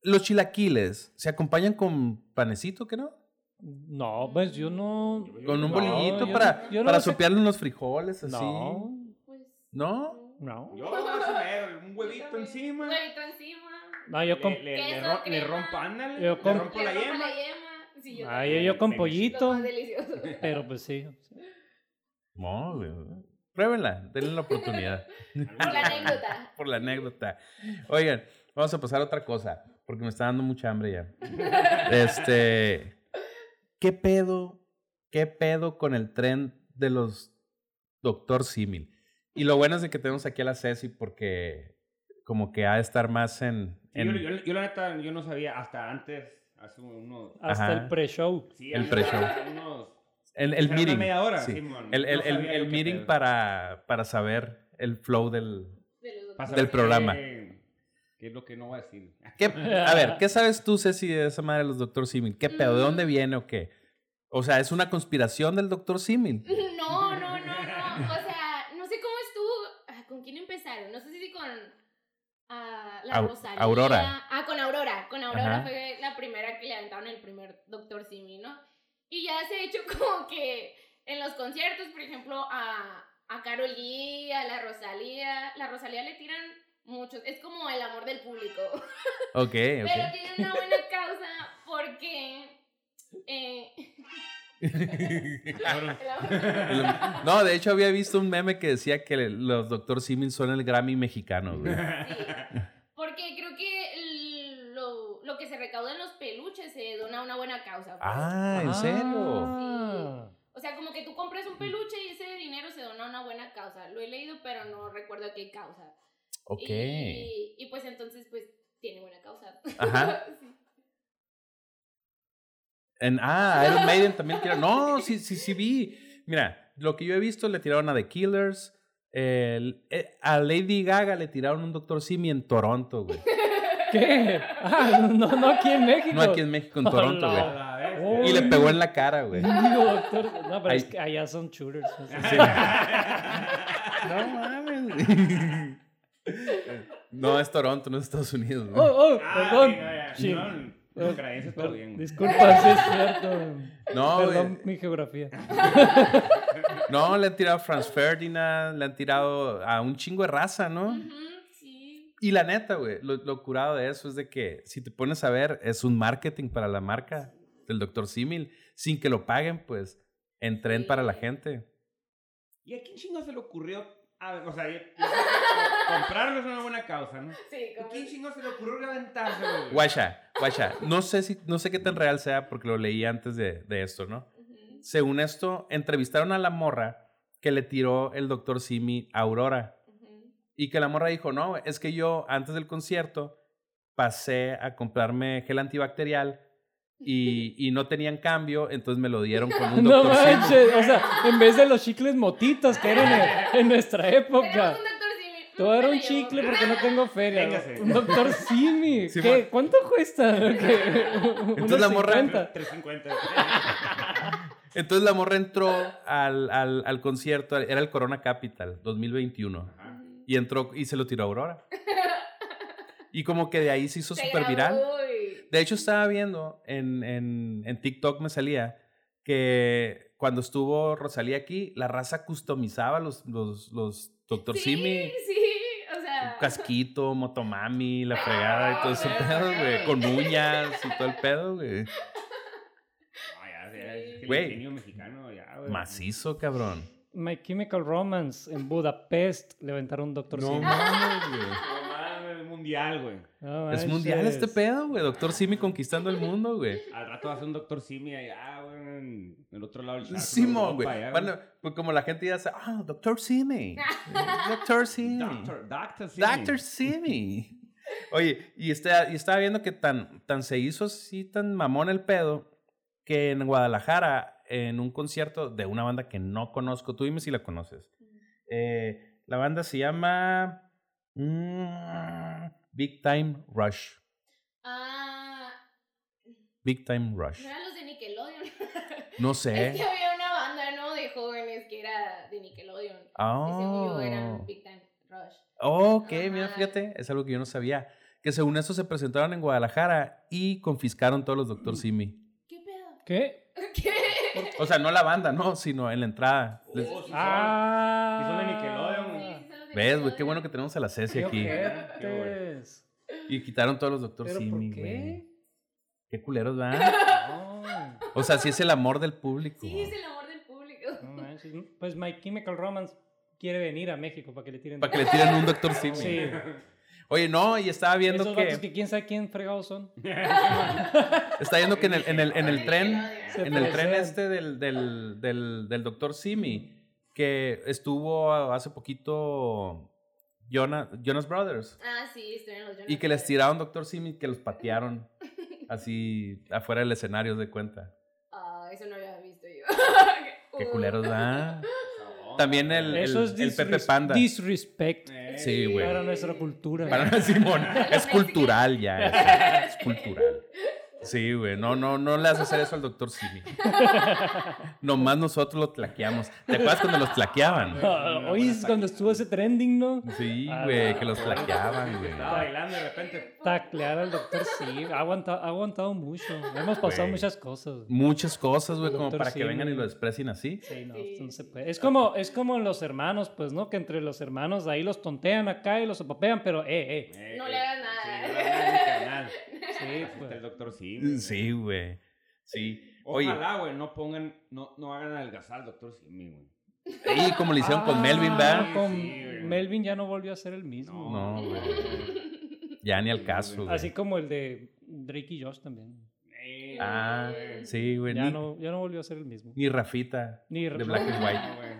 [SPEAKER 2] los chilaquiles se acompañan con panecito, ¿qué no?
[SPEAKER 3] No, pues yo no.
[SPEAKER 2] Con un
[SPEAKER 3] No,
[SPEAKER 2] bolillito
[SPEAKER 3] yo
[SPEAKER 2] para,
[SPEAKER 3] no- yo no
[SPEAKER 2] para
[SPEAKER 3] sé-
[SPEAKER 2] sopearle unos frijoles, así.
[SPEAKER 3] No,
[SPEAKER 5] Pues,
[SPEAKER 2] ¿No?
[SPEAKER 3] no.
[SPEAKER 4] Yo voy a comer un huevito encima.
[SPEAKER 5] Un huevito encima.
[SPEAKER 3] No, Ah, yo con.
[SPEAKER 4] Le, le, le,
[SPEAKER 5] Queso,
[SPEAKER 4] ro- le
[SPEAKER 5] crema.
[SPEAKER 4] rompo, ándale.
[SPEAKER 3] Yo
[SPEAKER 4] le
[SPEAKER 3] con-
[SPEAKER 4] rompo la
[SPEAKER 5] Le rompo
[SPEAKER 4] yema.
[SPEAKER 5] la yema. Sí, yo
[SPEAKER 3] Ay, yo con
[SPEAKER 4] Venga.
[SPEAKER 5] también. Lo
[SPEAKER 3] pollito.
[SPEAKER 5] más delicioso.
[SPEAKER 2] <laughs>
[SPEAKER 3] Pero pues sí.
[SPEAKER 2] No, güey. Pruébenla, denle la oportunidad.
[SPEAKER 5] Por la anécdota.
[SPEAKER 2] Por la anécdota. Oigan, vamos a pasar a otra cosa, porque me está dando mucha hambre ya. Este. ¿Qué pedo? ¿Qué pedo con el tren de los Doctor Simil? Y lo bueno es de que tenemos aquí a la Ceci porque como que ha de estar más en.
[SPEAKER 4] Sí, Yo,
[SPEAKER 2] en-
[SPEAKER 4] yo, yo la neta, yo no sabía hasta antes, hace unos...
[SPEAKER 3] Hasta
[SPEAKER 2] Ajá.
[SPEAKER 3] el pre-show.
[SPEAKER 4] Sí,
[SPEAKER 2] El
[SPEAKER 4] hace
[SPEAKER 2] precio.
[SPEAKER 4] Unos,
[SPEAKER 2] el, el
[SPEAKER 4] era una
[SPEAKER 2] meeting.
[SPEAKER 4] media hora,
[SPEAKER 2] sí.
[SPEAKER 4] Simón.
[SPEAKER 2] El, el-
[SPEAKER 4] No
[SPEAKER 2] el-
[SPEAKER 4] sabía
[SPEAKER 2] el
[SPEAKER 4] yo qué
[SPEAKER 2] meeting
[SPEAKER 4] pedo.
[SPEAKER 2] para, para saber el flow del.
[SPEAKER 5] De los dos.
[SPEAKER 4] Para
[SPEAKER 2] del
[SPEAKER 4] saber
[SPEAKER 2] programa.
[SPEAKER 4] qué- ¿Qué es lo que no va a decir?
[SPEAKER 2] ¿Qué- a
[SPEAKER 5] <laughs>
[SPEAKER 2] ver, ¿qué sabes tú, Ceci, de esa madre de los Doctor Simil? ¿Qué pedo? ¿De dónde
[SPEAKER 5] Mm.
[SPEAKER 2] viene o qué? O sea, ¿es una conspiración del Doctor Simil?
[SPEAKER 5] <laughs> No, no, no, no. O sea, no sé cómo estuvo. ah, ¿Con quién empezaron? No sé si con ah, la
[SPEAKER 2] Au-
[SPEAKER 5] Rosalía.
[SPEAKER 2] Aurora.
[SPEAKER 5] Ah, con Aurora. Con Aurora
[SPEAKER 2] Ajá.
[SPEAKER 5] fue la primera que levantaron el primer Doctor Simi, ¿no? Y ya se ha hecho <laughs> como que en los conciertos, por ejemplo, a, a Karol G, a la Rosalía. La Rosalía le tiran muchos. Es como el amor del público.
[SPEAKER 2] Ok,
[SPEAKER 5] Pero
[SPEAKER 2] ok.
[SPEAKER 5] tiene una buena causa porque. eh, <laughs> el amor-
[SPEAKER 2] No, de hecho había visto un meme que decía que los Doctor Simil son el Grammy mexicano, güey.
[SPEAKER 5] <laughs> Sí. Porque creo que el- lo, lo que se recauda en los peluches se dona a una buena causa. pues.
[SPEAKER 2] Ah, ¿en serio?
[SPEAKER 3] Ah.
[SPEAKER 5] O sea, como que tú compras un peluche y ese dinero se dona a una buena causa. Lo he leído, pero no recuerdo a qué causa.
[SPEAKER 2] Ok. <laughs>
[SPEAKER 5] <laughs> Y, y pues entonces, pues, tiene buena causa.
[SPEAKER 2] Ajá.
[SPEAKER 5] Sí.
[SPEAKER 2] En, ah, Iron Maiden también tiraron. No, sí, sí, sí vi. Mira, lo que yo he visto le tiraron a The Killers. el- eh, a Lady Gaga le tiraron un Doctor Simi en Toronto, güey.
[SPEAKER 3] ¿Qué? <laughs> Ah, no, no aquí en México.
[SPEAKER 2] No aquí en México, en Toronto,
[SPEAKER 3] Hola.
[SPEAKER 2] güey.
[SPEAKER 4] A la bestia.
[SPEAKER 3] Oh.
[SPEAKER 2] Y le pegó en la cara, güey.
[SPEAKER 3] <laughs> Digo, doctor, no, pero es
[SPEAKER 2] Ahí-
[SPEAKER 3] que allá son shooters. no
[SPEAKER 2] <laughs>
[SPEAKER 3] sé.
[SPEAKER 2] Sí. No mames, güey. No, es Toronto, no es Estados Unidos,
[SPEAKER 3] Oh,
[SPEAKER 2] güey.
[SPEAKER 3] oh,
[SPEAKER 4] Ah,
[SPEAKER 3] perdón.
[SPEAKER 4] sí, no, ya,
[SPEAKER 3] Sí.
[SPEAKER 4] no, los canadienses todo bien.
[SPEAKER 3] Disculpa, sí es cierto.
[SPEAKER 2] No, eh.
[SPEAKER 3] Perdón,
[SPEAKER 2] güey.
[SPEAKER 3] mi geografía.
[SPEAKER 2] No, le han tirado a Franz Ferdinand, le han tirado a un chingo de raza, ¿no?
[SPEAKER 5] Ujú, sí.
[SPEAKER 2] Y la neta, güey, lo, lo curado de eso es de que si te pones a ver, es un marketing para la marca del Dr. Simil, sin que lo paguen, pues, en tren para la gente.
[SPEAKER 4] ¿Y a quién chingo se le ocurrió? A ver, o sea, yo- yo- <laughs> comprarlo es una buena causa, ¿no?
[SPEAKER 5] Sí,
[SPEAKER 4] ¿A
[SPEAKER 5] como-
[SPEAKER 4] quién chingo se le ocurrió levantárselo? güey?
[SPEAKER 2] Guacha, guacha, no sé, si, no sé qué tan real sea porque lo leí antes de, de esto, ¿no?
[SPEAKER 5] Ujú.
[SPEAKER 2] Según esto, entrevistaron a la morra que le tiró el Dr. Simi a Aurora.
[SPEAKER 5] Ujú.
[SPEAKER 2] Y que la morra dijo, no, es que yo antes del concierto pasé a comprarme gel antibacterial y, y no tenían cambio, entonces me lo dieron
[SPEAKER 3] <laughs>
[SPEAKER 2] con un
[SPEAKER 3] No
[SPEAKER 2] Dr. Simi.
[SPEAKER 3] manches, o sea, en vez de los chicles motitas que eran en, en nuestra época.
[SPEAKER 5] Tenemos un doctor Simi.
[SPEAKER 3] Todo era
[SPEAKER 5] Me
[SPEAKER 3] un
[SPEAKER 5] lo llevo.
[SPEAKER 3] chicle porque no tengo feria.
[SPEAKER 4] Véngase.
[SPEAKER 3] Un doctor Simi.
[SPEAKER 2] Sí,
[SPEAKER 3] ¿Qué?
[SPEAKER 2] bueno.
[SPEAKER 3] ¿Cuánto
[SPEAKER 2] <laughs>
[SPEAKER 3] cuesta? ¿Qué?
[SPEAKER 2] Entonces la morra-
[SPEAKER 3] 1.50.
[SPEAKER 4] 350.
[SPEAKER 2] Entonces la morra entró al, al- al concierto, era el Corona Capital 2021,
[SPEAKER 4] Ajá.
[SPEAKER 5] Ujú.
[SPEAKER 2] y entró y se lo tiró a Aurora. Y como que de ahí se hizo
[SPEAKER 5] Se
[SPEAKER 2] súper viral.
[SPEAKER 5] grabó y-
[SPEAKER 2] De hecho, estaba viendo en, en- en TikTok me salía que cuando estuvo Rosalía aquí, la raza customizaba los, los, los Dr. Simi.
[SPEAKER 5] Sí, sí, o sea.
[SPEAKER 2] Un casquito, motomami, la fregada y todo ese
[SPEAKER 5] Ah,
[SPEAKER 2] pedo,
[SPEAKER 5] güey.
[SPEAKER 2] güey. Con uñas y todo el pedo, güey.
[SPEAKER 4] No, ya, ya, es que el
[SPEAKER 2] Güey.
[SPEAKER 4] ingenio mexicano, ya, güey.
[SPEAKER 2] Macizo, cabrón.
[SPEAKER 3] My Chemical Romance en Budapest levantaron un doctor Simi.
[SPEAKER 2] mames, güey.
[SPEAKER 4] No mames, mundial, güey.
[SPEAKER 3] No
[SPEAKER 2] Es mundial
[SPEAKER 3] manches.
[SPEAKER 2] este pedo, güey. Doctor Simi conquistando el mundo, güey.
[SPEAKER 4] Al rato va a ser un doctor Simi allá, güey, en el otro
[SPEAKER 3] Ah,
[SPEAKER 4] lado del charco.
[SPEAKER 2] Simón,
[SPEAKER 4] en Europa,
[SPEAKER 2] güey.
[SPEAKER 4] allá,
[SPEAKER 2] Bueno, pues como la gente ya sabe, ah, Doctor
[SPEAKER 5] <laughs>
[SPEAKER 2] Simi. Doctor Simi.
[SPEAKER 4] Doctor, Doctor Simi.
[SPEAKER 2] Doctor Simi. Oye, y, este, y estaba viendo que tan, tan se hizo así, tan mamón el pedo, que en Guadalajara, en un concierto de una banda que no conozco, tú dime si la conoces. Eh, la banda se llama mm, Big Time Rush.
[SPEAKER 5] Ah,
[SPEAKER 2] Big Time Rush.
[SPEAKER 5] no eran los de Nickelodeon. <laughs>
[SPEAKER 2] No
[SPEAKER 5] Es que
[SPEAKER 2] sé.
[SPEAKER 5] había una banda, ¿no? De jóvenes que era de Nickelodeon. Y según yo
[SPEAKER 2] Oh.
[SPEAKER 5] eran Big Time Rush.
[SPEAKER 2] Ok, mira,
[SPEAKER 5] Ajá.
[SPEAKER 2] fíjate, es algo que yo no sabía. Que según eso se presentaron en Guadalajara y confiscaron todos los Doctor Simi.
[SPEAKER 5] ¿Qué pedo? <laughs>
[SPEAKER 3] ¿Qué?
[SPEAKER 5] ¿Qué?
[SPEAKER 2] O sea, no la banda, no, sino en la entrada. Les-
[SPEAKER 4] Oh, sí son.
[SPEAKER 3] Ah.
[SPEAKER 4] Y son de Nickelodeon, güey.
[SPEAKER 2] ¿Ves, güey? Qué bueno que tenemos a la Ceci
[SPEAKER 3] Qué
[SPEAKER 2] aquí.
[SPEAKER 4] Qué
[SPEAKER 3] ojetes.
[SPEAKER 2] Y quitaron todos los Doctor
[SPEAKER 3] ¿Pero
[SPEAKER 2] Simi,
[SPEAKER 3] por
[SPEAKER 2] güey.
[SPEAKER 3] qué?
[SPEAKER 2] Qué culeros,
[SPEAKER 3] <laughs>
[SPEAKER 2] ¿verdad?
[SPEAKER 3] No,
[SPEAKER 2] O sea, sí es el amor del público.
[SPEAKER 5] Sí, es el amor del público.
[SPEAKER 3] no manches. Pues My Chemical Romance quiere venir a México para que le tiren.
[SPEAKER 2] Para que le tiren un Doctor Simi.
[SPEAKER 3] Sí.
[SPEAKER 2] Oye, no, y estaba viendo
[SPEAKER 3] Esos vatos
[SPEAKER 2] que...
[SPEAKER 3] que quién sabe quién fregados son.
[SPEAKER 2] Está viendo que en el, en el, <laughs> en el tren...
[SPEAKER 3] Se
[SPEAKER 2] en el tren
[SPEAKER 3] parecen.
[SPEAKER 2] este del, del, del, del doctor Simi, que estuvo hace poquito Jonas, Jonas Brothers,
[SPEAKER 5] Ah, sí, estuvieron los Jonas
[SPEAKER 2] y que les
[SPEAKER 5] Brothers.
[SPEAKER 2] tiraron doctor Simi, que los patearon así afuera del escenario haz de cuenta.
[SPEAKER 5] Ah, eso no lo había visto yo.
[SPEAKER 2] <laughs> Qué
[SPEAKER 5] Uh.
[SPEAKER 2] culeros, ¿verdad? También el, el-
[SPEAKER 3] Eso es
[SPEAKER 2] el Pepe
[SPEAKER 3] disres-
[SPEAKER 2] Panda.
[SPEAKER 3] Disrespect
[SPEAKER 4] Eh,
[SPEAKER 2] Sí, güey.
[SPEAKER 3] para nuestra
[SPEAKER 2] <laughs>
[SPEAKER 3] cultura.
[SPEAKER 2] Para Simón, es cultural ya, es, es cultural. Sí, güey, no, no, no le haces hacer eso al doctor Simi. Nomás nosotros lo tlaqueamos. ¿Te acuerdas cuando los tlaqueaban?
[SPEAKER 3] Ah, <laughs> Hoy es cuando estuvo ese trending, ¿no?
[SPEAKER 2] Sí,
[SPEAKER 3] Ah,
[SPEAKER 2] güey,
[SPEAKER 3] no.
[SPEAKER 2] que los flaqueaban, güey.
[SPEAKER 4] Estaba bailando y de repente.
[SPEAKER 3] Taclear al doctor sí. Ha aguanta- ha aguantado, mucho. Hemos pasado
[SPEAKER 2] Güey.
[SPEAKER 3] muchas cosas.
[SPEAKER 2] Muchas cosas, güey, como
[SPEAKER 3] Doctor
[SPEAKER 2] para que
[SPEAKER 3] Simi.
[SPEAKER 2] vengan y lo desprecien así.
[SPEAKER 3] Sí, no,
[SPEAKER 5] Sí.
[SPEAKER 3] no se puede. Es como, es como los hermanos, pues, ¿no? Que entre los hermanos ahí los tontean acá y los apapean, pero,
[SPEAKER 4] <laughs>
[SPEAKER 3] eh, eh.
[SPEAKER 4] eh,
[SPEAKER 5] No
[SPEAKER 4] eh,
[SPEAKER 5] le hagas
[SPEAKER 4] sí,
[SPEAKER 5] nada.
[SPEAKER 4] no le hagas nada a mi canal.
[SPEAKER 3] Sí,
[SPEAKER 4] Así está el
[SPEAKER 3] pues.
[SPEAKER 4] doctor Simi.
[SPEAKER 2] Sí, güey. Sí. Oye,
[SPEAKER 4] Ojalá, güey, no pongan, no, no hagan algazar al doctor Simi, güey.
[SPEAKER 2] y como le hicieron con Melvin,
[SPEAKER 3] Ah,
[SPEAKER 2] ¿verdad?
[SPEAKER 3] Con
[SPEAKER 4] Sí, güey.
[SPEAKER 3] Melvin ya no volvió a ser el mismo.
[SPEAKER 2] No, güey. Ya ni al caso, güey.
[SPEAKER 3] Así como el de Drake y Josh también.
[SPEAKER 4] Eh,
[SPEAKER 2] Ah,
[SPEAKER 4] güey.
[SPEAKER 2] sí, güey.
[SPEAKER 3] Ya
[SPEAKER 2] Ni,
[SPEAKER 3] no, ya no volvió a ser el mismo.
[SPEAKER 2] ni Rafita.
[SPEAKER 3] Ni
[SPEAKER 2] de Black and White.
[SPEAKER 4] No, güey.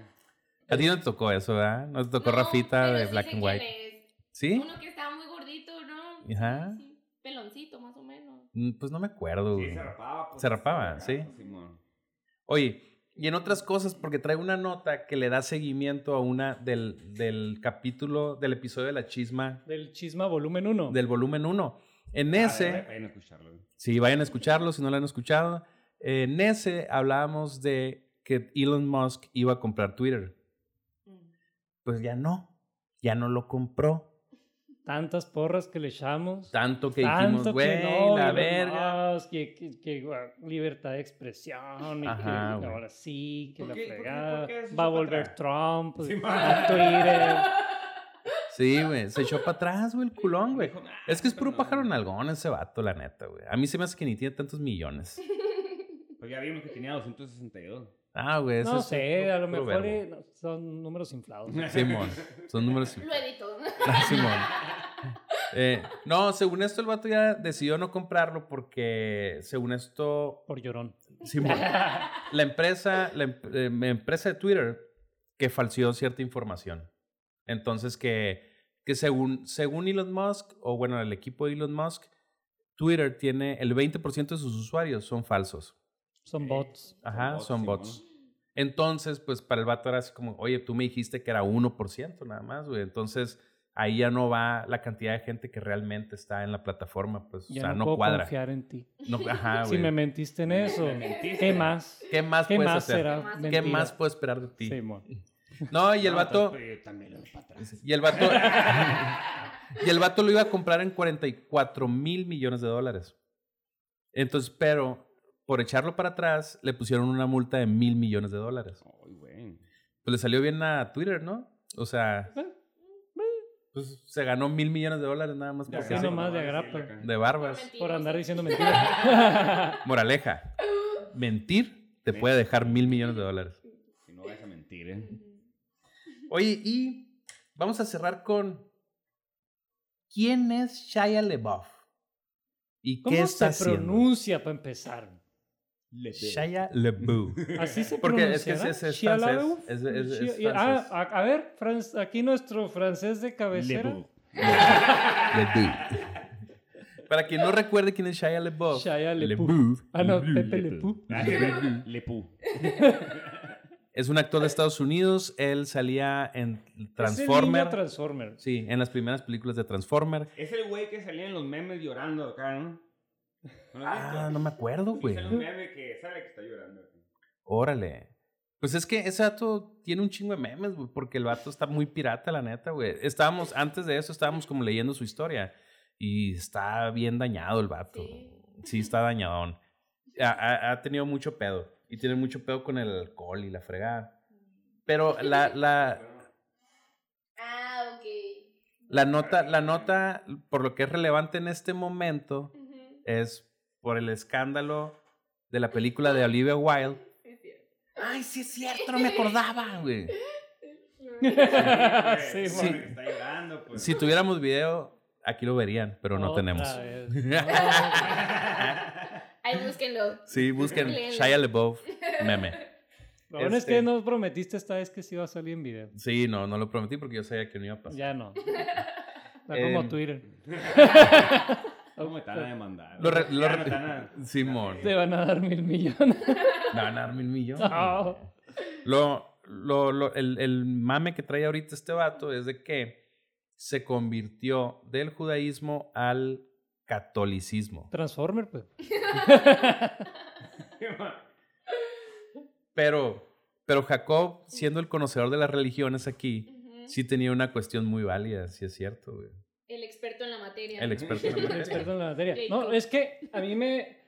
[SPEAKER 2] A ti no te tocó eso, ¿verdad? No te tocó
[SPEAKER 5] No,
[SPEAKER 2] Rafita
[SPEAKER 5] pero
[SPEAKER 2] de
[SPEAKER 5] sí
[SPEAKER 2] Black
[SPEAKER 5] sé
[SPEAKER 2] and
[SPEAKER 5] quién
[SPEAKER 2] White.
[SPEAKER 5] es.
[SPEAKER 2] ¿Sí?
[SPEAKER 5] Uno que estaba muy gordito, ¿no?
[SPEAKER 2] Ajá.
[SPEAKER 5] Sí, peloncito, más o menos.
[SPEAKER 2] Mm, Pues no me acuerdo.
[SPEAKER 4] Sí,
[SPEAKER 2] güey.
[SPEAKER 4] se rapaba. pues,
[SPEAKER 2] Se rapaba,
[SPEAKER 4] sí.
[SPEAKER 2] sí.
[SPEAKER 4] Simón.
[SPEAKER 2] Oye, y en otras cosas, porque trae una nota que le da seguimiento a una del, del capítulo, del episodio de la chisma,
[SPEAKER 3] Del Chisma Volumen 1.
[SPEAKER 2] del volumen 1. En
[SPEAKER 4] Ah,
[SPEAKER 2] ese...
[SPEAKER 4] vale la pena escucharlo. güey.
[SPEAKER 2] Si vayan a escucharlo, si no lo han escuchado. Eh, en ese hablábamos de que Elon Musk iba a comprar Twitter. Pues ya no. Ya no lo compró.
[SPEAKER 3] Tantas porras que le echamos.
[SPEAKER 2] Tanto que
[SPEAKER 3] Tanto
[SPEAKER 2] dijimos, güey,
[SPEAKER 3] que no,
[SPEAKER 2] la
[SPEAKER 3] Elon
[SPEAKER 2] verga.
[SPEAKER 3] Musk, que, que- que, gua- libertad de expresión y
[SPEAKER 2] Ajá,
[SPEAKER 3] que
[SPEAKER 2] güey.
[SPEAKER 3] ahora sí, que
[SPEAKER 4] ¿Por
[SPEAKER 3] la
[SPEAKER 4] qué- por qué-
[SPEAKER 3] fregada.
[SPEAKER 4] por qué se
[SPEAKER 3] Va a
[SPEAKER 4] echó para
[SPEAKER 3] volver
[SPEAKER 4] atrás?
[SPEAKER 3] Trump
[SPEAKER 4] Sí,
[SPEAKER 3] a Twitter.
[SPEAKER 2] Sí, güey. Se echó para atrás, güey, el culón, güey.
[SPEAKER 4] Dijo, "Ah,
[SPEAKER 2] Es que es puro
[SPEAKER 4] no".
[SPEAKER 2] pájaro nalgón ese vato, la neta, güey. A mí se me hace que ni tiene tantos
[SPEAKER 3] <laughs>
[SPEAKER 2] millones.
[SPEAKER 4] Pues ya vimos que tenía 262.
[SPEAKER 2] Ah, güey, eso
[SPEAKER 3] No
[SPEAKER 2] es
[SPEAKER 3] sé,
[SPEAKER 2] puro-
[SPEAKER 3] a lo
[SPEAKER 2] puro
[SPEAKER 3] mejor
[SPEAKER 2] verbo.
[SPEAKER 3] eh, no, son
[SPEAKER 2] <laughs>
[SPEAKER 3] números inflados.
[SPEAKER 2] Simón, son
[SPEAKER 3] <laughs>
[SPEAKER 2] números.
[SPEAKER 5] Lo edito. <laughs>
[SPEAKER 2] Ah, Simón. Eh, no, según esto, el vato ya decidió no comprarlo porque, según esto,
[SPEAKER 3] Por llorón.
[SPEAKER 2] Simón, la empresa, la em- eh, mi empresa de Twitter que falseó cierta información. Entonces, que, que según, según Elon Musk, o bueno, el equipo de Elon Musk, Twitter tiene el 20% de sus usuarios son falsos.
[SPEAKER 3] <laughs> Son bots.
[SPEAKER 2] Ajá, son
[SPEAKER 4] Simón.
[SPEAKER 2] bots. Entonces, pues para el vato era así como, oye, tú me dijiste que era 1% nada más, güey. Entonces, ahí ya no va la cantidad de gente que realmente está en la plataforma, pues, o
[SPEAKER 3] Ya
[SPEAKER 2] sea,
[SPEAKER 3] no,
[SPEAKER 2] no,
[SPEAKER 3] puedo
[SPEAKER 2] cuadra.
[SPEAKER 3] confiar en ti. <laughs>
[SPEAKER 2] No, ajá,
[SPEAKER 3] Si
[SPEAKER 2] güey.
[SPEAKER 3] me
[SPEAKER 2] <laughs>
[SPEAKER 3] mentiste en eso,
[SPEAKER 4] Me mentiste.
[SPEAKER 3] ¿qué más?
[SPEAKER 2] ¿Qué más
[SPEAKER 3] ¿Qué
[SPEAKER 2] puedes
[SPEAKER 3] más
[SPEAKER 2] hacer?
[SPEAKER 3] será?
[SPEAKER 5] ¿Qué
[SPEAKER 2] ¿Qué
[SPEAKER 3] mentira?
[SPEAKER 2] más puedo esperar de ti?
[SPEAKER 3] Simón.
[SPEAKER 2] <laughs> No, y el
[SPEAKER 4] No,
[SPEAKER 2] vato.
[SPEAKER 4] entonces, pues, yo también lo doy para atrás.
[SPEAKER 2] Y el
[SPEAKER 3] <laughs>
[SPEAKER 2] vato. y el vato lo iba a comprar en 44 mil millones de dólares. Entonces, pero por echarlo para atrás, le pusieron una multa de mil millones de dólares.
[SPEAKER 4] Ay, güey.
[SPEAKER 2] Pues le salió bien a Twitter, ¿no? O sea, pues se ganó mil millones de dólares nada más
[SPEAKER 4] Ya,
[SPEAKER 2] porque
[SPEAKER 3] Así
[SPEAKER 2] sí.
[SPEAKER 4] claro,
[SPEAKER 3] nomás de
[SPEAKER 4] vamos a
[SPEAKER 3] agrapa.
[SPEAKER 4] decirle acá.
[SPEAKER 2] de barbas.
[SPEAKER 5] Mentiroso.
[SPEAKER 3] Por andar <laughs> diciendo mentiras.
[SPEAKER 2] Moraleja. Mentir te puede dejar mil millones de dólares.
[SPEAKER 4] Si no vayas a mentir, ¿eh?
[SPEAKER 2] Oye, y vamos a cerrar con ¿Quién es Shia LeBuff? ¿Y qué
[SPEAKER 3] ¿Cómo
[SPEAKER 2] está
[SPEAKER 3] se
[SPEAKER 2] haciendo?
[SPEAKER 3] pronuncia para empezar?
[SPEAKER 2] Shia LeBeouf.
[SPEAKER 3] Así se
[SPEAKER 2] Porque
[SPEAKER 3] pronuncia.
[SPEAKER 2] es que es, es, es
[SPEAKER 3] ¿Shia
[SPEAKER 2] francés.
[SPEAKER 3] LaBeouf?
[SPEAKER 2] Es, es- es
[SPEAKER 3] Shia- ah,
[SPEAKER 2] francés.
[SPEAKER 3] a, a ver, Franz- aquí nuestro francés de cabecera. <laughs>
[SPEAKER 2] LeBeouf. Para quien no recuerde quién es Shia LeBeouf.
[SPEAKER 3] Shia LaBeouf.
[SPEAKER 2] LaBeouf.
[SPEAKER 3] Ah, no,
[SPEAKER 2] LaBeouf.
[SPEAKER 3] Pepe Le
[SPEAKER 4] <laughs>
[SPEAKER 3] Pew.
[SPEAKER 4] Ah, Lepú.
[SPEAKER 2] Es un actor de Estados Unidos. Él salía en
[SPEAKER 3] Es el niño
[SPEAKER 2] Transformer.
[SPEAKER 3] Transformer.
[SPEAKER 2] sí, en las primeras películas de Transformer.
[SPEAKER 4] Es el güey que salía en los memes llorando acá, ¿no? ¿No lo has
[SPEAKER 2] Ah,
[SPEAKER 4] visto?
[SPEAKER 2] no me acuerdo,
[SPEAKER 4] Sí,
[SPEAKER 2] güey.
[SPEAKER 4] sale un meme que sale que está llorando. así.
[SPEAKER 2] Órale. Pues es que ese vato tiene un chingo de memes, güey, porque el vato está muy pirata, la neta, güey. Estábamos, antes de eso, estábamos como leyendo su historia y está bien dañado el vato.
[SPEAKER 5] Sí.
[SPEAKER 2] Sí, está dañadón. Ha, ha- ha tenido mucho pedo y tiene mucho pedo con el alcohol y la fregada. Pero la, la,
[SPEAKER 5] Ah, ok.
[SPEAKER 2] la nota, la nota, por lo que es relevante en este momento,
[SPEAKER 5] Ujú.
[SPEAKER 2] es por el escándalo de la película de Olivia Wilde.
[SPEAKER 5] Sí, es cierto.
[SPEAKER 2] <laughs> Ay, sí es cierto,
[SPEAKER 3] <laughs>
[SPEAKER 2] no me acordaba, güey.
[SPEAKER 4] Sí,
[SPEAKER 3] Sí,
[SPEAKER 4] güey,
[SPEAKER 3] sí.
[SPEAKER 4] que Está llorando, pues.
[SPEAKER 2] Si tuviéramos video, aquí lo verían, pero no
[SPEAKER 3] Otra
[SPEAKER 2] tenemos.
[SPEAKER 3] vez. No.
[SPEAKER 5] Ahí búsquenlo.
[SPEAKER 2] <laughs> Sí, busquen
[SPEAKER 5] Léelo.
[SPEAKER 2] Shia LeBeouf
[SPEAKER 3] <laughs>
[SPEAKER 2] meme.
[SPEAKER 3] Lo bueno es
[SPEAKER 2] Este-
[SPEAKER 3] que nos prometiste esta vez que sí iba a salir en video.
[SPEAKER 2] Sí, no, no lo prometí porque yo sabía que no iba a pasar.
[SPEAKER 3] Ya
[SPEAKER 2] <laughs>
[SPEAKER 3] no. No
[SPEAKER 2] Em,
[SPEAKER 3] como Twitter.
[SPEAKER 4] <laughs> ¿Cómo me están a demandar?
[SPEAKER 2] Lo re- lo
[SPEAKER 4] Ya
[SPEAKER 2] re-
[SPEAKER 4] me están a-
[SPEAKER 2] <laughs> Simón.
[SPEAKER 3] Te van a dar mil millones. <laughs>
[SPEAKER 2] Me van a dar mil millones.
[SPEAKER 3] No.
[SPEAKER 2] Lo, lo, lo- el, el mame que trae ahorita este vato es de que se convirtió del judaísmo al catolicismo.
[SPEAKER 3] Transformer, pues.
[SPEAKER 2] Pero, pero Jacob, siendo el conocedor de las religiones aquí,
[SPEAKER 5] Ujú.
[SPEAKER 2] sí tenía una cuestión muy válida, sí es cierto, güey.
[SPEAKER 5] El experto en la materia.
[SPEAKER 2] El experto en la <laughs> materia.
[SPEAKER 3] Experto en la materia. No,
[SPEAKER 5] Jacob.
[SPEAKER 3] es que a mí me,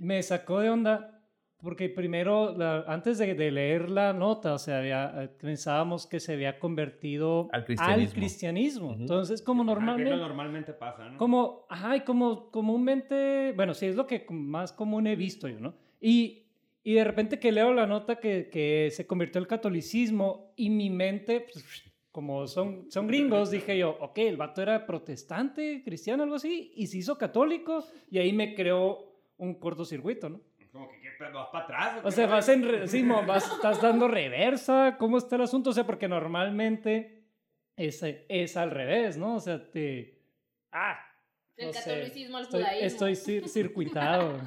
[SPEAKER 3] me sacó de onda porque primero, la- antes de, de leer la nota, o sea, había- eh, pensábamos que se había convertido
[SPEAKER 2] Al cristianismo.
[SPEAKER 3] cristianismo.
[SPEAKER 2] Ujú.
[SPEAKER 3] Entonces, como
[SPEAKER 4] Ah, que
[SPEAKER 3] normalmente...
[SPEAKER 4] no normalmente pasa, ¿no?
[SPEAKER 3] Como, ajá, y como comúnmente, bueno, sí, es lo que com- más común he visto yo, ¿no? Y, y de repente que leo la nota que, que se convirtió al catolicismo y mi mente, pues, como son, son gringos, dije yo, ok, el vato era protestante, cristiano, algo así, y se hizo católico, y ahí me creó un cortocircuito, ¿no?
[SPEAKER 4] Como que ¿qué pedo? vas para atrás.
[SPEAKER 3] O sea, vas en,
[SPEAKER 4] <laughs>
[SPEAKER 3] re- sí, mo, vas- estás dando reversa, ¿cómo está el asunto? O sea, porque normalmente es, es al revés, ¿no? O sea, te... Ah,
[SPEAKER 5] Del
[SPEAKER 3] No sé.
[SPEAKER 5] catolicismo al
[SPEAKER 3] Estoy,
[SPEAKER 5] judaísmo.
[SPEAKER 3] estoy
[SPEAKER 5] <laughs>
[SPEAKER 3] cir- circuitado.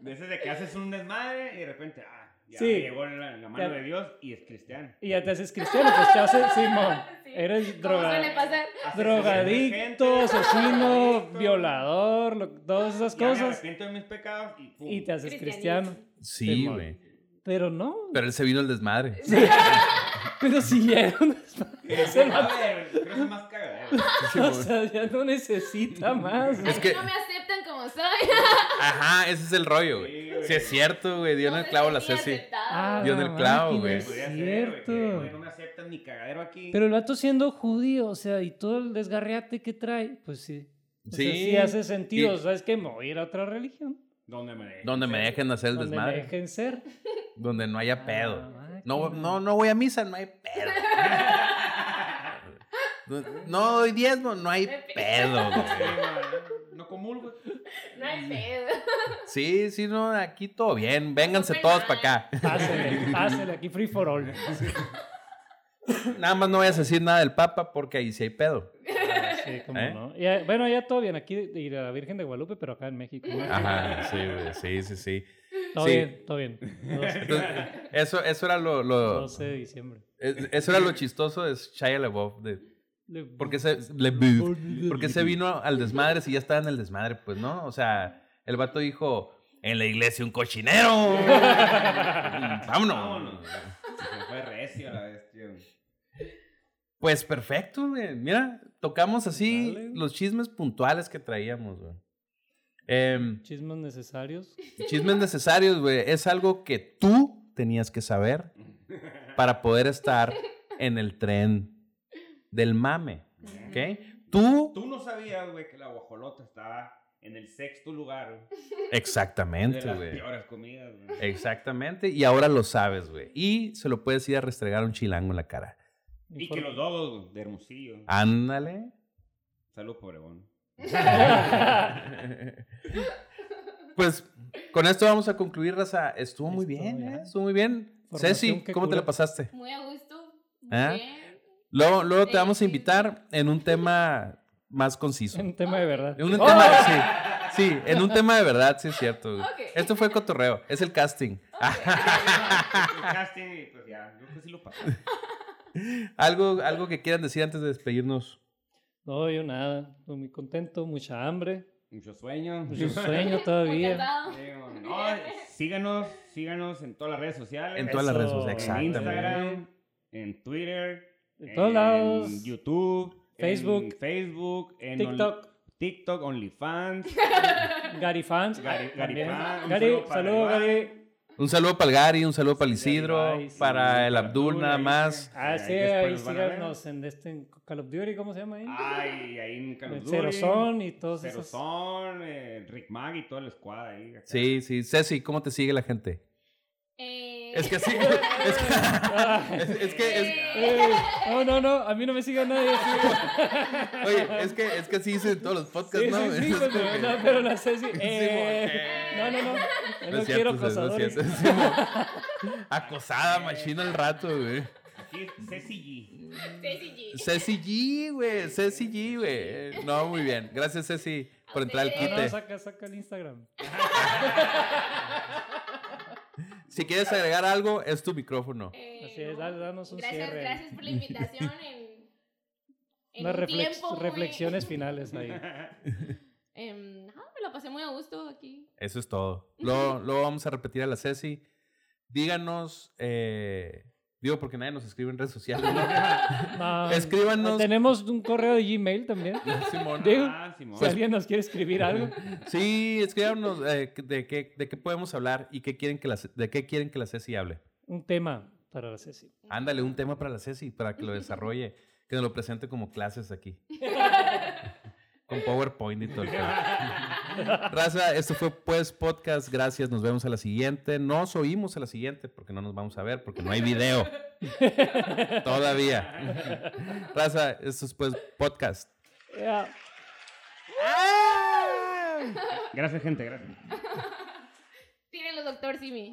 [SPEAKER 4] De esas de que haces un desmadre y de repente, ah, ya
[SPEAKER 3] Sí.
[SPEAKER 4] llegó la, la mano
[SPEAKER 3] Ya.
[SPEAKER 4] de Dios y es cristiano.
[SPEAKER 3] y ya te haces cristiano, pues te haces Simón.
[SPEAKER 5] <laughs> Sí.
[SPEAKER 3] Eres
[SPEAKER 5] ¿Cómo suele
[SPEAKER 3] droga,
[SPEAKER 5] pasar?
[SPEAKER 3] drogadicto,
[SPEAKER 5] <laughs>
[SPEAKER 3] asesino, violador, lo- todas esas
[SPEAKER 4] Me
[SPEAKER 3] cosas.
[SPEAKER 4] arrepiento de mis pecados y pum. <laughs>
[SPEAKER 3] Y te haces cristiano.
[SPEAKER 5] <laughs>
[SPEAKER 2] Sí,
[SPEAKER 3] Simón.
[SPEAKER 2] güey.
[SPEAKER 3] Pero no.
[SPEAKER 2] Pero él se vino el <laughs> desmadre.
[SPEAKER 3] Pero si ya era
[SPEAKER 2] <laughs>
[SPEAKER 3] un desmadre,
[SPEAKER 4] Eh,
[SPEAKER 3] Se
[SPEAKER 4] a ver, creo que es más cagadero.
[SPEAKER 3] o sea, ya no necesita más.
[SPEAKER 5] Es
[SPEAKER 2] Es
[SPEAKER 5] que
[SPEAKER 2] que-
[SPEAKER 5] no me aceptan como soy.
[SPEAKER 2] Ajá, ese es el rollo,
[SPEAKER 4] Sí,
[SPEAKER 2] güey.
[SPEAKER 4] güey.
[SPEAKER 2] Sí, es cierto, güey. Dio en
[SPEAKER 5] <laughs>
[SPEAKER 2] el clavo la Ceci.
[SPEAKER 5] Ah,
[SPEAKER 2] Dio en el
[SPEAKER 3] la
[SPEAKER 2] clavo,
[SPEAKER 3] máquina,
[SPEAKER 2] güey.
[SPEAKER 3] Es
[SPEAKER 4] Podría ser, güey,
[SPEAKER 3] cierto.
[SPEAKER 4] que, güey, no me aceptan ni cagadero aquí.
[SPEAKER 3] Pero el vato siendo judío, o sea, y todo el desgarriate que trae, pues sí. O sea, sí
[SPEAKER 2] Sí.
[SPEAKER 3] hace sentido.
[SPEAKER 2] Y-
[SPEAKER 3] ¿Sabes qué? Me voy a ir a otra religión.
[SPEAKER 4] ¿Dónde me dejan?
[SPEAKER 2] Donde me dejen hacer el
[SPEAKER 3] donde
[SPEAKER 2] desmadre.
[SPEAKER 3] me dejen ser.
[SPEAKER 2] Donde no haya
[SPEAKER 3] Ah,
[SPEAKER 2] pedo.
[SPEAKER 3] máquina.
[SPEAKER 2] No, no, no voy a misa, no hay <laughs> pedo. No- No doy diezmo, no hay pedo,
[SPEAKER 4] Sí,
[SPEAKER 2] güey.
[SPEAKER 4] güey, No comulgo.
[SPEAKER 5] No hay pedo.
[SPEAKER 2] Sí, sí, no, aquí todo bien. Vénganse todos para acá. <laughs>
[SPEAKER 3] Pásele, pásele, aquí free for all.
[SPEAKER 2] Nada más no vayas a decir nada del Papa porque ahí sí hay pedo.
[SPEAKER 3] Ah, sí, cómo
[SPEAKER 2] ¿Eh?
[SPEAKER 3] no. Ya- bueno, ya todo bien aquí y la Virgen de Guadalupe, pero acá en México. ¿no?
[SPEAKER 2] Ajá, sí, güey. Sí, sí, sí.
[SPEAKER 3] Todo
[SPEAKER 2] sí.
[SPEAKER 3] bien, todo
[SPEAKER 2] <laughs>
[SPEAKER 3] bien. 12,
[SPEAKER 2] Entonces, eso, eso era lo, lo-
[SPEAKER 3] 12 de diciembre.
[SPEAKER 2] es- eso era lo chistoso de Shia LaBeouf. De,
[SPEAKER 3] Le-
[SPEAKER 2] porque se, LaBeouf, porque se vino al desmadre si ya estaba en el desmadre, pues no. O sea, el vato dijo, en la iglesia un cochinero. Mm, <laughs> Vámonos.
[SPEAKER 4] Vámonos. Se fue recio a la vez, tío.
[SPEAKER 2] Pues perfecto, güey. Mira, tocamos así
[SPEAKER 3] Dale.
[SPEAKER 2] los chismes puntuales que traíamos, güey. Em,
[SPEAKER 3] Chismes necesarios.
[SPEAKER 2] Chismes necesarios, güey. Es algo que tú tenías que saber para poder estar en el tren del mame. ¿Ok? Tú.
[SPEAKER 4] Tú no sabías, güey, que la guajolota estaba en el sexto lugar güey, de
[SPEAKER 2] Exactamente,
[SPEAKER 4] las
[SPEAKER 2] güey. Eh,
[SPEAKER 4] peores comidas, güey.
[SPEAKER 2] Exactamente. Y ahora lo sabes, güey. Y se lo puedes ir a restregar a un chilango en la cara.
[SPEAKER 4] Y que los dos, güey, de Hermosillo.
[SPEAKER 2] Ah. Ándale. <laughs>
[SPEAKER 4] Salud, pobregón.
[SPEAKER 2] Pues con esto vamos a concluir, Raza. Estuvo muy
[SPEAKER 3] Listo,
[SPEAKER 2] bien,
[SPEAKER 3] ya.
[SPEAKER 2] ¿eh? Estuvo muy bien.
[SPEAKER 3] Formación
[SPEAKER 2] Ceci,
[SPEAKER 3] que
[SPEAKER 2] ¿cómo te
[SPEAKER 3] cura.
[SPEAKER 2] la pasaste?
[SPEAKER 5] Muy a gusto. Muy
[SPEAKER 2] ¿Ah?
[SPEAKER 5] bien.
[SPEAKER 2] Luego, luego te
[SPEAKER 5] Eh,
[SPEAKER 2] vamos a
[SPEAKER 5] sí.
[SPEAKER 2] invitar en un tema más conciso.
[SPEAKER 3] <laughs> Un tema de verdad.
[SPEAKER 5] <laughs>
[SPEAKER 3] ¡Oh!
[SPEAKER 2] En un tema, sí. Sí, en un tema de verdad, sí es cierto. güey.
[SPEAKER 5] Oh. Ok.
[SPEAKER 2] Esto fue cotorreo, es el casting. Ah.
[SPEAKER 4] El casting, y pues ya, yo creo que sí lo pasé.
[SPEAKER 2] Algo, algo que quieran decir antes de despedirnos.
[SPEAKER 3] No, yo nada. Estoy muy contento, mucha hambre,
[SPEAKER 4] Mucho sueño.
[SPEAKER 3] mucho sueño
[SPEAKER 5] <laughs> Muy
[SPEAKER 3] todavía.
[SPEAKER 5] cansado.
[SPEAKER 4] Digo, no, síganos, síganos en todas las redes sociales.
[SPEAKER 2] En todas las redes sociales,
[SPEAKER 3] Eso.
[SPEAKER 4] En
[SPEAKER 2] exactamente.
[SPEAKER 4] Instagram, en Twitter,
[SPEAKER 3] En todos lados.
[SPEAKER 4] YouTube,
[SPEAKER 3] Facebook.
[SPEAKER 4] en Facebook, en
[SPEAKER 3] TikTok,
[SPEAKER 4] Only- TikTok, OnlyFans.
[SPEAKER 3] Gary Fans.
[SPEAKER 4] Gary- Gary
[SPEAKER 3] también.
[SPEAKER 4] Fans, un
[SPEAKER 3] Gary,
[SPEAKER 4] saludo para
[SPEAKER 3] saludo,
[SPEAKER 4] Iván.
[SPEAKER 3] Gary.
[SPEAKER 2] Un saludo para el Gary, un saludo para el Isidro,
[SPEAKER 3] Ibai, sí,
[SPEAKER 2] para el
[SPEAKER 4] para
[SPEAKER 2] Abdul
[SPEAKER 4] Abdul,
[SPEAKER 2] nada
[SPEAKER 4] ahí
[SPEAKER 2] más.
[SPEAKER 4] sí. Eh,
[SPEAKER 3] Ah,
[SPEAKER 4] Ahí
[SPEAKER 3] sí,
[SPEAKER 4] después
[SPEAKER 3] ahí
[SPEAKER 4] nos van a ver.
[SPEAKER 3] síganos en, este, en Call of Duty, ¿cómo se llama ahí?
[SPEAKER 4] Ay, ahí en Call of
[SPEAKER 3] En
[SPEAKER 4] Duty.
[SPEAKER 3] Cerozón y todos esos.
[SPEAKER 4] Cerozón, eh, Rick Mag y toda la escuadra ahí. acá.
[SPEAKER 2] Sí, sí. Ceci, ¿cómo te sigue la gente?
[SPEAKER 5] Eh,
[SPEAKER 2] Es que
[SPEAKER 5] <laughs>
[SPEAKER 2] así. Es que. Es, es que es-
[SPEAKER 5] eh,
[SPEAKER 3] Eh, no, no, no, a mí no me sigue nadie.
[SPEAKER 2] <laughs>
[SPEAKER 3] sí.
[SPEAKER 2] oye, es que, es que así dicen todos los podcasts,
[SPEAKER 3] Sí,
[SPEAKER 2] ¿no?
[SPEAKER 3] sí, sí,
[SPEAKER 2] Es
[SPEAKER 3] pues,
[SPEAKER 2] como que-
[SPEAKER 3] no, pero
[SPEAKER 4] <laughs>
[SPEAKER 3] la Ceci.
[SPEAKER 2] eh.
[SPEAKER 3] eh, no, no, no. Yo no,
[SPEAKER 2] es cierto,
[SPEAKER 3] quiero
[SPEAKER 2] o sea, no es
[SPEAKER 3] acosadores.
[SPEAKER 2] cierto, es como- Acosada, machina al rato, güey.
[SPEAKER 4] Aquí es Ceci G.
[SPEAKER 5] Ceci G.
[SPEAKER 2] Ceci G, güey. Ceci G, güey. No, muy bien. Gracias, Ceci, por entrar al
[SPEAKER 5] Ah,
[SPEAKER 3] No, no,
[SPEAKER 2] quite.
[SPEAKER 3] saca, saca el Instagram.
[SPEAKER 2] Si quieres agregar algo, es tu micrófono.
[SPEAKER 5] Eh,
[SPEAKER 3] Así es,
[SPEAKER 5] no.
[SPEAKER 3] dale, danos un
[SPEAKER 5] gracias,
[SPEAKER 3] cierre.
[SPEAKER 5] Gracias por
[SPEAKER 3] <laughs>
[SPEAKER 5] la invitación en, en
[SPEAKER 3] Unas
[SPEAKER 5] un
[SPEAKER 3] reflex-
[SPEAKER 5] tiempo muy-
[SPEAKER 3] reflexiones finales
[SPEAKER 4] <laughs>
[SPEAKER 3] ahí.
[SPEAKER 5] Em, ah, me la pasé muy a gusto aquí.
[SPEAKER 2] Eso es todo. Luego, luego vamos a repetir a la Ceci. Díganos, eh, digo porque nadie nos escribe en redes sociales. ¿no? <laughs>
[SPEAKER 3] No,
[SPEAKER 2] Escríbanos.
[SPEAKER 3] Tenemos un correo de
[SPEAKER 2] <laughs>
[SPEAKER 3] Gmail también.
[SPEAKER 2] Simón.
[SPEAKER 3] Diego,
[SPEAKER 4] Ah, Simón.
[SPEAKER 3] si alguien nos quiere escribir algo.
[SPEAKER 2] Sí, escríbanos eh, de, qué, de qué podemos hablar y qué quieren que la, Ce- de qué quieren que la Ceci hable.
[SPEAKER 3] Un tema para la Ceci.
[SPEAKER 2] Ándale, un tema para la Ceci, para que lo desarrolle, que nos lo presente como clases
[SPEAKER 3] <laughs>
[SPEAKER 2] aquí. Con PowerPoint y todo el pedo. Raza, esto fue Pues Podcast. Gracias, nos vemos a la siguiente. Nos oímos a la siguiente porque no nos vamos a ver, porque no hay video. Todavía. Raza, esto es Pues Podcast.
[SPEAKER 3] Ya.
[SPEAKER 4] <laughs> Gracias, gente, gracias.
[SPEAKER 5] Tírenlo, doctor Simi.